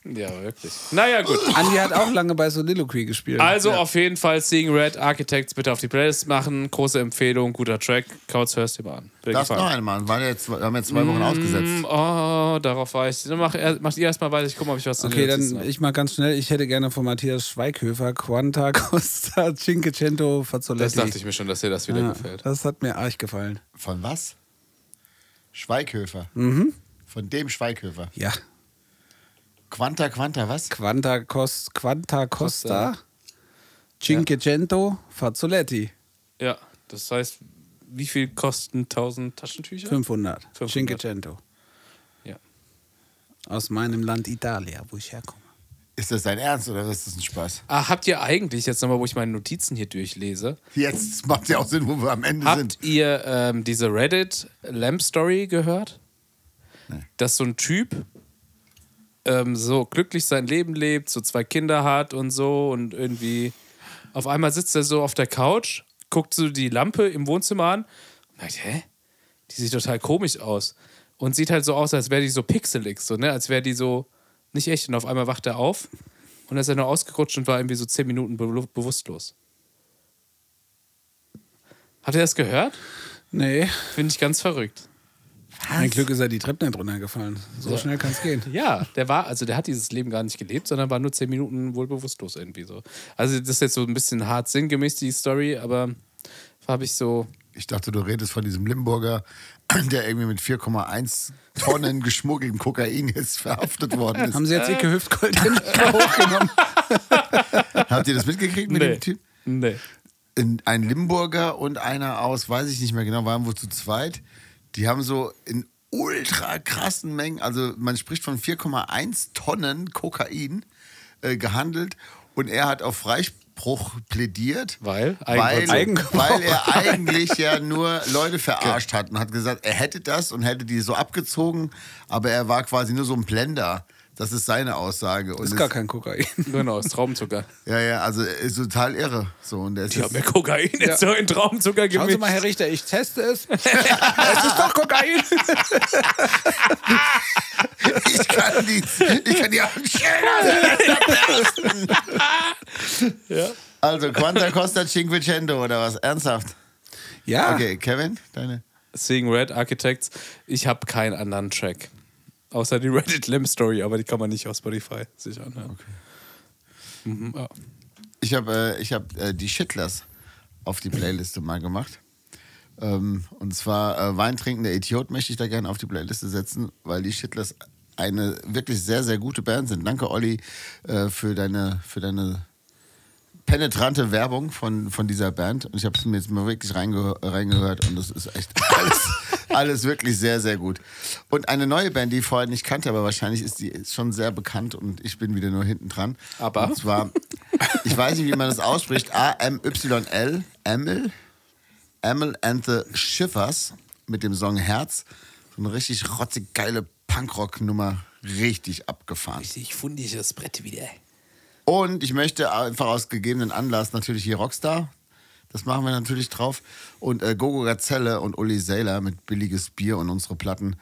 D: Ja, wirklich. Naja, gut.
C: Andi hat auch lange bei Soliloquy gespielt.
D: Also auf jeden Fall Seeing Red Architects bitte auf die Playlist machen. Große Empfehlung, guter Track. Kautz, hörst du mal an. Will
B: Darfst noch
D: gefallen.
B: einmal. Waren jetzt, wir haben jetzt zwei
D: Mm,
B: Wochen ausgesetzt.
D: Oh, darauf war ich. Dann Mach, er- macht ihr erstmal weiter, ich gucke mal, ob ich was zu
C: Okay,
D: den Notizen
C: dann
D: hab.
C: ich mal ganz schnell. Ich hätte gerne von Matthias Schweighöfer Quanta Costa Cinquecento Fazzoletti.
D: Das dachte ich mir schon, dass dir das wieder
C: Ah.
D: gefällt.
C: Das hat mir arg gefallen.
B: Von was? Schweighöfer. Von dem Schweighöfer.
C: Ja.
B: Quanta, Quanta, was?
C: Quanta, Cos, Quanta Costa Cinquecento Fazzoletti.
D: Ja, das heißt, wie viel kosten 1000 Taschentücher?
C: 500.
D: 500.
C: Cinquecento.
D: Ja.
C: Aus meinem Land Italia, wo ich herkomme.
B: Ist das dein Ernst oder ist das ein Spaß?
D: Ah, habt ihr eigentlich, jetzt nochmal, wo ich meine Notizen hier durchlese,
B: Jetzt macht ja auch Sinn, wo wir am Ende sind.
D: habt ihr ähm, diese Reddit-Lamp-Story gehört? Dass so ein Typ ähm, so glücklich sein Leben lebt, so zwei Kinder hat und so und irgendwie auf einmal sitzt er so auf der Couch, guckt so die Lampe im Wohnzimmer an und merkt, hä? Die sieht total komisch aus. Und sieht halt so aus, als wäre die so pixelig, so, ne? Als wäre die so nicht echt. Und auf einmal wacht er auf und dann ist er nur ausgerutscht und war irgendwie so zehn Minuten be bewusstlos. Habt ihr das gehört?
C: Nee.
D: Finde ich ganz verrückt.
C: Mein Glück ist er die Treppe nicht runtergefallen. So schnell kann es gehen.
D: <laughs> Ja, der war, also der hat dieses Leben gar nicht gelebt, sondern war nur zehn Minuten wohl bewusstlos irgendwie so. Also das ist jetzt so ein bisschen hart sinngemäß, die Story, aber habe ich so.
B: Ich dachte, du redest von diesem Limburger, <clears throat> der irgendwie mit 4,1 Tonnen <laughs> geschmuggeltem Kokain jetzt verhaftet worden ist.
C: Haben sie jetzt ihr Gehüftgold hochgenommen?
B: Habt ihr das mitgekriegt mit
D: Nee.
B: dem Typ?
E: Nee.
B: in, ein Limburger und einer aus, weiß ich nicht mehr genau, waren wohl zu zweit. Die haben so in ultra krassen Mengen, also man spricht von 4,1 Tonnen Kokain äh, gehandelt und er hat auf Freispruch plädiert,
D: Weil?
B: weil,
C: Eigenkonsum.
B: weil er eigentlich ja nur Leute verarscht hat und hat gesagt, er hätte das und hätte die so abgezogen, aber er war quasi nur so ein Blender. Das ist seine Aussage. Und
C: Ist
B: es-
C: gar kein Kokain.
D: Genau, ist Traubenzucker.
B: ja, ja, also ist total irre. So, und der ist
E: Ich
B: jetzt-
E: habe mir Kokain jetzt <laughs> so in Traumzucker
C: Schauen Sie
E: gemischt.
C: mal, Herr Richter, ich teste es. es ist doch Kokain.
B: Ich kann die, ich kann die Schädel Also, Quanta Costa Cinquecento oder was? Ernsthaft?
C: Ja.
B: Okay, Kevin, deine.
D: Seeing Red Architects. Ich habe keinen anderen Track. Außer die Reddit Lim Story, aber die kann man nicht auf Spotify sich anhören. Mhm, ja.
B: Ich habe äh, ich hab, äh, die Schittlers auf die Playliste mal gemacht. Ähm, und zwar äh, Weintrinkender Idiot möchte ich da gerne auf die Playliste setzen, weil die Schittlers eine wirklich sehr, sehr gute Band sind. Danke, Olli, äh, für, deine, für deine penetrante Werbung von, von dieser Band. Und ich habe es mir jetzt mal wirklich reinge reingehört und das ist echt <laughs> alles, alles wirklich sehr, sehr gut. Und eine neue Band, die ich vorher nicht kannte, aber wahrscheinlich ist die schon sehr bekannt und ich bin wieder nur hinten dran.
D: Aber?
B: Und zwar, ich weiß nicht, wie man das ausspricht, A-M-Y-L, Amel, Amel and the Shivers mit dem Song Herz. So eine richtig rotzig geile Punkrock-Nummer. Richtig abgefahren.
E: Ich fundig das Brett wieder.
B: Und ich möchte einfach aus gegebenen Anlass natürlich hier Rockstar. Das machen wir natürlich drauf. Und äh, Gogo Gazelle und Uli Saylor mit billiges Bier und unsere Platten.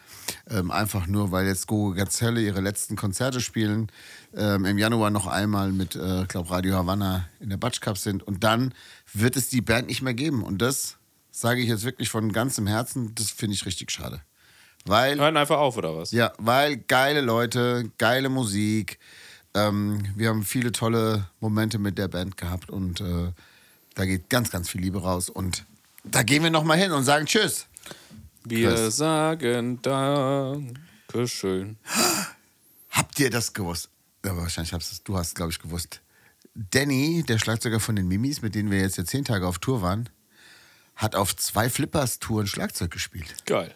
B: Ähm, einfach nur, weil jetzt Gogo Gazelle ihre letzten Konzerte spielen. Ähm, Im Januar noch einmal mit, äh, glaube Radio Havanna in der Batsch Cup sind. Und dann wird es die Band nicht mehr geben. Und das sage ich jetzt wirklich von ganzem Herzen. Das finde ich richtig schade. Weil
D: Hören einfach auf, oder was?
B: ja, weil geile Leute, geile Musik. Ähm, wir haben viele tolle Momente mit der Band gehabt und äh, da geht ganz, ganz viel Liebe raus. Und da gehen wir nochmal hin und sagen Tschüss.
D: Wir
B: Chris.
D: sagen Dankeschön.
B: Habt ihr das gewusst? Aber wahrscheinlich hast du's- du hast, glaube ich, gewusst. Danny, der Schlagzeuger von den Mimis, mit denen wir jetzt ja zehn Tage auf Tour waren, hat auf zwei Flippers-Touren Schlagzeug gespielt.
D: Geil.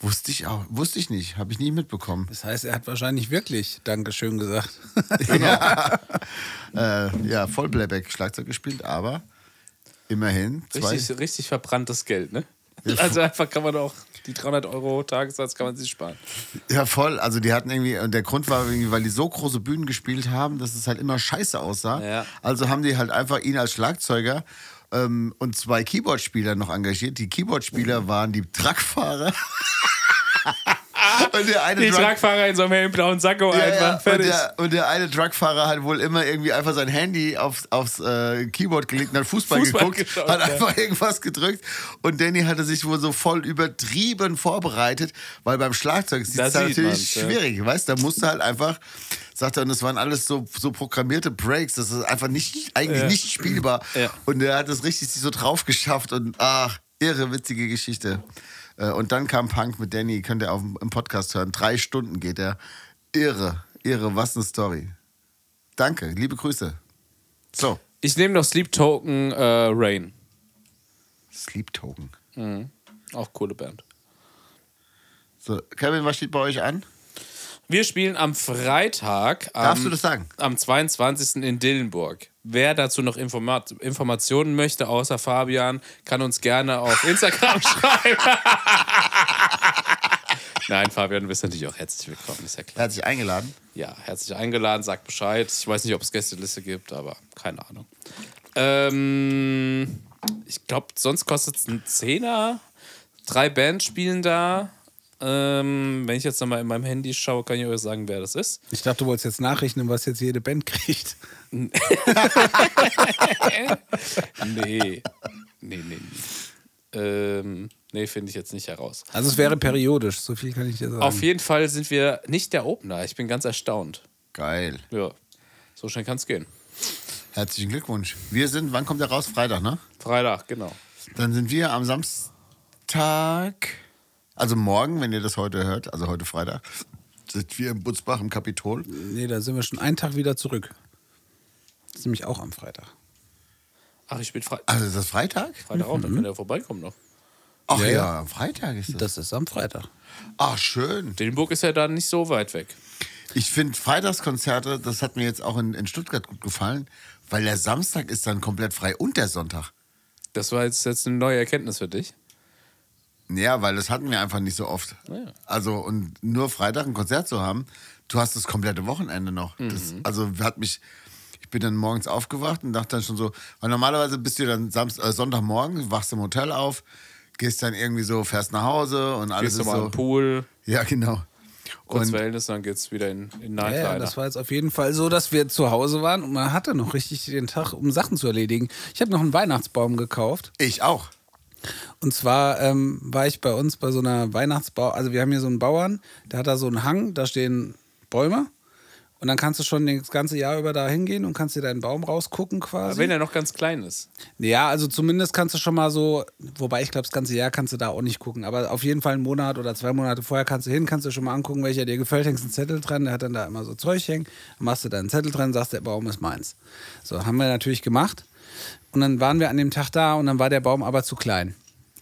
B: Wusste ich auch, wusste ich nicht, habe ich nie mitbekommen.
C: Das heißt, er hat wahrscheinlich wirklich Dankeschön gesagt.
B: Genau.
C: <laughs>
D: Genau.
B: Ja, <laughs> äh, ja voll Playback Schlagzeug gespielt, aber immerhin zwei.
D: Richtig, richtig verbranntes Geld, ne? Also einfach kann man auch die 300 Euro Tagessatz kann man sich sparen.
B: Ja, voll. Also die hatten irgendwie, und der Grund war irgendwie, weil die so große Bühnen gespielt haben, dass es halt immer scheiße aussah.
D: Ja.
B: Also haben die halt einfach ihn als Schlagzeuger ähm, und zwei Keyboardspieler noch engagiert. Die
D: Mhm.
B: Keyboardspieler waren die Truckfahrer. <laughs> und der eine
D: Die
B: Truck-
D: Tragfahrer in so einem hellen blauen Sakko
B: Ja,
D: einfach.
B: ja. Und,
D: Fertig.
B: der, und der eine Truckfahrer hat wohl immer irgendwie einfach sein Handy aufs, aufs äh, Keyboard gelegt und hat Fußball,
D: Fußball
B: geguckt,
D: geschaut,
B: hat
D: ja.
B: einfach irgendwas gedrückt. Und Danny hatte sich wohl so voll übertrieben vorbereitet, weil beim Schlagzeug sieht
D: Da
B: es natürlich
D: sieht man's, ja.
B: schwierig, weißt du? Da musste halt einfach, sagt er, und es waren alles so, so programmierte Breaks, das ist einfach nicht, eigentlich nicht spielbar.
D: Ja.
B: Und er hat es richtig so drauf geschafft und ach, irre witzige Geschichte. Äh, Und dann kam Punk mit Danny, könnt ihr auf, dem- im Podcast hören. Drei Stunden geht er. Irre, irre, was eine Story. Danke, liebe Grüße. So,
D: Ich nehme noch Sleep Token äh, Rain.
B: Sleep Token.
D: Auch coole Band.
B: So, Kevin, was steht bei euch an?
D: Wir spielen am Freitag. Am,
B: Darfst du das sagen?
D: Am 22. in Dillenburg. Wer dazu noch Informa Informationen möchte, außer Fabian, kann uns gerne auf Instagram <laughs> schreiben. Nein, Fabian, du bist natürlich auch herzlich willkommen, ist ja klar.
B: Er hat sich eingeladen.
D: Ja, herzlich eingeladen, sagt Bescheid. Ich weiß nicht, ob es Gästeliste gibt, aber keine Ahnung. Ähm, ich glaube, sonst kostet es einen Zehner. Drei Bands spielen da. Ähm, wenn ich jetzt nochmal in meinem Handy schaue, kann ich euch sagen, wer das ist.
C: Ich dachte, du wolltest jetzt nachrechnen, was jetzt jede Band kriegt.
D: Nee. Nee, nee, nee. Ähm, nee, finde ich jetzt nicht heraus.
C: Also es wäre periodisch, so viel kann ich dir sagen.
D: Auf jeden Fall sind wir nicht der Opener. Ich bin ganz erstaunt.
B: Geil.
D: Ja. So schnell kann es gehen.
B: Herzlichen Glückwunsch. Wir sind, wann kommt er raus? Freitag, ne?
D: Freitag, genau.
B: Dann sind wir am Samstag, also morgen, wenn ihr das heute hört, also heute Freitag, sind wir in Butzbach im Kapitol.
C: nee, da sind wir schon einen Tag wieder zurück. Das ist nämlich auch am Freitag.
D: Ach, ich bin Fre
B: Also ist das Freitag?
D: Freitag auch, dann kann er vorbeikommen noch.
B: Ach ja,
C: Ja, ja.
B: am Freitag ist das.
C: Das ist am Freitag.
B: Ach, schön.
D: Dillenburg ist ja dann nicht so weit weg.
B: Ich finde Freitagskonzerte, das hat mir jetzt auch in, in Stuttgart gut gefallen, weil der Samstag ist dann komplett frei und der Sonntag.
D: Das war jetzt, jetzt eine neue Erkenntnis für dich.
B: Ja, weil das hatten wir einfach nicht so oft.
D: Ah,
B: Also, und nur Freitag ein Konzert zu haben, du hast das komplette Wochenende noch.
D: Mhm.
B: Das, also, hat mich. Ich bin dann morgens aufgewacht und dachte dann schon so, weil normalerweise bist du dann Samst, äh, Sonntagmorgen, wachst im Hotel auf, gehst dann irgendwie so, fährst nach Hause und alles
D: Gehst du
B: ist
D: mal
B: so.
D: am Pool,
B: Ja, genau.
D: kurz
B: Und
D: Wellness, dann geht's wieder in, in
C: Ja,
D: Nightliner.
C: ja, das war jetzt auf jeden Fall so, dass wir zu Hause waren und man hatte noch richtig den Tag, um Sachen zu erledigen. Ich habe noch einen Weihnachtsbaum gekauft.
B: ich auch.
C: Und zwar ähm, war ich bei uns bei so einer Weihnachtsbau, also wir haben hier so einen Bauern, der hat da so einen Hang, da stehen Bäume. Und dann kannst du schon das ganze Jahr über da hingehen und kannst dir deinen Baum rausgucken quasi.
D: Wenn er noch ganz
C: <laughs>
D: klein ist.
C: Ja, also zumindest kannst du schon mal so, wobei ich glaube, das ganze Jahr kannst du da auch nicht gucken, aber auf jeden Fall einen Monat oder zwei Monate vorher kannst du hin, kannst du schon mal angucken, welcher dir gefällt, hängst einen Zettel dran, der hat dann da immer so Zeug hängen, dann machst du da einen Zettel dran, sagst, der Baum ist meins. So, haben wir natürlich gemacht und dann waren wir an dem Tag da und dann war der Baum aber zu klein.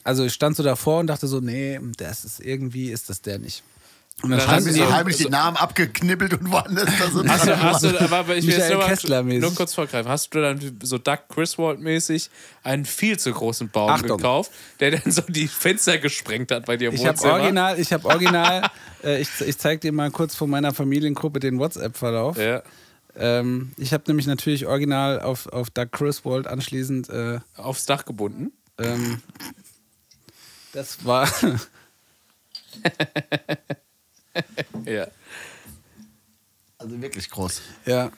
C: Also ich stand so davor und dachte so, nee, das ist irgendwie, ist das der nicht. Und dann,
D: Dann
B: Haben
D: hast
C: standen
D: du
C: die
B: wir
D: so-
B: heimlich den Namen abgeknibbelt und woanders. da so
D: Hast du,
B: dran
D: hast du, aber ich will jetzt
C: Michael
D: nur, mal,
C: Kessler-mäßig.
D: nur kurz vorgreifen. Hast du dann so Doug Griswold-mäßig einen viel zu großen Baum
C: Achtung.
D: gekauft, der dann so die Fenster gesprengt hat bei dir im
C: Ich habe
D: Wohnzimmer?
C: original, ich habe original, <laughs> äh, ich, ich zeig dir mal kurz von meiner Familiengruppe den WhatsApp-Verlauf.
D: Ja,
C: Ähm, ich habe nämlich natürlich original auf, auf Doug Griswold anschließend. Äh,
D: aufs Dach gebunden.
C: ähm, das war. <laughs>
D: Ja.
B: Also wirklich groß.
C: ja.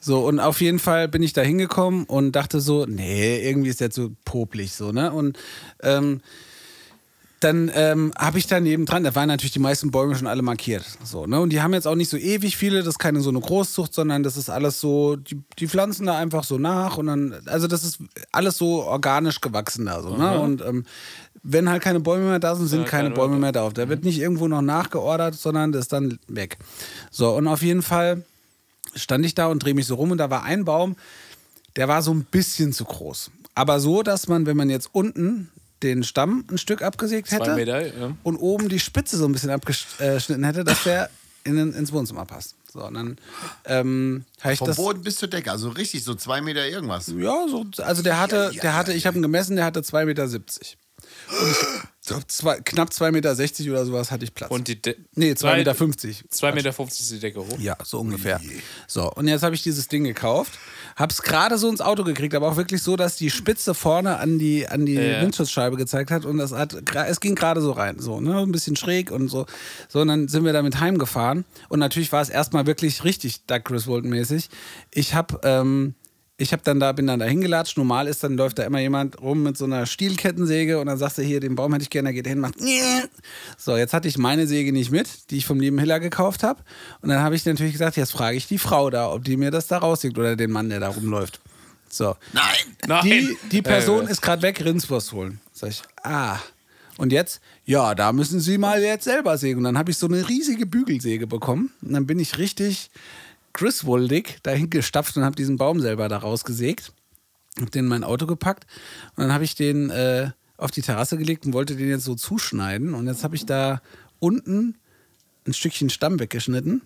C: So, und auf jeden Fall bin ich da hingekommen und dachte so, nee, irgendwie ist der zu popelig, so, ne? Und ähm, dann ähm, habe ich da nebendran, da waren natürlich die meisten Bäume schon alle markiert. So, ne? Und die haben jetzt auch nicht so ewig viele, das ist keine so eine Großzucht, sondern das ist alles so, die, die pflanzen da einfach so nach und dann, also das ist alles so organisch gewachsen da so, ne? Und ähm, wenn halt keine Bäume mehr da sind, sind keine Bäume mehr da. Da wird nicht irgendwo noch nachgeordert, sondern das ist dann weg. So, und auf jeden Fall stand ich da und drehe mich so rum und da war ein Baum, der war so ein bisschen zu groß. Aber so, dass man, wenn man jetzt unten den Stamm ein Stück abgesägt hätte
D: Meter, ja.
C: und oben die Spitze so ein bisschen abgeschnitten hätte, dass
D: <laughs>
C: der in, den- ins Wohnzimmer passt. So, und dann ähm, habe ich
B: Vom
C: das.
B: Boden bis zur Decke, also richtig so zwei Meter irgendwas.
C: Ja, so, also der hatte, der hatte, ich habe ihn gemessen, der hatte 2,70 Meter. Und ich glaub, zwei, knapp 2,60 Meter oder sowas hatte ich Platz.
D: Und die De
C: nee,
D: zwei-
C: 2,50 Meter. 50.
D: 2,50 Meter ist die Decke hoch.
C: Ja, so ungefähr. So, und jetzt habe ich dieses Ding gekauft, hab's gerade so ins Auto gekriegt, aber auch wirklich so, dass die Spitze vorne an die, an die
D: Ja.
C: Windschutzscheibe gezeigt hat und das hat, gra- es ging gerade so rein, so, ne, ein bisschen schräg und so. So, und dann sind wir damit heimgefahren und natürlich war es erstmal wirklich richtig Doug Griswold-mäßig. Ich habe ähm, ich hab dann da, bin dann da hingelatscht. Normal ist, dann läuft da immer jemand rum mit so einer Stielkettensäge und dann sagst du hier, den Baum hätte ich gerne, da geht er hin, macht. <laughs> So, jetzt hatte ich meine Säge nicht mit, die ich vom lieben Hiller gekauft habe. Und dann habe ich natürlich gesagt, jetzt frage ich die Frau da, ob die mir das da raussägt oder den Mann, der da rumläuft. So.
B: Nein!
D: Nein!
C: Die, die Person
D: Äh,
C: ist gerade weg, Rindswurst holen. Sag ich, ah. Und jetzt, ja, da müssen Sie mal jetzt selber sägen. Und dann habe ich so eine riesige Bügelsäge bekommen. Und dann bin ich richtig Griswoldig dahin gestapft und habe diesen Baum selber da rausgesägt. Hab den in mein Auto gepackt. Und dann habe ich den äh, auf die Terrasse gelegt und wollte den jetzt so zuschneiden. Und jetzt habe ich da unten ein Stückchen Stamm weggeschnitten.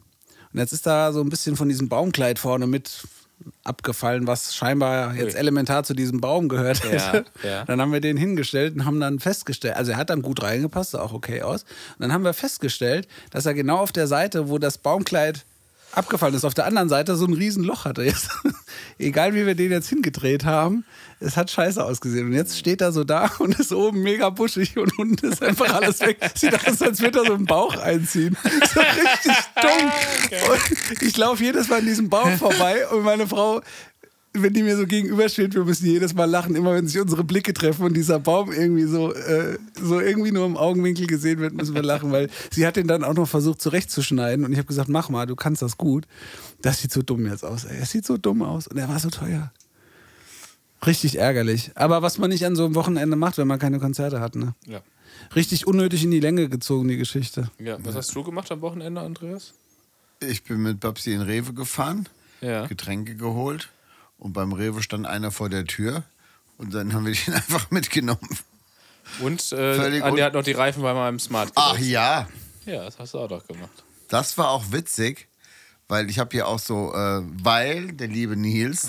C: Und jetzt ist da so ein bisschen von diesem Baumkleid vorne mit abgefallen, was scheinbar jetzt elementar zu diesem Baum gehört hätte.
D: ja.
C: Dann haben wir den hingestellt und haben dann festgestellt, also er hat dann gut reingepasst, sah auch okay aus. Und dann haben wir festgestellt, dass er genau auf der Seite, wo das Baumkleid abgefallen ist, auf der anderen Seite so ein riesen Loch hatte. Jetzt, <laughs> egal wie wir den jetzt hingedreht haben, es hat scheiße ausgesehen. Und jetzt steht er so da und ist oben mega buschig und unten ist einfach alles weg. Sieht aus, als würde er so einen Bauch einziehen. <laughs> So richtig dumm. Und ich laufe jedes Mal an diesem Baum vorbei und meine Frau wenn die mir so gegenübersteht, wir müssen jedes Mal lachen, immer wenn sich unsere Blicke treffen und dieser Baum irgendwie so, äh, so irgendwie nur im Augenwinkel gesehen wird, müssen wir lachen, weil sie hat den dann auch noch versucht zurechtzuschneiden und ich habe gesagt, mach mal, du kannst das gut. Das sieht so dumm jetzt aus. Ey. Es sieht so dumm aus und er war so teuer. Richtig ärgerlich. Aber was man nicht an so einem Wochenende macht, wenn man keine Konzerte hat, ne?
D: Ja.
C: Richtig unnötig in die Länge gezogen, die Geschichte.
D: ja. Was hast du gemacht am Wochenende, Andreas?
B: Ich bin mit Babsi in Rewe gefahren,
D: Ja.
B: Getränke geholt Und beim Rewe stand einer vor der Tür und dann haben wir den <laughs> einfach mitgenommen.
D: Und
B: Völlig
D: äh, Andi
B: un- Ah,
D: hat noch die Reifen bei meinem Smart
B: Ach
D: gedrückt.
B: ja,
D: Ja, das hast du auch doch gemacht.
B: das war auch witzig, weil ich habe hier auch so, äh, weil der liebe Nils,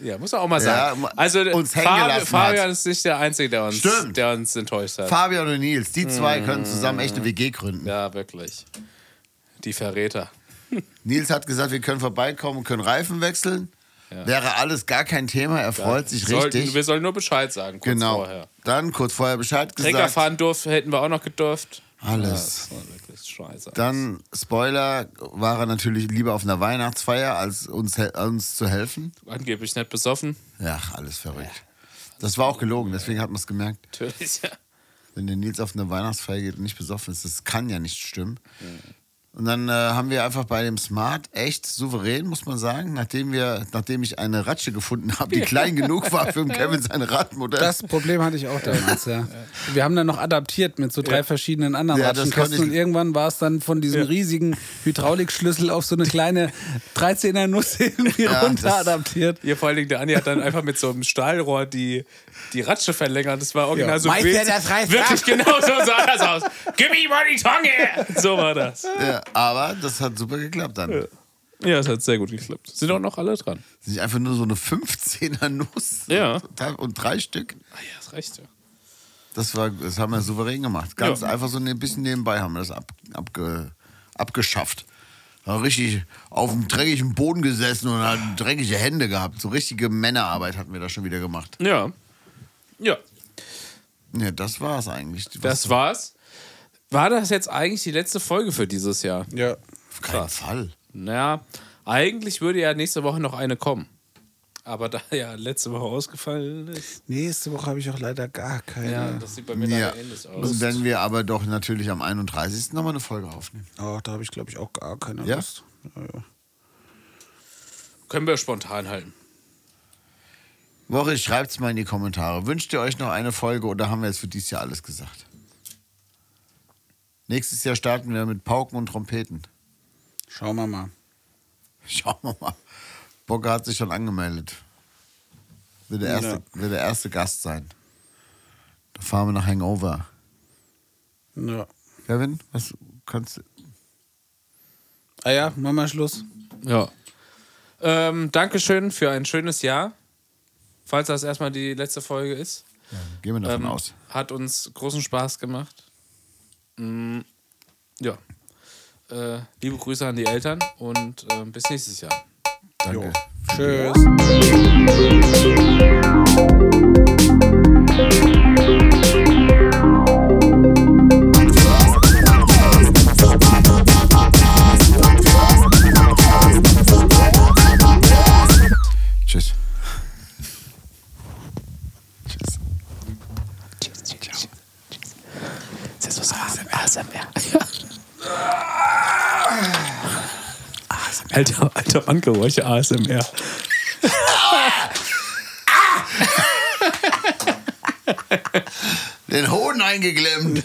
D: Ja, muss man auch mal
B: Ja,
D: sagen.
B: ma-
D: also
B: uns hängen
D: Fabian,
B: gelassen
D: Fabian
B: hat.
D: ist nicht der Einzige, der uns,
B: Stimmt.
D: der uns enttäuscht hat.
B: Fabian und Nils, die zwei können zusammen echt eine WG gründen.
D: ja, wirklich. Die Verräter.
B: Nils hat gesagt, wir können vorbeikommen und können Reifen wechseln. Wäre alles gar kein Thema, er freut sich
D: Sollten,
B: richtig.
D: Wir sollen nur Bescheid sagen, kurz
B: genau.
D: vorher.
B: Dann kurz vorher Bescheid
D: Träger
B: gesagt.
D: fahren durften, hätten wir auch noch gedurft. Ja,
B: Alles.
D: das war wirklich scheiße.
B: Dann, Spoiler, war er natürlich lieber auf einer Weihnachtsfeier, als uns, he- uns zu helfen.
D: Angeblich nicht besoffen.
B: Ja, alles verrückt. Das war auch gelogen, deswegen hat man es gemerkt.
D: Natürlich, <laughs> ja.
B: Wenn der Nils auf eine Weihnachtsfeier geht und nicht besoffen ist, das kann ja nicht stimmen. Und dann äh, haben wir einfach bei dem Smart echt souverän, muss man sagen, nachdem, wir, nachdem ich eine Ratsche gefunden habe, die klein genug war für den Kevin sein Radmodell.
F: Das Problem hatte ich auch damals, ja. Wir haben dann noch adaptiert mit so drei verschiedenen anderen
B: Ja, das
F: Ratschenkästen
B: konnte ich-
F: und irgendwann war es dann von diesem riesigen Hydraulikschlüssel auf so eine kleine 13er
B: <laughs>
F: Nuss irgendwie
B: Ja,
F: runter
B: das-
F: adaptiert.
D: Hier vor allen Dingen, der Andi hat dann einfach mit so einem Stahlrohr die, die Ratsche verlängert. Das war original
F: Ja.
D: so
F: Meister,
D: wild.
F: das reißt
D: Wirklich
F: ab.
D: genau so sah das aus. Gib mir mal die Tonge! So war das.
B: ja, Äh, aber das hat super geklappt dann.
D: Ja, es hat sehr gut geklappt. Sind auch noch alle dran.
B: Das ist nicht einfach nur so eine 15er Nuss
D: Ja.
B: Total- und drei Stück.
D: Ah ja, das reicht ja.
B: Das, war, das haben wir souverän gemacht. Ganz
D: Ja.
B: einfach so ein bisschen nebenbei haben wir das ab, abge, abgeschafft. Haben richtig auf dem dreckigen Boden gesessen und hatten dreckige Hände gehabt. So richtige Männerarbeit hatten wir da schon wieder gemacht.
D: Ja. Ja,
B: Ja, das war es eigentlich.
D: das war's. War das jetzt eigentlich die letzte Folge für dieses Jahr?
C: Ja.
B: auf keinen Fall.
D: Naja, eigentlich würde ja nächste Woche noch eine kommen. Aber da ja letzte Woche ausgefallen ist,
C: Nächste Woche habe ich auch leider gar keine.
D: ja, das sieht bei mir
B: Ja.
D: leider ähnlich aus.
B: Und wenn wir aber doch natürlich am 31. nochmal eine Folge aufnehmen.
C: Oh, da habe ich, glaube ich, auch gar keine
B: Ja?
C: Lust. Ja, ja.
D: Können wir spontan halten.
B: Woche, schreibt's mal in die Kommentare. Wünscht ihr euch noch eine Folge oder haben wir jetzt für dieses Jahr alles gesagt? Nächstes Jahr starten wir mit Pauken und Trompeten.
F: Schauen wir mal.
B: <laughs> Schauen wir mal. Bocke hat sich schon angemeldet. Wird der erste, wird der erste Gast sein. Da fahren wir nach Hangover.
F: Ja.
B: Kevin, was kannst du.
F: Ah ja, machen wir Schluss.
D: Ja. Ähm, Dankeschön für ein schönes Jahr. Falls das erstmal die letzte Folge ist.
B: Gehen wir davon
D: Ähm,
B: aus.
D: Hat uns großen Spaß gemacht. Mm, ja. Äh, liebe Grüße an die Eltern und ähm, bis nächstes Jahr.
B: Danke.
F: Tschüss.
B: Tschüss. Tschüss.
D: Alter, alter Manngeräusche, ASMR.
B: Den Hoden eingeklemmt.